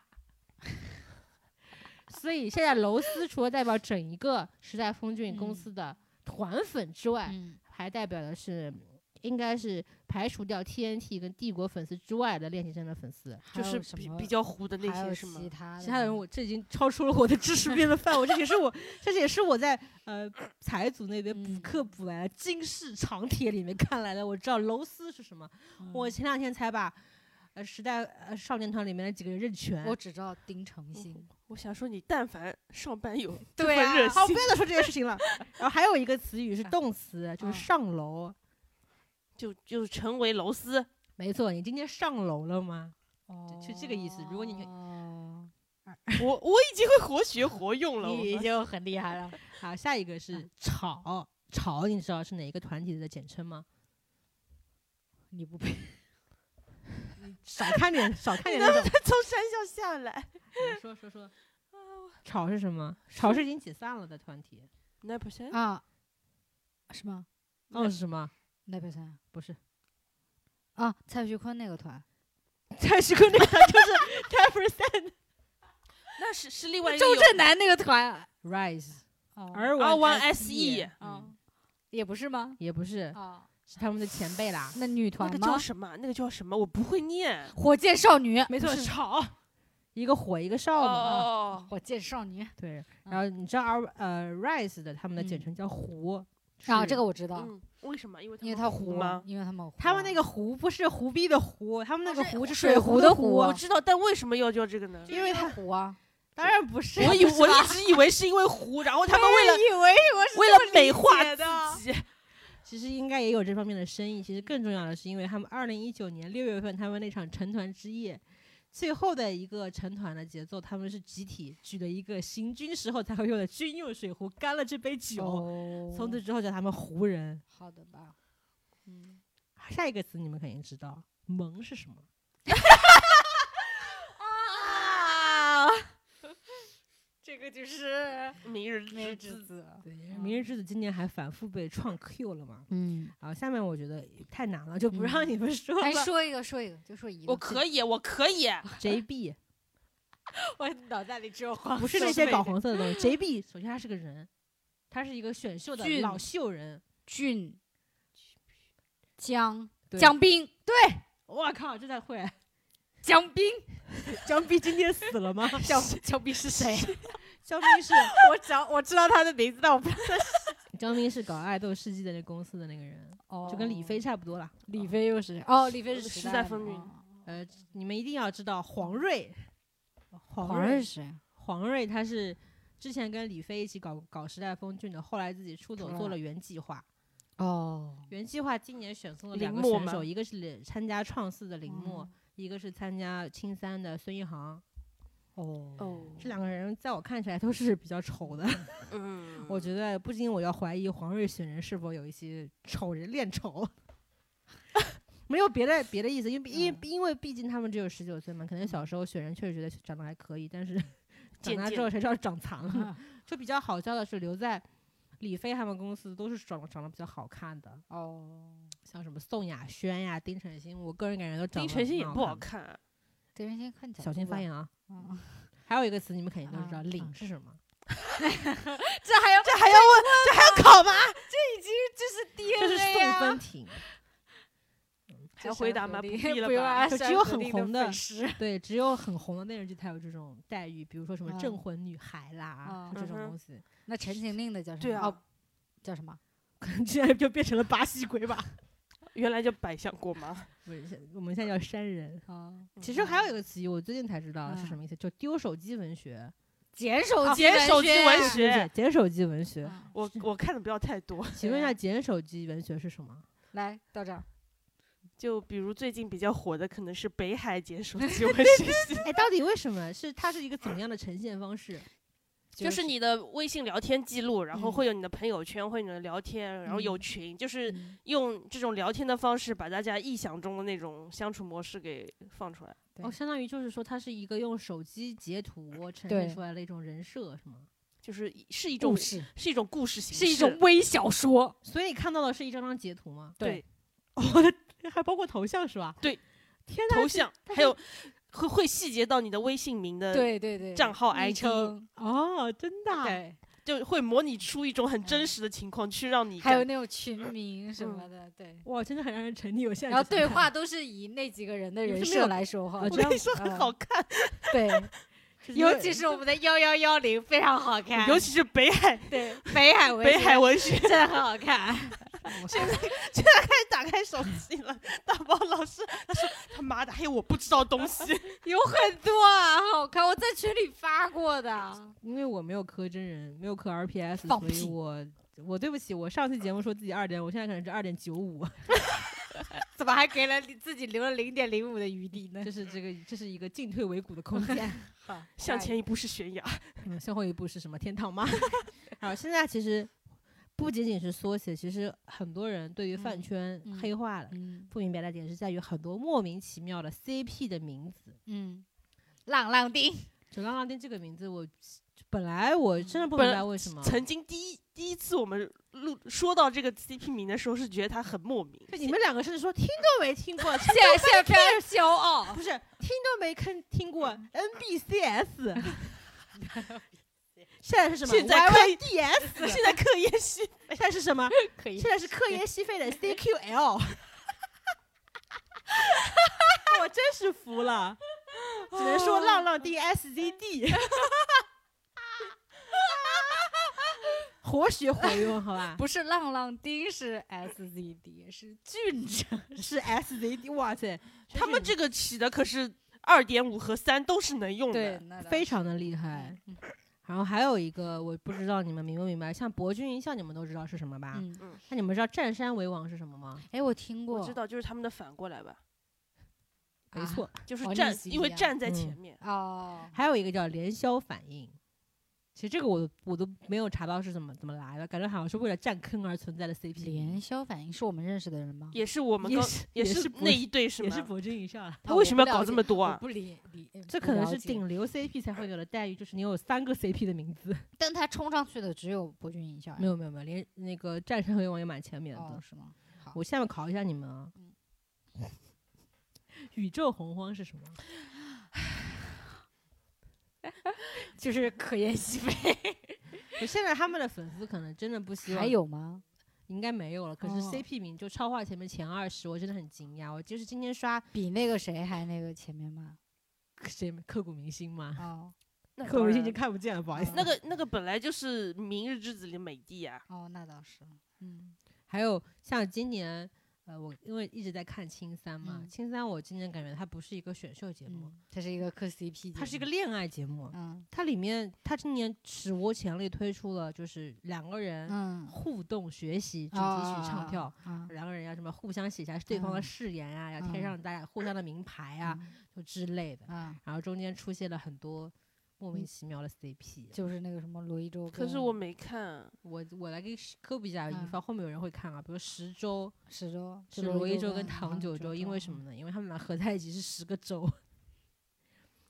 Speaker 1: 所以现在楼思除了代表整一个时代峰峻公
Speaker 2: 嗯
Speaker 1: 司的团粉之外，
Speaker 2: 嗯
Speaker 1: 还代表的是应该是排除掉 TNT 跟帝国粉丝之外的练习生的粉丝。
Speaker 2: 还
Speaker 4: 就
Speaker 2: 有
Speaker 4: 是
Speaker 2: 什
Speaker 4: 比
Speaker 2: 么
Speaker 4: 比较糊的那
Speaker 2: 还
Speaker 4: 些
Speaker 2: 有
Speaker 4: 是吗
Speaker 2: 其？他的
Speaker 1: 其他人
Speaker 2: 吗
Speaker 1: 我这已经超出了我的知识面的范围，这也是我， 这也是我在 呃财组那边补
Speaker 2: 嗯
Speaker 1: 课补来的惊世长帖里面看来的。我知道楼思是什么。我
Speaker 2: 嗯
Speaker 1: 前两天才把呃时代呃少年团里面的几个人认全。
Speaker 2: 我只知道丁程鑫，
Speaker 4: 我想说，你但凡上班有这
Speaker 2: 对
Speaker 4: 份
Speaker 2: 啊
Speaker 4: 热
Speaker 1: 好，
Speaker 4: 心
Speaker 1: 不，要再说这件事情 了。然后还有一个词语是动词，就是
Speaker 2: 嗯
Speaker 1: 上楼。
Speaker 4: 就就成为楼丝。
Speaker 1: 没错，你今天上楼了吗？
Speaker 2: 哦
Speaker 1: 就这个意思如果你
Speaker 4: 我我已经会活学活用 了。我
Speaker 2: 你已
Speaker 4: 发现
Speaker 2: 经很厉害了，
Speaker 1: 好，下一个是吵吵，你知道是哪一个团体的简称 吗？
Speaker 2: 你不配。
Speaker 1: 少看点，少看点
Speaker 4: 你能
Speaker 1: 那
Speaker 4: 不
Speaker 1: 种
Speaker 4: 能。从山上下来
Speaker 1: 嗯说说说，
Speaker 2: 啊
Speaker 1: 吵是什么？吵是已经解散了的团体。
Speaker 4: ？Nine percent，
Speaker 2: 啊，是吗？
Speaker 1: 嗯，是什么？
Speaker 2: 那边山
Speaker 1: 不是，
Speaker 2: 啊，蔡徐坤那个团，
Speaker 1: 蔡徐坤那个团就是 ten percent
Speaker 4: 那是是另外一个
Speaker 2: 周
Speaker 4: 有
Speaker 2: 震南那个团，
Speaker 1: rise
Speaker 2: 哦，
Speaker 1: 而
Speaker 4: 啊
Speaker 1: one
Speaker 4: ，One
Speaker 1: E，
Speaker 4: SE，
Speaker 2: 啊，也不是吗？
Speaker 1: 嗯也不是，
Speaker 2: 啊，
Speaker 1: 是他们的前辈啦。
Speaker 2: 那女
Speaker 4: 那
Speaker 2: 团
Speaker 4: 个
Speaker 2: 吗
Speaker 4: 叫？什么？那个叫什么？我不会念。
Speaker 2: 火箭少女，
Speaker 1: 没错，吵，一个火一个
Speaker 4: 哦
Speaker 1: 少嘛。啊
Speaker 4: 哦哦，
Speaker 2: 火箭少女
Speaker 1: 对，
Speaker 2: 嗯
Speaker 1: 然后你知道 R 呃 Rise 的他们的简
Speaker 2: 嗯
Speaker 1: 称叫湖
Speaker 2: 啊，
Speaker 1: 是
Speaker 2: 这个我知道，
Speaker 4: 嗯，为什么？因为
Speaker 2: 因为
Speaker 4: 他
Speaker 2: 他
Speaker 4: 们
Speaker 2: 糊
Speaker 4: 糊吗？
Speaker 2: 因为他们啊
Speaker 1: 他们那
Speaker 2: 个
Speaker 1: 个湖不是湖逼的湖，他们那
Speaker 4: 啊
Speaker 1: 个
Speaker 4: 是
Speaker 1: 湖哦是
Speaker 2: 水
Speaker 1: 湖
Speaker 2: 壶的
Speaker 1: 湖
Speaker 2: 湖
Speaker 4: 我，知道，但为什么要叫这个呢？
Speaker 1: 因为他
Speaker 2: 糊啊，
Speaker 1: 当然不是，
Speaker 4: 我以 我一直以为是因为糊，然后他们为了
Speaker 2: 以为我是
Speaker 4: 为了美化
Speaker 2: 解的
Speaker 4: 自己，
Speaker 1: 其实应该也有这方面的生意。其实更重要的是，因为他们二零一九年六月份他们那场成团之夜。最后的一个成团的节奏，他们是集体举了一个行军时候才会用的军用水壶，干了这杯酒。
Speaker 2: 哦
Speaker 1: 从此之后叫他们湖人。
Speaker 2: 好的吧，嗯，
Speaker 1: 下一个词你们肯定知道，萌是什么？
Speaker 2: 啊，这个就是
Speaker 4: 明日
Speaker 2: 明日
Speaker 4: 之
Speaker 2: 之
Speaker 4: 子，
Speaker 2: 子，
Speaker 1: 对，明日之子今年还反复被创 Q 了嘛。
Speaker 2: 嗯，
Speaker 1: 啊，下面我觉得太难了，就不
Speaker 2: 嗯
Speaker 1: 让你们说
Speaker 2: 哎，
Speaker 1: 了。
Speaker 2: 说一个，说一个，就说一个。
Speaker 4: 我可以，我可以，
Speaker 2: 啊
Speaker 1: JB
Speaker 2: 我脑袋里只有黄
Speaker 1: 不哦是
Speaker 2: 色
Speaker 1: 那些
Speaker 2: 妹
Speaker 1: 搞
Speaker 2: 妹
Speaker 1: 黄色的 东西。JB 首先他是个人，他是一个选秀的
Speaker 2: 俊
Speaker 1: 老秀人。
Speaker 2: 俊、江、
Speaker 1: 对
Speaker 2: 江斌，对，
Speaker 1: 我靠，真的 会！
Speaker 2: 江斌，
Speaker 1: 江斌今天死 了吗？
Speaker 2: 江 江斌是谁？
Speaker 1: 江斌 是
Speaker 2: 我只要我知道他的名字，但我不知道。
Speaker 1: 江斌是搞爱豆世纪的那公司的那个人，
Speaker 2: 哦
Speaker 1: 就跟李飞，差不多了。
Speaker 2: 李飞又是谁？哦，李飞是
Speaker 4: 时
Speaker 2: 时
Speaker 4: 代
Speaker 2: 的
Speaker 4: 风云
Speaker 2: 哦
Speaker 1: 呃，你们一定要知道黄睿，黄
Speaker 2: 黄睿
Speaker 1: 睿
Speaker 2: 哦是谁？
Speaker 1: 黄睿他是之前跟李飞一起搞搞时代峰峻的，后来自己出走
Speaker 4: 嗯
Speaker 2: 出来
Speaker 1: 做了原计划。
Speaker 2: 哦，
Speaker 1: 原计划今年选送了
Speaker 4: 林
Speaker 1: 两个
Speaker 4: 默
Speaker 1: 选
Speaker 4: 吗
Speaker 1: 手，一个是林参加创四的林默，
Speaker 2: 嗯
Speaker 1: 一个是参加青三的孙一航。
Speaker 2: 哦
Speaker 4: 哦
Speaker 1: 这两个人在我看起来都是比较丑的，
Speaker 4: 嗯，
Speaker 1: 我觉得不禁我要怀疑黄睿选人是否有一些丑人恋丑。 没有别的别的意思，因为因为、
Speaker 4: 嗯
Speaker 1: 因为毕竟他们只有十九岁嘛，可能小时候选人确实觉得长得还可以，但是 长
Speaker 4: 嗯渐
Speaker 1: 大之
Speaker 4: 渐嗯
Speaker 1: 后谁知道长残了。 就比较好笑的是，留在李飞他们公司都是长长得比较好看的，
Speaker 2: 哦，
Speaker 1: 像什么宋亚轩呀、丁程鑫，我个人感觉都长
Speaker 4: 丁
Speaker 1: 得
Speaker 4: 程鑫也
Speaker 1: 蛮
Speaker 4: 不好
Speaker 1: 看
Speaker 4: 看啊，
Speaker 2: 得人先看
Speaker 1: 的，小心发
Speaker 2: 言。
Speaker 1: 言啊！
Speaker 2: 嗯
Speaker 1: 还有一个词你们肯定都知道，
Speaker 2: 啊
Speaker 1: 领
Speaker 2: 啊
Speaker 1: 是什么？
Speaker 2: 这还要这
Speaker 4: 还要问，这还要考吗？
Speaker 2: 已经 这是
Speaker 1: 这是
Speaker 2: DNA
Speaker 1: 宋
Speaker 2: 啊
Speaker 1: 芬婷，
Speaker 4: 还要回答吗？
Speaker 2: 不
Speaker 4: 不 必了
Speaker 2: 用
Speaker 4: 吧？
Speaker 2: 啊
Speaker 1: 就
Speaker 2: 山
Speaker 1: 只有
Speaker 2: 河
Speaker 1: 很
Speaker 2: 地
Speaker 1: 红的
Speaker 2: 粉丝
Speaker 1: 对，只有很红的电视剧才有这种待遇，比如说什么
Speaker 2: 啊
Speaker 1: 镇魂女孩啦
Speaker 2: 啊，
Speaker 1: 就这
Speaker 4: 嗯
Speaker 1: 种
Speaker 4: 哼
Speaker 1: 东西，
Speaker 2: 那《陈情令》的叫什么？
Speaker 4: 对啊
Speaker 2: 哦，叫什么？
Speaker 1: 可能现在就变成了巴西鬼 吧？
Speaker 4: 原来叫百香果吗？
Speaker 1: 不是，现我们现在叫山人。
Speaker 2: 啊，
Speaker 1: 其实还有一个词语，我最近才知道是
Speaker 2: 啊
Speaker 1: 什么意思，叫丢手机文学。
Speaker 2: 捡手
Speaker 4: 啊
Speaker 2: 机，
Speaker 4: 捡手机
Speaker 1: 对
Speaker 4: 文
Speaker 1: 嗯对对，捡手机文学。
Speaker 2: 啊
Speaker 4: 我我看的不要太多，
Speaker 1: 请问一下，
Speaker 2: 对
Speaker 1: 捡手机文学是什么？
Speaker 2: 来到这儿，
Speaker 4: 就比如最近比较火的可能是北海捡 手机文学习，
Speaker 1: 哎，到底为什么是它是一个怎么样的呈现方式？
Speaker 4: 就是你的微信聊天记录，然后
Speaker 2: 嗯
Speaker 4: 会有你的朋友圈，会有你的聊天，然后有群，就是
Speaker 2: 嗯
Speaker 4: 用这种聊天的方式把大家臆想中的那种相处模式给放出来。
Speaker 1: 哦，
Speaker 2: 对
Speaker 1: 相当于就是说，它是一个用手机截图呈
Speaker 2: 对
Speaker 1: 现出来的一种人设，是吗？
Speaker 4: 就是一是一种
Speaker 2: 故事
Speaker 4: 是一种故事形式，
Speaker 2: 是一种微小说，
Speaker 1: 所以你看到的是一张张截图吗？
Speaker 4: 对，
Speaker 1: 哦，还包括头像是吧？
Speaker 4: 对，
Speaker 1: 天呐，
Speaker 4: 头像，还有会会细节到你的微信名的，
Speaker 2: 对对对，
Speaker 4: 账号
Speaker 2: 昵
Speaker 4: ID
Speaker 2: 称，
Speaker 1: 哦，真的啊，
Speaker 2: 对，
Speaker 4: 就会模拟出一种很
Speaker 2: 嗯
Speaker 4: 真实的情况去让你
Speaker 2: 还有
Speaker 4: 感
Speaker 2: 那种群名什么的，对。
Speaker 1: 哇，真的很让人沉溺。我现在
Speaker 2: 然后
Speaker 1: 就想
Speaker 2: 对
Speaker 1: 看
Speaker 2: 话，都是以那几个人的
Speaker 1: 你
Speaker 2: 人
Speaker 1: 是没有
Speaker 2: 设来说话，嗯
Speaker 1: 我
Speaker 4: 我
Speaker 1: 知
Speaker 4: 跟
Speaker 1: 道
Speaker 4: 你说很好看，
Speaker 2: 对，
Speaker 1: 就是
Speaker 2: 尤其是我们的幺幺幺零非常好看，
Speaker 4: 尤其是北 海
Speaker 2: 对北海文
Speaker 4: 北
Speaker 2: 学
Speaker 4: 海文学，
Speaker 2: 真的很好看，
Speaker 4: 现在现在开始打开手机了。大宝老师他说他妈的还有我不知道东西，
Speaker 2: 有很多啊，好看，我在群里发过的，
Speaker 1: 因为我没有磕真人，没有磕 RPS，
Speaker 2: 放
Speaker 1: 所以
Speaker 2: 屁
Speaker 1: 我我对不起，我上期节目说自己二点，我现在可能是二点九五，
Speaker 2: 怎么还给了自己留了零点零五的余地 呢
Speaker 1: 这？是这个这是一个进退维谷的空间。
Speaker 2: 好
Speaker 4: 向前，一步是悬崖。
Speaker 1: 嗯，向后一步是什么？天堂 吗？好，现在其实不仅仅是缩写，其实很多人对于饭
Speaker 2: 嗯
Speaker 1: 圈
Speaker 2: 嗯
Speaker 1: 黑化了。
Speaker 2: 嗯
Speaker 1: 不明白的点是在于很多莫名其妙的 CP 的名字，
Speaker 2: 嗯，浪浪 丁，
Speaker 1: 九浪浪丁这个名字我，本来我真的不明
Speaker 4: 本
Speaker 1: 白为什么，
Speaker 4: 曾经第一第一次我们录说到这个 CP 名的时候，是觉得他很莫名。
Speaker 1: 就你们两个甚至说听都没听 过，
Speaker 2: 现在现在非常骄傲，
Speaker 1: 不是听都没坑听 过 NBCS，现在是什么？
Speaker 4: 现在刻意
Speaker 1: YYDS，
Speaker 4: 现在课业系
Speaker 1: 现在是什么？
Speaker 2: 可以
Speaker 1: 现在是课业西费 的 CQL，我真是服了，只能说浪浪
Speaker 4: 哦
Speaker 1: DSZD，活学活用，好吧？
Speaker 2: 不是浪浪丁是 SZD 是俊哲，
Speaker 1: 是 SZD，哇塞，
Speaker 4: 他们这个起的可是二点五和三都是能用
Speaker 2: 对
Speaker 4: 的，，
Speaker 2: 那倒
Speaker 1: 非
Speaker 2: 是
Speaker 1: 常的厉害。
Speaker 2: 嗯
Speaker 1: 然后还有一个，我不知道你们明不明白，像博君一笑，你们都知道是什么吧？
Speaker 2: 嗯，
Speaker 1: 那你们知道占山为王是什么吗？
Speaker 2: 哎，我听过，
Speaker 4: 我知道，就是他们的反过来吧，
Speaker 1: 没错，
Speaker 4: 就是
Speaker 2: 哦逆
Speaker 4: 站，
Speaker 2: 袭
Speaker 4: 因为
Speaker 2: 一样
Speaker 4: 站在
Speaker 1: 嗯
Speaker 4: 前面。
Speaker 2: 哦，
Speaker 1: 还有一个叫连霄反应，其实这个我我都没有查到是怎么怎么来的，感觉好像是为了占坑而存在的 CP，
Speaker 2: 连消反应是我们认识的人吗？
Speaker 4: 也是我们
Speaker 1: 也
Speaker 4: 高
Speaker 1: 是
Speaker 4: 也
Speaker 1: 也
Speaker 4: 是
Speaker 1: 是不
Speaker 4: 那一对是
Speaker 1: 也
Speaker 4: 吗
Speaker 1: 是？博君一笑啊。
Speaker 4: 他为什么要
Speaker 2: 我不
Speaker 4: 搞
Speaker 2: 了
Speaker 4: 这
Speaker 2: 解
Speaker 4: 么多
Speaker 2: 我
Speaker 4: 啊？
Speaker 2: 不理理，嗯
Speaker 1: 这
Speaker 2: 不
Speaker 1: 可能
Speaker 2: 了
Speaker 1: 是
Speaker 2: 解，
Speaker 1: 顶流 CP 才会有的待遇，就是你有三个 CP 的名字。
Speaker 2: 但他冲上去的只有博君一笑呀，
Speaker 1: 没有没有没有，连那个战神和勇也蛮前面的。
Speaker 2: 哦，是吗？ 好
Speaker 1: 我下面考一下你们啊，
Speaker 2: 嗯
Speaker 1: 宇宙洪荒是什么？
Speaker 2: 就是可怜西北，
Speaker 1: 就现在他们的粉丝可能真的不希望，
Speaker 2: 还有吗？
Speaker 1: 应该没有了。可是
Speaker 2: 哦
Speaker 1: CP 名就超话前面前二十，我真的很惊讶。我就是今天刷
Speaker 2: 比那个谁还那个前 面吗？
Speaker 1: 谁刻骨铭心嘛，
Speaker 2: 哦
Speaker 4: 那
Speaker 1: 刻骨
Speaker 4: 当
Speaker 1: 铭心已
Speaker 4: 然
Speaker 1: 经看不见了，不好意思。
Speaker 4: 那个那个本来就是《明日之子》里的美帝啊呀、
Speaker 2: 哦，那倒是，嗯，
Speaker 1: 还有像今年，呃，我因为一直在看青三嘛，
Speaker 2: 嗯
Speaker 1: 青三我今年感觉它不是一个选秀节目，
Speaker 2: 嗯，它是一个磕 CP，
Speaker 1: 它是一
Speaker 2: 节
Speaker 1: 个
Speaker 2: 目
Speaker 1: 恋爱节目。
Speaker 2: 嗯
Speaker 1: 它里面，它今年史无前例推出了就是两个人
Speaker 2: 嗯
Speaker 1: 互动学习主题
Speaker 2: 啊
Speaker 1: 曲唱跳，
Speaker 2: 啊
Speaker 1: 两个人要什么互相写下对方的
Speaker 2: 嗯
Speaker 1: 誓言啊，要贴
Speaker 2: 嗯
Speaker 1: 上大家互相的名牌啊，就之类的。
Speaker 2: 啊，
Speaker 1: 然后中间出现了很多莫名
Speaker 2: 嗯
Speaker 1: 其妙的 CP。
Speaker 2: 就是那个什么罗一舟跟，
Speaker 4: 可是我没看，
Speaker 1: 我我来给科普一下，以
Speaker 2: 嗯
Speaker 1: 防后面有人会看啊，比如十周
Speaker 2: 十周
Speaker 1: 是罗一舟
Speaker 2: 跟
Speaker 1: 跟唐九
Speaker 2: 州，
Speaker 1: 州，因为什
Speaker 2: 嗯
Speaker 1: 么？呢？因为他们俩合在一起是十个州。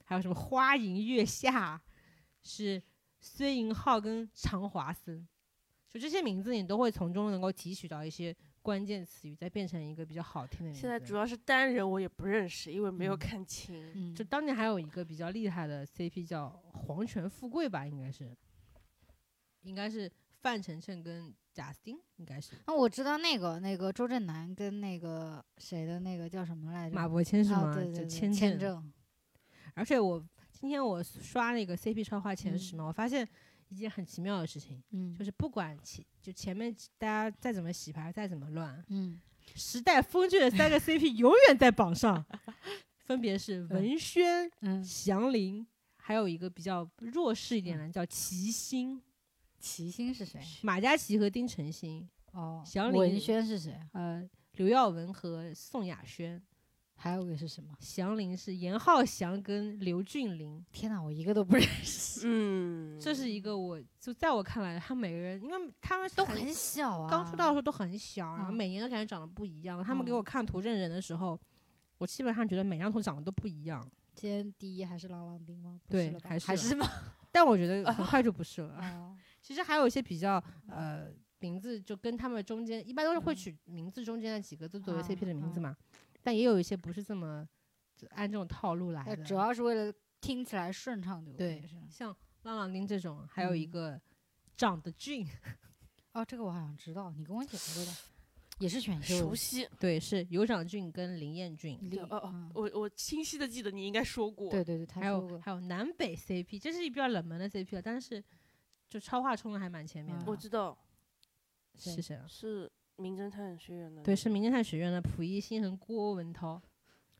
Speaker 1: 还有什么花迎月下是孙银浩跟常华森，就这些名字你都会从中能够提取到一些关键词语，再变成一个比较好听的名字。
Speaker 4: 现在主要是单人我也不认识，因为没有
Speaker 1: 嗯
Speaker 4: 看清。
Speaker 2: 嗯，
Speaker 1: 就当年还有一个比较厉害的 CP 叫黄泉富贵吧，应该是，应该是范丞丞跟贾斯汀，应该是
Speaker 2: 那我知道那个那个周震南跟那个谁的那个叫什么来着？
Speaker 1: 马伯骞是
Speaker 2: 啊，
Speaker 1: 吗？
Speaker 2: 对对
Speaker 1: 就
Speaker 2: 对，
Speaker 1: 签
Speaker 2: 签
Speaker 1: 证。
Speaker 2: 证，
Speaker 1: 而且我今天我刷那个 CP 超话前十嘛，我发现一件很奇妙的事情，
Speaker 2: 嗯，
Speaker 1: 就是是不管前就前面大家再怎么洗牌，再怎么乱，
Speaker 2: 嗯，
Speaker 1: 时代峰峻的三个 CP 永远在榜上，分别是文轩、
Speaker 2: 嗯，
Speaker 1: 祥林，还有一个比较弱势一点的叫齐心。
Speaker 2: 齐星是谁？
Speaker 1: 马嘉祺和丁程鑫，
Speaker 2: 哦，
Speaker 1: 祥
Speaker 2: 文
Speaker 1: 林
Speaker 2: 轩是谁？
Speaker 1: 呃，刘耀文和宋亚轩，
Speaker 2: 还有一个是什么？
Speaker 1: 祥林是严浩翔跟刘俊霖，
Speaker 2: 天哪，我一个都不认识，
Speaker 4: 嗯，
Speaker 1: 这是一个我就在我看来，他每个人因为他们
Speaker 2: 都很小啊，
Speaker 1: 刚出道的时候都很小，然后
Speaker 2: 嗯
Speaker 1: 每年都感觉长得不一样。他们给
Speaker 2: 嗯
Speaker 1: 我看图认人的时候，我基本上觉得每张图长得都不一样，
Speaker 2: 今天第一还是郎朗丁吗？不
Speaker 1: 对
Speaker 2: 是了吧
Speaker 1: 还
Speaker 2: 还
Speaker 1: 是
Speaker 2: 是吗？
Speaker 1: 但我觉得很快就不是了。
Speaker 2: 哦，
Speaker 1: 其 实还有一些比较呃名字就跟他们中间一般都是会
Speaker 2: 嗯
Speaker 1: 取名字中间的几个字作为
Speaker 2: 啊
Speaker 1: CP 的名字
Speaker 2: 啊
Speaker 1: 嘛，但也有一些不是这么就按这种套路来
Speaker 2: 那
Speaker 1: 的。
Speaker 2: 呃主要是为了听起来顺畅就 OK
Speaker 1: 对
Speaker 2: 是
Speaker 1: 像郎朗丁这种，还有一
Speaker 2: 嗯
Speaker 1: 个长得俊，
Speaker 2: 哦，这个我好像知道，你跟我讲过的，也是选秀
Speaker 4: 熟
Speaker 2: 的
Speaker 4: 悉。
Speaker 1: 对，是有长俊跟林彦俊，
Speaker 2: 李
Speaker 4: 对哦哦
Speaker 2: 嗯，
Speaker 4: 我我清晰的记得你应该说过。
Speaker 2: 对对对，他
Speaker 1: 还
Speaker 2: 说
Speaker 1: 有
Speaker 2: 过，
Speaker 1: 还有南北 CP，这是比较冷门的 CP 了，但是就超话冲的还蛮前面的。
Speaker 4: 我
Speaker 2: 啊
Speaker 4: 知道
Speaker 2: 对
Speaker 1: 是谁啊？
Speaker 4: 是《名侦探学院》的。
Speaker 1: 对，是名侦探学院的溥仪、星和郭文涛。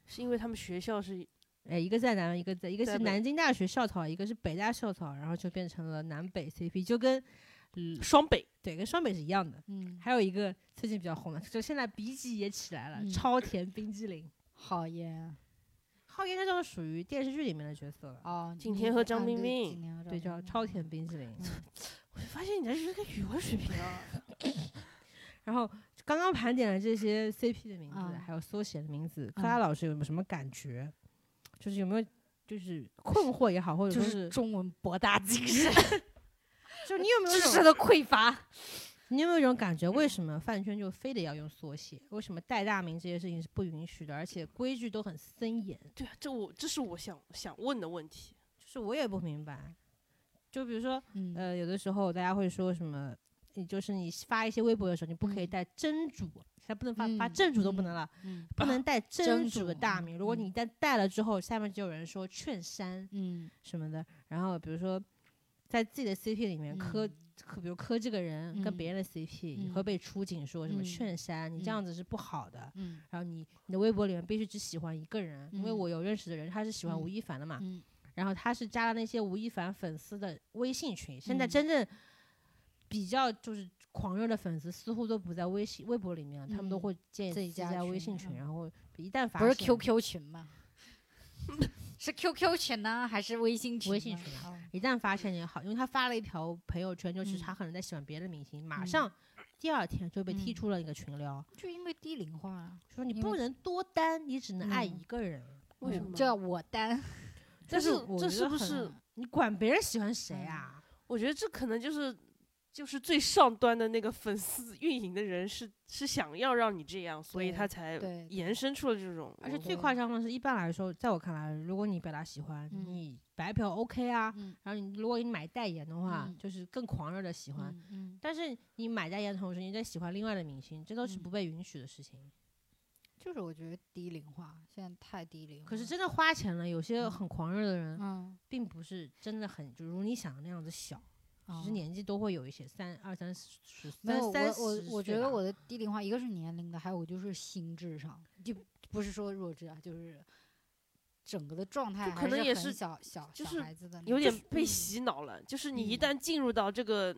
Speaker 4: 是因为他们学校是
Speaker 1: 哎，一个在南，一个在，一个
Speaker 4: 在
Speaker 1: 是
Speaker 4: 北
Speaker 1: 南京大学校草，一个是北大校草，然后就变成了南北 CP，就跟，嗯，
Speaker 4: 双北，
Speaker 1: 对，跟双北是一样的。
Speaker 2: 嗯，
Speaker 1: 还有一个最近比较红的，就现在 B 级也起来了，
Speaker 2: 嗯
Speaker 1: 超甜冰激凌。
Speaker 2: 好耶，
Speaker 1: 浩源这种属于电视剧里面的角色了，
Speaker 2: 哦，
Speaker 4: 景
Speaker 2: 你
Speaker 4: 甜和
Speaker 2: 啊
Speaker 4: 张
Speaker 2: 对
Speaker 4: 彬彬
Speaker 2: 景甜和张
Speaker 1: 对，
Speaker 2: 彬
Speaker 1: 叫
Speaker 2: 彬
Speaker 1: 超甜冰激凌。
Speaker 4: 我就发现你的这个语文水平啊，
Speaker 1: 然后刚刚盘点了这些 CP 的名字，
Speaker 2: 嗯
Speaker 1: 还有缩写的名字，克拉老师有没有什么感觉？就是有没有就是困惑也好，或者
Speaker 2: 就
Speaker 1: 说
Speaker 2: 是
Speaker 1: 是
Speaker 2: 中文 博大精深，
Speaker 1: 就嗯你有没有一
Speaker 2: 知识
Speaker 1: 种
Speaker 2: 的 匮乏。
Speaker 1: 你有没有一种感觉？为什么饭圈就非得要用缩写？为什么带大名这些事情是不允许的？而且规矩都很森严，
Speaker 4: 对啊，这我这是我想想问的问题。
Speaker 1: 就是我也不明白。就比如说，
Speaker 2: 嗯，
Speaker 1: 呃，有的时候大家会说什么，你就是你发一些微博的时候，你不可以
Speaker 2: 嗯
Speaker 1: 带真主，现在不能发发
Speaker 2: 嗯
Speaker 1: 正主都不
Speaker 2: 嗯
Speaker 1: 能了，
Speaker 2: 嗯
Speaker 1: 不能带真
Speaker 2: 真
Speaker 1: 主的
Speaker 2: 主
Speaker 1: 大名。如果
Speaker 2: 嗯
Speaker 1: 你一旦带了之后，下面就有人说劝删
Speaker 2: 嗯
Speaker 1: 什么的。然后比如说，在自己的 CP 里面磕
Speaker 2: 嗯
Speaker 1: 磕，比如磕这个人跟
Speaker 2: 嗯
Speaker 1: 别人的 CP，你
Speaker 2: 嗯
Speaker 1: 会被出警说什么
Speaker 2: 嗯
Speaker 1: 劝删，你这
Speaker 2: 嗯
Speaker 1: 样子是不好的。
Speaker 2: 嗯
Speaker 1: 然后你你的微博里面必须只喜欢一个人，因为
Speaker 2: 嗯
Speaker 1: 我有认识的人，他是喜欢吴
Speaker 2: 嗯
Speaker 1: 亦凡的嘛，
Speaker 2: 嗯，
Speaker 1: 然后他是加了那些吴亦凡粉丝的微信群，现在
Speaker 2: 嗯
Speaker 1: 真正比较就是狂热的粉丝似乎都不在微信、微博里面了，他们都
Speaker 2: 嗯
Speaker 1: 会建议
Speaker 2: 自己加
Speaker 1: 加微
Speaker 2: 群
Speaker 1: 信群，
Speaker 2: 嗯
Speaker 1: 然后一旦发
Speaker 2: 不是
Speaker 1: 现
Speaker 2: QQ 群吗？ 是 QQ 群呢，还是微信群呢？
Speaker 1: 微信群啊
Speaker 2: 哦
Speaker 1: 一旦发现也好，因为他发了一条朋友圈，就是
Speaker 2: 嗯
Speaker 1: 他可能在喜欢别的明星，马
Speaker 2: 嗯
Speaker 1: 上第二天就被踢
Speaker 2: 嗯
Speaker 1: 出了一个群聊，
Speaker 2: 就因为低龄化啊，
Speaker 1: 说你
Speaker 2: 因
Speaker 1: 不
Speaker 2: 为
Speaker 1: 能多单，你只能爱
Speaker 2: 嗯
Speaker 1: 一个人。
Speaker 4: 为什么？
Speaker 2: 叫我 单，
Speaker 1: 但
Speaker 4: 但
Speaker 1: 是
Speaker 4: 是
Speaker 1: 我
Speaker 4: 这
Speaker 1: 觉
Speaker 4: 是
Speaker 1: 得
Speaker 4: 不
Speaker 1: 很
Speaker 4: 是？
Speaker 1: 你管别人喜欢谁
Speaker 2: 嗯
Speaker 1: 啊？
Speaker 4: 我觉得这可能就是就是最上端的那个粉丝运营的人是是想要让你这样，所以
Speaker 2: 对
Speaker 4: 他才
Speaker 2: 对
Speaker 4: 延伸出了这种文化。
Speaker 1: 而且最
Speaker 2: 对
Speaker 1: 夸张的是，一般来说，在我看来，如果你表达喜欢，
Speaker 2: 嗯
Speaker 1: 你白嫖 OK 啊。
Speaker 2: 嗯
Speaker 1: 然后你如果你买代言的话，
Speaker 2: 嗯
Speaker 1: 就是更狂热的喜欢。
Speaker 2: 嗯嗯，
Speaker 1: 但是你买代言的同时，你在喜欢另外的明星，这都是
Speaker 2: 嗯
Speaker 1: 不被允许的事情。
Speaker 2: 就是我觉得低龄化现在太低龄化，
Speaker 1: 可是真的花钱了，有些很狂热的人，
Speaker 2: 嗯，
Speaker 1: 并不是真的很就如你想的那样子小，
Speaker 2: 哦
Speaker 1: 其实年纪都会有一些三二三十
Speaker 2: 没有
Speaker 1: 三
Speaker 2: 我
Speaker 1: 三
Speaker 2: 我
Speaker 1: 十岁
Speaker 2: 我觉得
Speaker 1: 吧
Speaker 2: 我的低龄化，一个是年龄的，还有我就是心智上，就不是说弱智啊，就是整个的状态
Speaker 4: 就
Speaker 2: 还
Speaker 4: 可能也
Speaker 2: 很
Speaker 4: 是
Speaker 2: 小小
Speaker 4: 就
Speaker 2: 小
Speaker 4: 是
Speaker 2: 孩子的那
Speaker 4: 有
Speaker 2: 种
Speaker 4: 点被
Speaker 2: 嗯
Speaker 4: 洗脑了，就是你一
Speaker 2: 嗯
Speaker 4: 旦进入到这个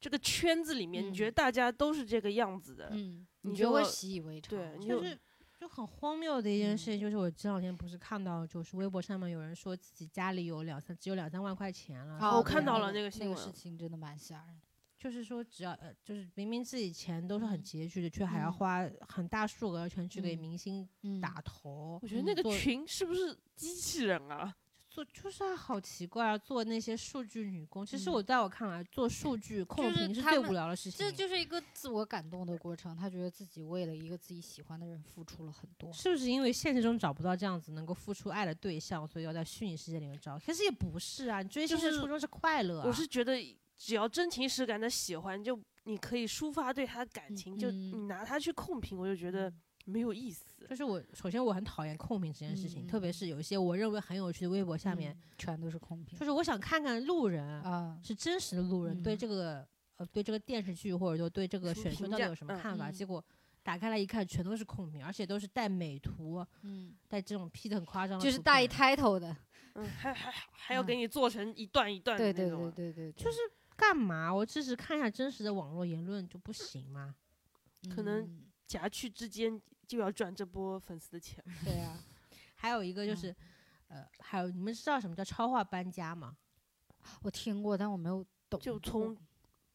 Speaker 4: 这个圈子里面，你
Speaker 2: 嗯
Speaker 4: 觉得大家都是这个样子的，
Speaker 2: 嗯，
Speaker 4: 你
Speaker 2: 你
Speaker 4: 就
Speaker 2: 就会
Speaker 4: 要
Speaker 2: 习以为常，
Speaker 4: 对你
Speaker 1: 就
Speaker 4: 有
Speaker 1: 是就很荒谬的一件
Speaker 2: 嗯
Speaker 1: 事情，就是我这两天不是看到，就是微博上面有人说自己家里有两三只有两三万块钱了，
Speaker 2: 哦
Speaker 4: 我
Speaker 2: 对
Speaker 4: 看到
Speaker 2: 那
Speaker 4: 了
Speaker 2: 个
Speaker 4: 那个
Speaker 2: 那
Speaker 4: 新
Speaker 2: 个
Speaker 4: 闻
Speaker 2: 事情，真的蛮吓人的。
Speaker 1: 就是说只要呃，就是明明自己钱都是很
Speaker 2: 嗯
Speaker 1: 拮据的，却还要
Speaker 2: 嗯
Speaker 1: 花很大数额全去给
Speaker 2: 嗯
Speaker 1: 明星
Speaker 2: 嗯，
Speaker 1: 打头
Speaker 4: 我，觉得
Speaker 2: 嗯
Speaker 4: 那个
Speaker 1: 做
Speaker 4: 群是不是机器人啊？
Speaker 1: 做就是啊，好奇怪啊，做那些数据女工。其实
Speaker 2: 嗯
Speaker 1: 我在我看来，做数据控
Speaker 2: 就是
Speaker 1: 评是
Speaker 2: 他
Speaker 1: 最
Speaker 2: 们
Speaker 1: 无聊的事情，
Speaker 2: 这就是一个自我感动的过程。他觉得自己为了一个自己喜欢的人付出了很多。
Speaker 1: 是不是因为现实中找不到这样子能够付出爱的对象，所以要在虚拟世界里面找？可是也不是啊，你追星
Speaker 4: 就
Speaker 1: 的
Speaker 4: 是
Speaker 1: 初衷是快乐、啊
Speaker 4: 我是觉得只要真情实感的喜欢，就你可以抒发对他的感情，就
Speaker 2: 嗯
Speaker 4: 你拿他去控评，我就觉得没有意思。
Speaker 1: 就是我首先我很讨厌控评这件事情，特别
Speaker 2: 嗯
Speaker 1: 是有一些我认为很有趣的微博下面，
Speaker 2: 嗯全都是空瓶
Speaker 1: 就是我想看看路人、
Speaker 2: 啊，
Speaker 1: 是真实的路人、对
Speaker 2: 嗯
Speaker 1: 这个呃对这个电视剧或者说对这个
Speaker 4: 什么
Speaker 1: 选秀
Speaker 4: 评
Speaker 1: 到底
Speaker 4: 价
Speaker 1: 有什么
Speaker 4: 嗯
Speaker 1: 看法，
Speaker 2: 嗯
Speaker 1: 结果打开来一看全都是控评，而且都是带美图，
Speaker 2: 嗯，
Speaker 1: 带这种 P 的很夸张的，
Speaker 2: 就是大一。title 的，
Speaker 4: 嗯，还还还要
Speaker 2: 嗯
Speaker 4: 给你做成一段一段的
Speaker 2: 对对
Speaker 4: 那种
Speaker 2: 对
Speaker 4: 啊。
Speaker 2: 对对，
Speaker 1: 就是干嘛？我只是看一下真实的网络言论就不行吗？
Speaker 2: 对
Speaker 4: 可能
Speaker 2: 嗯
Speaker 4: 夹去之间就要赚这波粉丝的钱，
Speaker 2: 对啊，
Speaker 1: 还有一个就
Speaker 2: 嗯
Speaker 1: 是，呃，还有你们知道什么叫超话搬家吗？
Speaker 2: 我听过，但我没有懂过。
Speaker 4: 就从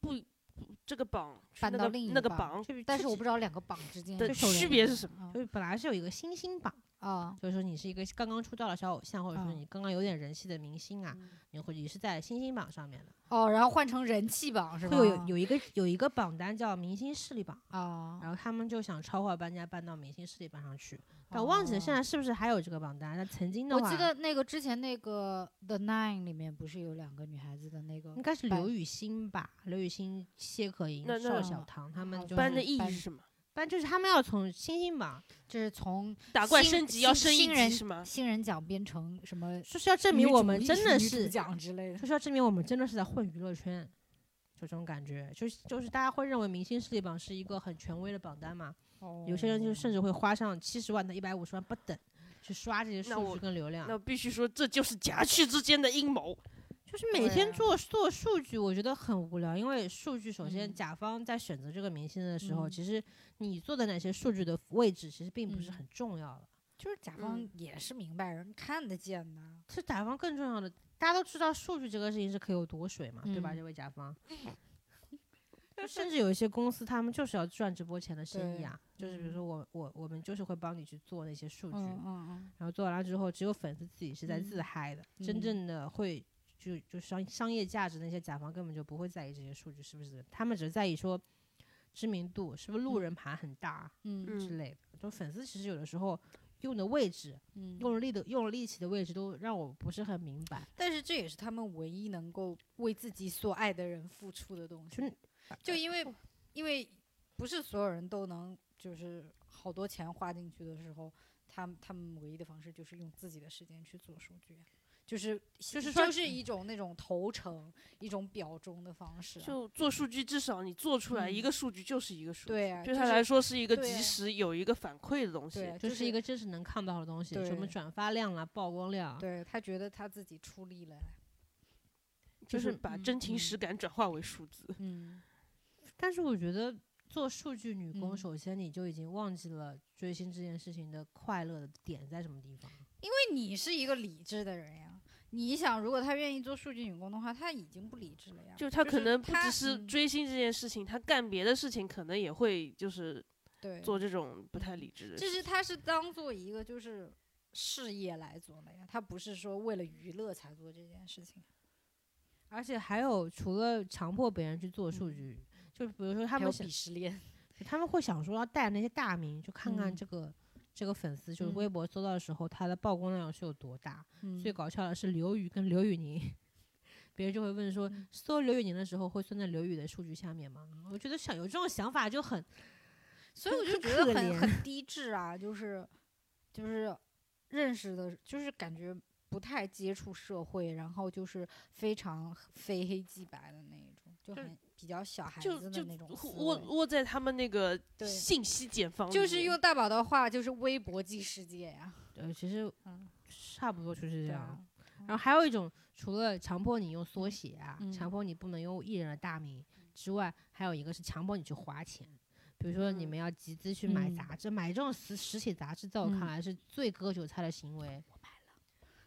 Speaker 4: 不不这个榜去
Speaker 2: 嗯搬
Speaker 4: 那
Speaker 2: 到
Speaker 4: 个
Speaker 2: 另一
Speaker 4: 那
Speaker 2: 个
Speaker 4: 个
Speaker 2: 榜
Speaker 4: 榜
Speaker 1: 就是
Speaker 2: 但
Speaker 1: 自
Speaker 2: 是我
Speaker 1: 己
Speaker 2: 不知道两个榜之间
Speaker 4: 的
Speaker 1: 这种
Speaker 4: 区
Speaker 1: 人
Speaker 4: 别是什么。
Speaker 2: 么
Speaker 1: 就是本来是有一个星星榜。
Speaker 2: 啊
Speaker 1: 就是说你是一个刚刚出道的小偶像，或者说
Speaker 2: 嗯
Speaker 1: 你刚刚有点人气的明星啊，你会也是在星星榜上面的，
Speaker 2: 哦，然后换成人气榜是吧？
Speaker 1: 会有有一个有一个榜单叫明星势力榜，
Speaker 2: 啊，
Speaker 1: 然后他们就想超话搬家搬到明星势力榜上去，但我忘记了现在是不是还有这个榜单？那曾经的
Speaker 2: 哦我
Speaker 1: 话，
Speaker 2: 记得那个之前那个 The Nine 里面不是有两个女孩子的那个
Speaker 1: 应该是
Speaker 2: 搬
Speaker 1: 刘雨昕吧，刘雨昕、谢可寅
Speaker 4: 那、
Speaker 1: 邵
Speaker 4: 那
Speaker 1: 小棠他们
Speaker 2: 好
Speaker 1: 就
Speaker 4: 搬
Speaker 1: 是
Speaker 4: 的意义
Speaker 2: 搬
Speaker 4: 是什么？
Speaker 1: 搬就是他们要从星星榜，
Speaker 2: 就是从
Speaker 4: 打怪
Speaker 2: 新
Speaker 4: 升级要
Speaker 2: 新
Speaker 4: 升一
Speaker 2: 新人
Speaker 4: 级是吗？
Speaker 2: 新人奖变成什么
Speaker 1: 就是要啊证明
Speaker 2: 女
Speaker 1: 我
Speaker 2: 主
Speaker 1: 们
Speaker 2: 力
Speaker 1: 真的
Speaker 2: 女主
Speaker 1: 是
Speaker 2: 奖之类的。
Speaker 1: 就是要证明我们真的是在混娱乐圈，就这种感觉，就是就是大家会认为明星势力榜是一个很权威的榜单嘛，有些人就
Speaker 2: 哦
Speaker 1: 甚至会花上七十万到一百五十万不等去刷这些
Speaker 4: 那
Speaker 1: 数
Speaker 4: 我
Speaker 1: 据跟流量
Speaker 4: 那，必须说这就是夹去之间的阴谋。
Speaker 1: 就是每天
Speaker 2: 对啊
Speaker 1: 做做数据，我觉得很无聊，因为数据首先
Speaker 2: 嗯
Speaker 1: 甲方在选择这个明星的时候，
Speaker 2: 嗯
Speaker 1: 其实你做的那些数据的位置其实并不是
Speaker 2: 嗯
Speaker 1: 很重要的，
Speaker 2: 就是甲方
Speaker 4: 方
Speaker 1: 嗯
Speaker 2: 也是明白人看得见的，
Speaker 1: 是甲方更重要的。大家都知道数据这个事情是可有多水嘛，对吧？
Speaker 2: 嗯
Speaker 1: 这位甲方， 就甚至有一些公司他们就是要赚这波钱的生意
Speaker 2: 对
Speaker 1: 啊，就是比如
Speaker 2: 嗯
Speaker 1: 说我我我们就是会帮你去做那些数据，
Speaker 2: 嗯嗯
Speaker 1: 然后做完了之后，只有粉丝自己是在自
Speaker 2: 嗯
Speaker 1: 嗨的，真
Speaker 2: 嗯
Speaker 1: 正的会就就商商业价值那些甲方根本就不会在意这些数据是不是，他们只在意说知名度是不是路
Speaker 2: 嗯
Speaker 1: 人盘很大啊
Speaker 2: 嗯
Speaker 1: 之
Speaker 4: 嗯，
Speaker 1: 类的，就粉丝其实有的时候。用的位置、
Speaker 2: 嗯嗯。
Speaker 1: 用力的、用力气的位置都让我不是很明白。
Speaker 2: 但是这也是他们唯一能够为自己所爱的人付出的东
Speaker 1: 就
Speaker 2: 西，就因为因为不是所有人都能就是好多钱花进去的时候，他们他们唯一的方式就是用自己的时间去做数据啊。就是
Speaker 1: 就是说
Speaker 2: 就是一种那种投诚，一种表忠的方式啊、
Speaker 4: 就做数据，至少你做出来一
Speaker 2: 嗯
Speaker 4: 个数据就是一个数据，
Speaker 2: 对啊，
Speaker 4: 对
Speaker 2: 就
Speaker 4: 他
Speaker 2: 是
Speaker 4: 来说是一个
Speaker 2: 对啊
Speaker 4: 及时有一个反馈的东西
Speaker 2: 对。啊，
Speaker 1: 就是是一个真实能看到的东西，什么
Speaker 2: 对
Speaker 1: 转发量啦、曝光量啊，
Speaker 2: 对他觉得他自己出力了，
Speaker 4: 就
Speaker 1: 就是
Speaker 4: 是把
Speaker 2: 嗯
Speaker 4: 真情
Speaker 2: 嗯
Speaker 4: 实感转化为数字。
Speaker 2: 嗯，
Speaker 1: 但是我觉得做数据女工，
Speaker 2: 嗯
Speaker 1: 首先你就已经忘记了追星这件事情的快乐的点在什么地方。
Speaker 2: 因为你是一个理智的人呀。你想，如果他愿意做数据女工的话，他已经不理智了呀。
Speaker 4: 就是他
Speaker 2: 就
Speaker 4: 可
Speaker 2: 是
Speaker 4: 能不
Speaker 2: 他
Speaker 4: 只是
Speaker 2: 嗯
Speaker 4: 追星这件事情，他干别的事情可能也会就是
Speaker 2: 对，嗯
Speaker 4: 做这种不太理智的事。
Speaker 2: 就是他是当做一个就是事业来做的呀，他不是说为了娱乐才做这件事情。
Speaker 1: 而且还有，除了强迫别人去做数据，就比如说他
Speaker 2: 还
Speaker 1: 们
Speaker 2: 有
Speaker 1: 想
Speaker 2: 鄙 视链，
Speaker 1: 他们会想说要带那些大名，就看看
Speaker 2: 嗯
Speaker 1: 这个、这个粉丝，就是
Speaker 2: 嗯
Speaker 1: 微博搜到的时候，他的曝光量是有多大。最
Speaker 2: 嗯
Speaker 1: 搞笑的是刘宇跟刘宇宁， 别人就会问
Speaker 2: 嗯
Speaker 1: 说，搜刘宇宁的时候会搜在刘宇的数据下面吗？我觉得想有这种想法就
Speaker 2: 嗯
Speaker 1: 很
Speaker 2: 所以我就
Speaker 1: 很
Speaker 2: 觉得
Speaker 1: 可
Speaker 2: 很
Speaker 1: 怜
Speaker 2: 很低智啊，就是就是认识的，就是感觉不太接触社会，然后就是非常非黑即白的那一种，就
Speaker 4: 就
Speaker 2: 很比较小孩
Speaker 4: 就
Speaker 2: 子的
Speaker 4: 就
Speaker 2: 那种思
Speaker 4: 握
Speaker 2: 维
Speaker 4: 握在他们那个
Speaker 2: 对
Speaker 4: 信息茧房里面，
Speaker 2: 就是用大宝的话，就是微博即世界呀、
Speaker 1: 呃，其实
Speaker 2: 嗯
Speaker 1: 差不多就是
Speaker 2: 对
Speaker 1: 这样。
Speaker 2: 啊，
Speaker 1: 然后还有一种，除了强迫你用缩写啊，
Speaker 2: 嗯
Speaker 1: 强迫你不能用艺人的大名之外，还有一个是强迫你去花钱。比如说，你
Speaker 4: 嗯
Speaker 1: 们要集资去买
Speaker 2: 嗯
Speaker 1: 杂志，买这种实实体杂志，在我看
Speaker 2: 嗯
Speaker 1: 来是最割韭菜的行为。我买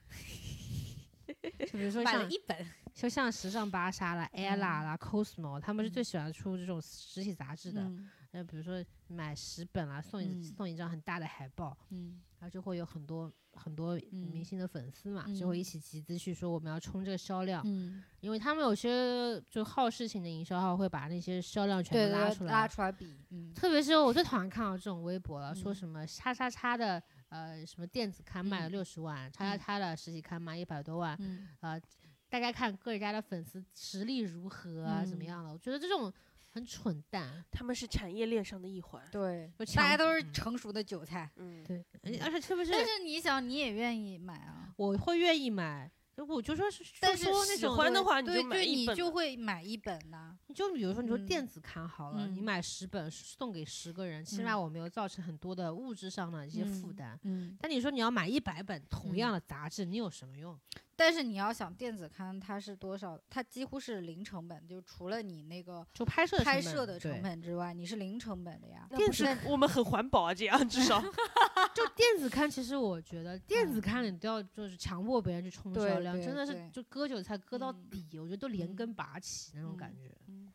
Speaker 1: 了，就比如说
Speaker 2: 买了
Speaker 1: 像
Speaker 2: 一本，
Speaker 1: 就像时尚芭莎啦、ella 啦、cosmo，他们是
Speaker 2: 嗯
Speaker 1: 最喜欢出这种实体杂志的。那、比如说买十本啊，送一、
Speaker 2: 嗯
Speaker 1: 送一张很大的海报，
Speaker 2: 嗯
Speaker 1: 然后就会有很多很多明
Speaker 2: 嗯
Speaker 1: 星的粉丝嘛，就会一
Speaker 2: 嗯
Speaker 1: 起集资去说我们要冲这个销量，
Speaker 2: 嗯。
Speaker 1: 因为他们有些就好事情的营销号会把那些销量全
Speaker 2: 对
Speaker 1: 部
Speaker 2: 对
Speaker 1: 拉
Speaker 2: 对
Speaker 1: 出来。
Speaker 2: 拉出来比， 嗯，
Speaker 1: 特别是我最讨厌看到这种微博了，说
Speaker 2: 嗯
Speaker 1: 什么叉叉叉的呃什么电子刊卖了
Speaker 2: 嗯
Speaker 1: 六十万，叉叉
Speaker 2: 嗯
Speaker 1: 叉的实体刊卖一百多万，
Speaker 2: 嗯
Speaker 1: 呃，大家看各家的粉丝实力如何啊，怎么
Speaker 2: 嗯
Speaker 1: 样了？我觉得这种很蠢蛋，
Speaker 4: 他们是产业链上的一环。
Speaker 2: 对
Speaker 1: 就，
Speaker 2: 大
Speaker 1: 强
Speaker 2: 家都是
Speaker 1: 嗯
Speaker 2: 成熟的韭菜。
Speaker 4: 嗯，
Speaker 1: 对，而且特别是
Speaker 2: 但是你想，你也愿意买啊？
Speaker 1: 我会愿意买，我就说是，
Speaker 2: 但
Speaker 1: 就是说那
Speaker 4: 喜
Speaker 1: 种
Speaker 4: 欢
Speaker 2: 对
Speaker 4: 的话你
Speaker 2: 对，
Speaker 4: 就买一
Speaker 2: 你
Speaker 4: 本
Speaker 2: 就
Speaker 4: 嘛
Speaker 2: 会买一本呐、
Speaker 1: 你就比如说，你说
Speaker 2: 嗯
Speaker 1: 电子刊好了，你
Speaker 2: 嗯
Speaker 1: 买十本送给十个人，起码
Speaker 2: 嗯
Speaker 1: 我没有造成很多的物质上的一些负
Speaker 2: 嗯
Speaker 1: 担。
Speaker 2: 嗯，
Speaker 1: 但你说你要买一百本同
Speaker 2: 嗯
Speaker 1: 样的杂志，你有什么用？
Speaker 2: 但是你要想电子刊它是多少，它几乎是零成本，就除了你那个
Speaker 1: 就拍摄
Speaker 2: 拍
Speaker 1: 成
Speaker 2: 摄
Speaker 1: 本
Speaker 2: 的成
Speaker 1: 对
Speaker 2: 本之外，你是零成本的呀。
Speaker 4: 那不是我们很环保啊，这样至少
Speaker 2: 啊
Speaker 1: 就电子刊，其实我觉得电子刊你都要就是强迫别人去冲
Speaker 2: 嗯对
Speaker 1: 销量，
Speaker 2: 对
Speaker 1: 真的是
Speaker 2: 对
Speaker 1: 就割韭菜割到
Speaker 2: 嗯
Speaker 1: 底，我觉得都连根
Speaker 2: 嗯
Speaker 1: 拔起那种感觉。
Speaker 2: 嗯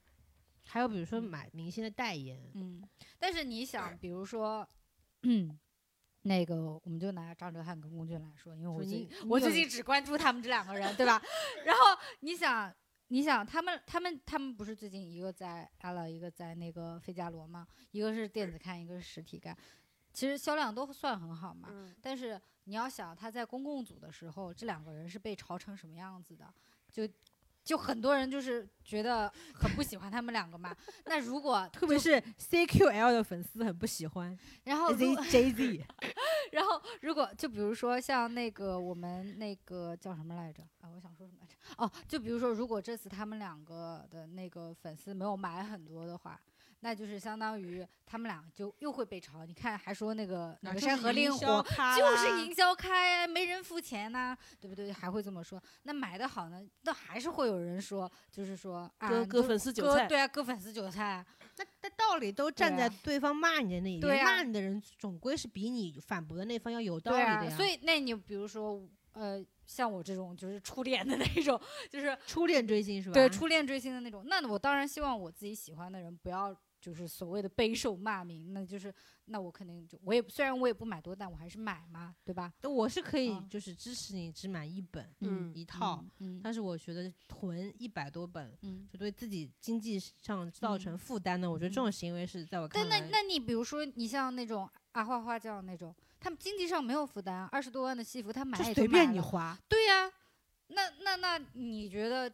Speaker 1: 还有比如说
Speaker 2: 嗯
Speaker 1: 买明星的代言，
Speaker 2: 嗯，但是你想，比如说，嗯。那个，我们就拿张哲瀚跟龚俊来说，因为我
Speaker 1: 就
Speaker 2: 最
Speaker 1: 你
Speaker 2: 近我
Speaker 1: 你
Speaker 2: 最
Speaker 1: 有
Speaker 2: 近只关注他们这两个人，对吧？ 然后你想，你想他们，他们，他们不是最近一个在阿拉，一个在那个费加罗嘛，一个是电子刊，一个是实体刊，其实销量都算很好嘛。
Speaker 4: 嗯
Speaker 2: 但是你要想他在公共组的时候，这两个人是被炒成什么样子的，就就很多人就是觉得很不喜欢他们两个嘛。那如 果
Speaker 1: 特别是 CQL 的粉丝很不喜欢
Speaker 2: 然后如
Speaker 1: Z J Z，
Speaker 2: 然后如果就比如说像那个我们那个叫什么来着啊，我想说什么来着？哦，就比如说如果这次他们两个的那个粉丝没有买很多的话。那就是相当于他们俩就又会被炒，你看还说那个那个山河令火，
Speaker 4: 啊
Speaker 2: 就是营销开，没人付钱呐、对不对？还会这么说。那买的好呢，那还是会有人说，就是说啊，
Speaker 4: 割
Speaker 2: 你
Speaker 4: 割
Speaker 2: 就
Speaker 4: 粉丝韭
Speaker 2: 割
Speaker 4: 菜。
Speaker 2: 对啊，割粉丝韭菜啊。
Speaker 1: 那那道理都站
Speaker 2: 对
Speaker 1: 在
Speaker 2: 啊
Speaker 1: 对方骂你的那一边，
Speaker 2: 对啊
Speaker 1: 骂你的人总归是比你反驳的那方要有道理
Speaker 2: 对
Speaker 1: 的
Speaker 2: 啊，
Speaker 1: 呀。
Speaker 2: 所以那你比如说，呃，像我这种就是初恋的那种，就是
Speaker 1: 初恋追星是吧？
Speaker 2: 对初恋追星的那种，那我当然希望我自己喜欢的人不要就是所谓的备受骂名，那就是那我肯定就我也虽然我也不买多，但我还是买嘛，对吧？
Speaker 1: 但我是可以
Speaker 2: 嗯
Speaker 1: 就是支持你只买一本、
Speaker 4: 嗯
Speaker 1: 一套，，
Speaker 2: 嗯
Speaker 1: 但是我觉得囤一百多本。
Speaker 2: 嗯。
Speaker 1: 就对自己经济上造成
Speaker 2: 嗯
Speaker 1: 负担的，我觉得这
Speaker 2: 嗯
Speaker 1: 种行为是在我
Speaker 2: 但
Speaker 1: 看
Speaker 2: 那
Speaker 1: 来，
Speaker 2: 那你比如说你像那种阿花花这样那种，他们经济上没有负担，啊二十多万的戏服他买
Speaker 1: 就
Speaker 2: 也
Speaker 1: 随
Speaker 2: 就买
Speaker 1: 便你
Speaker 2: 了
Speaker 1: 花，
Speaker 2: 对呀、那那那你觉得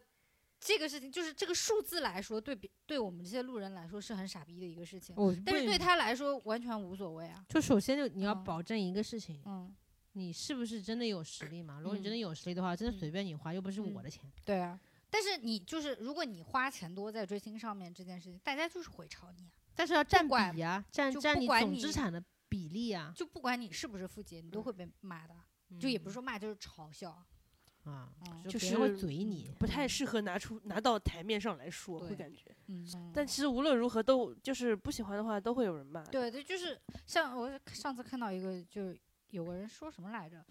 Speaker 2: 这个事情，就是这个数字来说，对比对我们这些路人来说是很傻逼的一个事情，
Speaker 1: 我
Speaker 2: 但是
Speaker 1: 不
Speaker 2: 对他来说完全无所谓啊。
Speaker 1: 就首先就你要
Speaker 2: 嗯
Speaker 1: 保证一个事情，
Speaker 2: 嗯，
Speaker 1: 你是不是真的有实力嘛？如果你真
Speaker 2: 嗯
Speaker 1: 的有实力的话，真的
Speaker 2: 嗯
Speaker 1: 随便你花，又不是我
Speaker 2: 嗯
Speaker 1: 的钱。
Speaker 2: 对啊。但是你就是，如果你花钱多在追星上面这件事情，大家就是会炒你啊，
Speaker 1: 但是要占
Speaker 2: 管
Speaker 1: 比啊，占
Speaker 2: 就
Speaker 1: 占
Speaker 2: 不
Speaker 1: 你
Speaker 2: 管
Speaker 1: 总
Speaker 2: 你
Speaker 1: 资产的比例啊，
Speaker 2: 就不管你是不是富姐，你都会被骂的，啊就也不是说骂，就是嘲笑。
Speaker 1: 嗯啊，
Speaker 2: 嗯
Speaker 1: 就
Speaker 4: 就
Speaker 1: 别人会
Speaker 4: 是
Speaker 1: 嘴你。
Speaker 4: 不太适合拿出拿到台面上来说，会
Speaker 1: 对
Speaker 4: 感觉。
Speaker 2: 嗯，
Speaker 4: 但其实无论如何都就是不喜欢的话，都会有人骂。，
Speaker 2: 对对，就是像我上次看到一个，就是有个人说什么来着，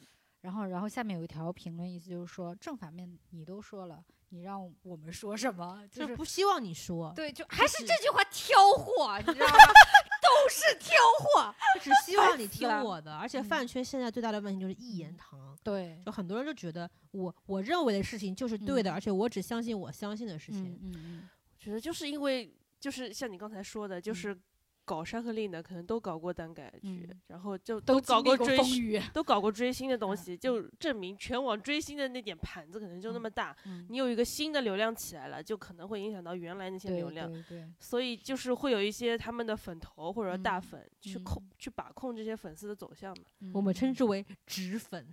Speaker 2: 然后然后下面有一条评论，意思就是说正反面你都说了，你让我们说什么？就
Speaker 1: 就是不希望你说，
Speaker 2: 对，就还是
Speaker 1: 是
Speaker 2: 这句话挑货，你知道吗？都是挑货。
Speaker 1: 只希望你听
Speaker 2: 了
Speaker 1: 我的。而且
Speaker 2: 嗯
Speaker 1: 饭圈现在最大的问题就是一言堂，
Speaker 2: 对，
Speaker 1: 有很多人就觉得我我认为的事情就是对的，
Speaker 2: 嗯
Speaker 1: 而且我只相信我相信的事情。
Speaker 2: 嗯嗯
Speaker 4: 觉得就是因为就是像你刚才说的，
Speaker 2: 嗯
Speaker 4: 就是搞山河令的可能都搞过耽改剧，
Speaker 2: 嗯
Speaker 4: 然后就
Speaker 2: 都
Speaker 4: 搞
Speaker 2: 经历
Speaker 4: 过
Speaker 2: 过
Speaker 4: 追
Speaker 2: 风
Speaker 4: 星
Speaker 2: 雨。
Speaker 4: 都搞过追星的东
Speaker 2: 嗯
Speaker 4: 西，就证明全网追星的那点盘子可能就那
Speaker 2: 嗯
Speaker 4: 么大。
Speaker 2: 嗯，
Speaker 4: 你有一个新的流量起来了，就可能会影响到原来那些
Speaker 2: 对
Speaker 4: 流量，
Speaker 2: 对对，
Speaker 4: 所以就是会有一些他们的粉头或者大
Speaker 2: 嗯
Speaker 4: 粉去控、去把控这些粉丝的走向嘛。
Speaker 1: 我们称
Speaker 2: 嗯
Speaker 1: 之为纸粉，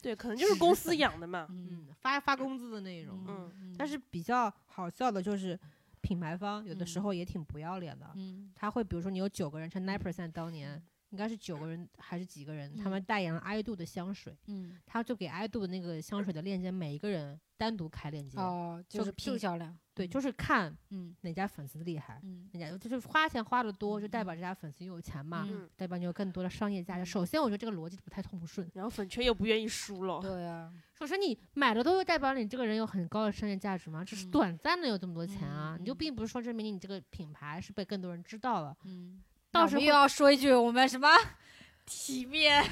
Speaker 4: 对，可能就是公司养的嘛。
Speaker 2: 嗯
Speaker 1: 嗯，发发工资的那种。
Speaker 4: 嗯
Speaker 2: 嗯，
Speaker 1: 但是比较好笑的就是，品牌方有的时
Speaker 2: 嗯
Speaker 1: 候也挺不要脸的，
Speaker 2: 嗯
Speaker 1: 他会比如说你有九个人，像 Nine Percent 当年应该是九个人还是几个人，他
Speaker 2: 嗯
Speaker 1: 们代言了 i d o 的香水，
Speaker 2: 嗯
Speaker 1: 他就给 i d o 的那个香水的链接每一个人单独开链接，
Speaker 2: 哦，就
Speaker 1: 就是是
Speaker 2: 拼
Speaker 1: 就
Speaker 2: 销量，
Speaker 1: 对，
Speaker 2: 嗯
Speaker 1: 就是看
Speaker 2: 嗯
Speaker 1: 哪家粉丝厉害，
Speaker 2: 嗯
Speaker 1: 哪家就是花钱花的多，就代表
Speaker 2: 嗯
Speaker 1: 这家粉丝有钱嘛，
Speaker 2: 嗯
Speaker 1: 代表你有更多的商业价值。
Speaker 2: 嗯
Speaker 1: 首先，我觉得这个逻辑不太通顺。
Speaker 4: 然后粉圈又不愿意 输了，
Speaker 2: 对啊，
Speaker 1: 首先，你买的东西代表你这个人有很高的商业价值吗？只是
Speaker 2: 嗯
Speaker 1: 短暂的有这么多钱啊，
Speaker 2: 嗯
Speaker 1: 你就
Speaker 2: 嗯
Speaker 1: 并不是说证明你这个品牌是被更多人知道了。
Speaker 2: 嗯，
Speaker 1: 到
Speaker 2: 那我
Speaker 1: 时
Speaker 2: 们
Speaker 1: 候
Speaker 2: 又要说一句我们什么 体面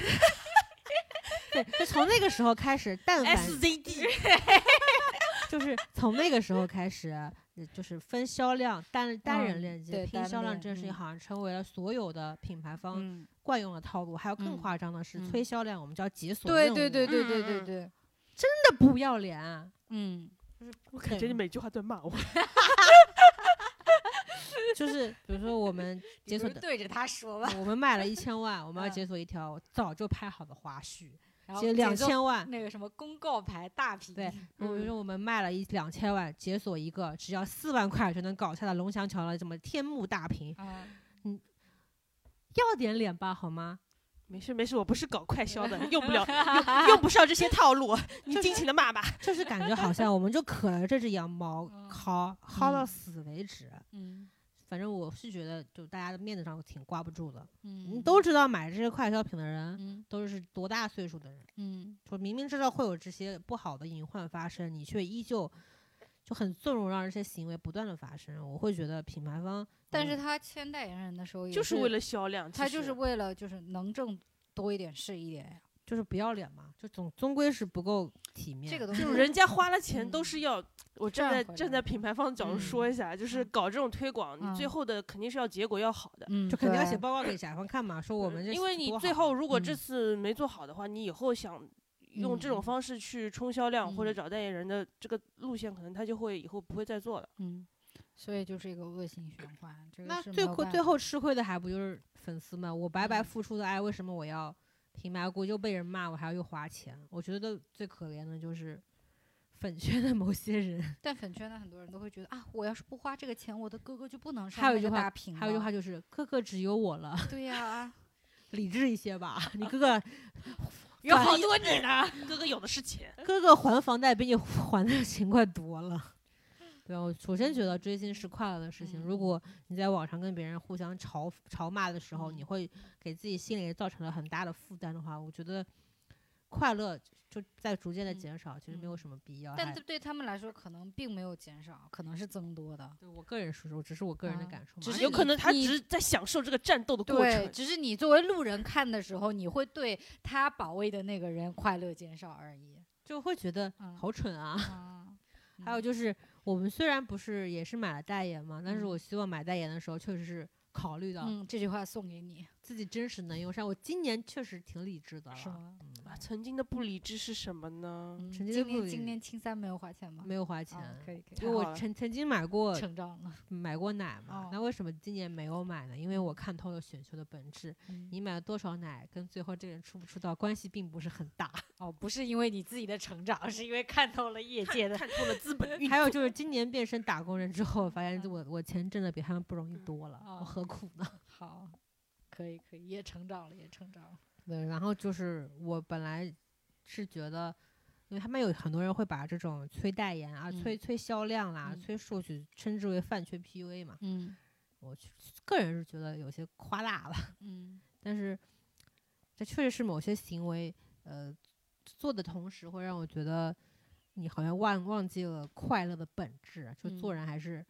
Speaker 1: 对，就从那个时候开始，但凡
Speaker 2: SZD，
Speaker 1: 就是从那个时候开始，呃就是分销量单单人
Speaker 2: 嗯
Speaker 1: 链接、
Speaker 2: 对
Speaker 1: 拼
Speaker 2: 单
Speaker 1: 销量
Speaker 2: 链
Speaker 1: 这件事情，
Speaker 2: 嗯
Speaker 1: 好像成为了所有的品牌方
Speaker 2: 嗯，
Speaker 1: 惯用的套路。还有更
Speaker 2: 嗯
Speaker 1: 夸张的是，
Speaker 2: 嗯
Speaker 1: 催销量我们叫解锁
Speaker 2: 对
Speaker 1: 任
Speaker 2: 对
Speaker 1: 务啊
Speaker 2: 对对对
Speaker 4: 嗯
Speaker 2: 对
Speaker 4: 嗯
Speaker 2: 对，
Speaker 1: 真的不要脸啊，
Speaker 2: 嗯，
Speaker 4: 我感觉你每句话都在骂我。
Speaker 1: 就是比如说我们解锁的。
Speaker 2: 对着他说吧，
Speaker 1: 我们卖了一千万，我们要
Speaker 2: 嗯
Speaker 1: 解锁一条早就拍好的花絮，
Speaker 2: 然后
Speaker 1: 解两千万。
Speaker 2: 那个什么公告牌大屏，
Speaker 1: 对，我
Speaker 4: 嗯
Speaker 1: 们说我们卖了一两千万，解锁一个只要四万块就能搞下的龙翔桥的什么天幕大屏，
Speaker 2: 啊，
Speaker 1: 要点脸吧好吗？
Speaker 4: 没事没事，我不是搞快销的，用不了，用用不上这些套路， 你尽情的骂吧。
Speaker 1: 就是感觉好像我们就渴了这只羊毛
Speaker 2: 嗯，
Speaker 1: 薅薅到
Speaker 2: 嗯
Speaker 1: 死为止。
Speaker 2: 嗯
Speaker 1: 反正我是觉得，就大家的面子上挺挂不住的。你
Speaker 2: 嗯，
Speaker 1: 都知道买这些快消品的人
Speaker 2: 嗯
Speaker 1: 都是多大岁数的人，
Speaker 2: 嗯
Speaker 1: 就明明知道会有这些不好的隐患发生，你却依旧就很纵容让这些行为不断的发生。我会觉得品牌方，
Speaker 2: 但
Speaker 1: 嗯
Speaker 2: 是他签代言人的时候也
Speaker 4: 就是是为了销量，
Speaker 2: 他
Speaker 4: 其
Speaker 2: 就是
Speaker 4: 实
Speaker 2: 为了就是能挣多一点是一点呀，
Speaker 1: 就是不要脸嘛，就总终归是不够体面。
Speaker 2: 这个东西
Speaker 4: 就是人家花了钱都
Speaker 2: 嗯
Speaker 4: 是要，我
Speaker 2: 赚
Speaker 4: 站在
Speaker 2: 回来
Speaker 4: 站在品牌方的角度
Speaker 1: 嗯
Speaker 4: 说一下，就是
Speaker 2: 嗯
Speaker 4: 搞这种推广，你最
Speaker 2: 嗯
Speaker 4: 后的肯定是要结果要好的。
Speaker 2: 嗯，
Speaker 1: 就肯定要
Speaker 2: 对
Speaker 1: 写报告给甲方看嘛，说我们这
Speaker 4: 嗯因为你
Speaker 1: 多
Speaker 4: 最
Speaker 1: 好
Speaker 4: 后如果这
Speaker 2: 嗯
Speaker 4: 次没做好的话，你以后想用
Speaker 2: 嗯
Speaker 4: 这种方式去冲销量或者
Speaker 2: 嗯
Speaker 4: 找代言人的这个路线，可能他就会以后不会再做了。
Speaker 2: 嗯，所以就是一个恶性循环，这个
Speaker 1: 那
Speaker 2: 是
Speaker 1: 最
Speaker 2: 没有
Speaker 1: 后
Speaker 2: 办
Speaker 1: 最
Speaker 2: 法
Speaker 1: 后吃亏的还不就是粉丝吗？我白白
Speaker 2: 嗯
Speaker 1: 付出的爱，为什么我要平白无故又被人骂，我还要又花钱？我觉得最可怜的就是粉圈的某些人。
Speaker 2: 但粉圈的很多人都会觉得啊，我要是不花这个钱，我的哥哥就不能上
Speaker 1: 还有
Speaker 2: 那
Speaker 1: 一
Speaker 2: 个
Speaker 1: 句话
Speaker 2: 大屏
Speaker 1: 还有一句
Speaker 2: 了
Speaker 1: 话，就是哥哥只有我了，
Speaker 2: 对呀、
Speaker 1: 理智一些吧。你 哥哥
Speaker 2: 有
Speaker 1: 反
Speaker 2: 好
Speaker 1: 应
Speaker 2: 多你呢，
Speaker 4: 哥哥有的是钱， 啊
Speaker 1: 哥哥还房贷比你还的勤快多了。对啊，我首先觉得追星是快乐的事情。如
Speaker 2: 嗯
Speaker 1: 果你在网上跟别人互相嘲嘲骂的时候，你
Speaker 2: 嗯
Speaker 1: 会给自己心里造成了很大的负担的话，我觉得快乐就在逐渐的
Speaker 2: 嗯
Speaker 1: 减少，其实没有什么必要。
Speaker 2: 但
Speaker 1: 还
Speaker 2: 对对他们来说可能并没有减少，可能是增多的。
Speaker 1: 对我个人说说，只是我个人的
Speaker 2: 啊
Speaker 1: 感受嘛。
Speaker 2: 只
Speaker 1: 而
Speaker 2: 是
Speaker 1: 且
Speaker 4: 有可
Speaker 2: 你
Speaker 4: 能他
Speaker 2: 你
Speaker 4: 只是在享受这个战斗的过
Speaker 2: 对，
Speaker 4: 程。
Speaker 2: 只是你作为路人看的时候，你会对他保卫的那个人快乐减少而已。
Speaker 1: 就会觉得
Speaker 2: 嗯
Speaker 1: 好蠢啊。
Speaker 2: 啊，
Speaker 1: 还有就是，我们虽然不是也是买了代言嘛，但是
Speaker 2: 嗯
Speaker 1: 我希望买代言的时候确实是考虑到
Speaker 2: 嗯，这句话送给你，
Speaker 1: 自己真实能用上。我今年确实挺理智的了，
Speaker 2: 是吗？
Speaker 1: 嗯
Speaker 4: 啊，曾经的不理智是什么呢？
Speaker 2: 嗯
Speaker 1: 成绩
Speaker 2: 今
Speaker 1: 不
Speaker 2: 年
Speaker 1: 理
Speaker 2: 今年青三没有花钱吗？
Speaker 1: 没有花
Speaker 2: 啊
Speaker 1: 钱，
Speaker 2: 可以可以，
Speaker 1: 因为
Speaker 4: 太
Speaker 1: 我
Speaker 4: 好了
Speaker 1: 曾曾经买过
Speaker 2: 成长了。
Speaker 1: 买过奶嘛，
Speaker 2: 哦
Speaker 1: 那为什么今年没有买呢？因为我看透了选秀的本质，
Speaker 2: 嗯
Speaker 1: 你买了多少奶跟最后这个人出不出道关系并不是很 大。
Speaker 2: 哦，不是因为你自己的成长，是因为看透了业界的。
Speaker 4: 看透了资本运
Speaker 1: 还有就是今年变身打工人之后，发现
Speaker 2: 嗯
Speaker 1: 我我钱挣的比他们不容易多了，
Speaker 2: 哦
Speaker 1: 我何苦呢？
Speaker 2: 好，可以可以，也成长了，也成长了。
Speaker 1: 对，然后就是我本来是觉得。因为他们有很多人会把这种催代言啊、
Speaker 2: 嗯
Speaker 1: 催催销量啦、
Speaker 2: 嗯
Speaker 1: 催数据，称之为饭圈 PUA 嘛。
Speaker 2: 嗯
Speaker 1: 我去个人是觉得有些夸大了。
Speaker 2: 嗯
Speaker 1: 但是这确实是某些行为，呃，做的同时，会让我觉得你好像忘忘记了快乐的本质，啊就做人还是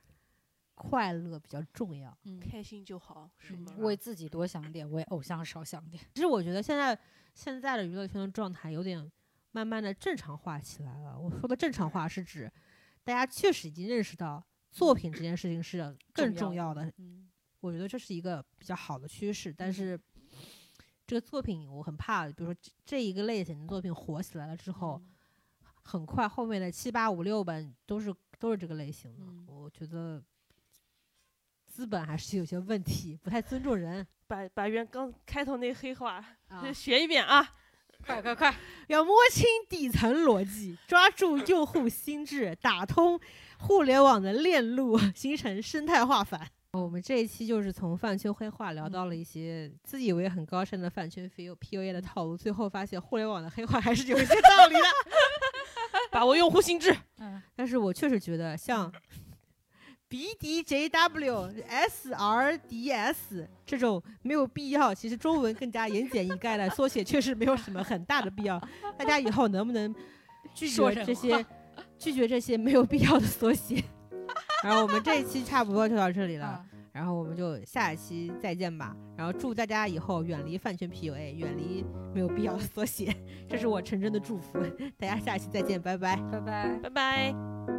Speaker 1: 快乐比较重要。
Speaker 2: 嗯，
Speaker 4: 开心就好，是
Speaker 2: 嗯
Speaker 4: 吗？
Speaker 2: 为自己多想点，为偶像少想点。
Speaker 1: 其实我觉得现在现在的娱乐圈的状态有点慢慢的正常化起来了。我说的正常化是指大家确实已经认识到作品这件事情是更重要的，嗯
Speaker 2: 嗯
Speaker 1: 我觉得这是一个比较好的趋势。但是这个作品我很怕，比如说这这一个类型的作品火起来了之后，很快后面的七八五六本都是都是这个类型的。
Speaker 2: 嗯
Speaker 1: 我觉得资本还是有些问题，不太尊重人。
Speaker 4: 把把原刚开头那黑话
Speaker 2: 啊，
Speaker 4: 学一遍啊！
Speaker 2: 快快 快！
Speaker 1: 要摸清底层逻辑，抓住用户心智，打通互联网的链路，形成生态化反。嗯我们这一期就是从饭圈黑化聊到了一些自以为很高深的饭圈 PU PUA 的套路，最后发现互联网的黑化还是有一些道理的。
Speaker 4: 把握用户心智，
Speaker 2: 嗯，
Speaker 1: 但是我确实觉得像 BDJW、SRDS 这种没有必要，其实中文更加言简意赅的缩写，确实没有什么很大的必要。大家以后能不能拒
Speaker 2: 说
Speaker 1: 绝
Speaker 2: 人
Speaker 1: 这些拒绝这些没有必要的缩写？然后我们这一期差不多就到这里了，
Speaker 2: 啊
Speaker 1: 然后我们就下一期再见吧。然后祝大家以后远离饭圈 PUA，远离没有必要的缩写，这是我诚挚的祝福。大家下期再见，拜拜。
Speaker 2: 拜拜。
Speaker 4: 拜拜。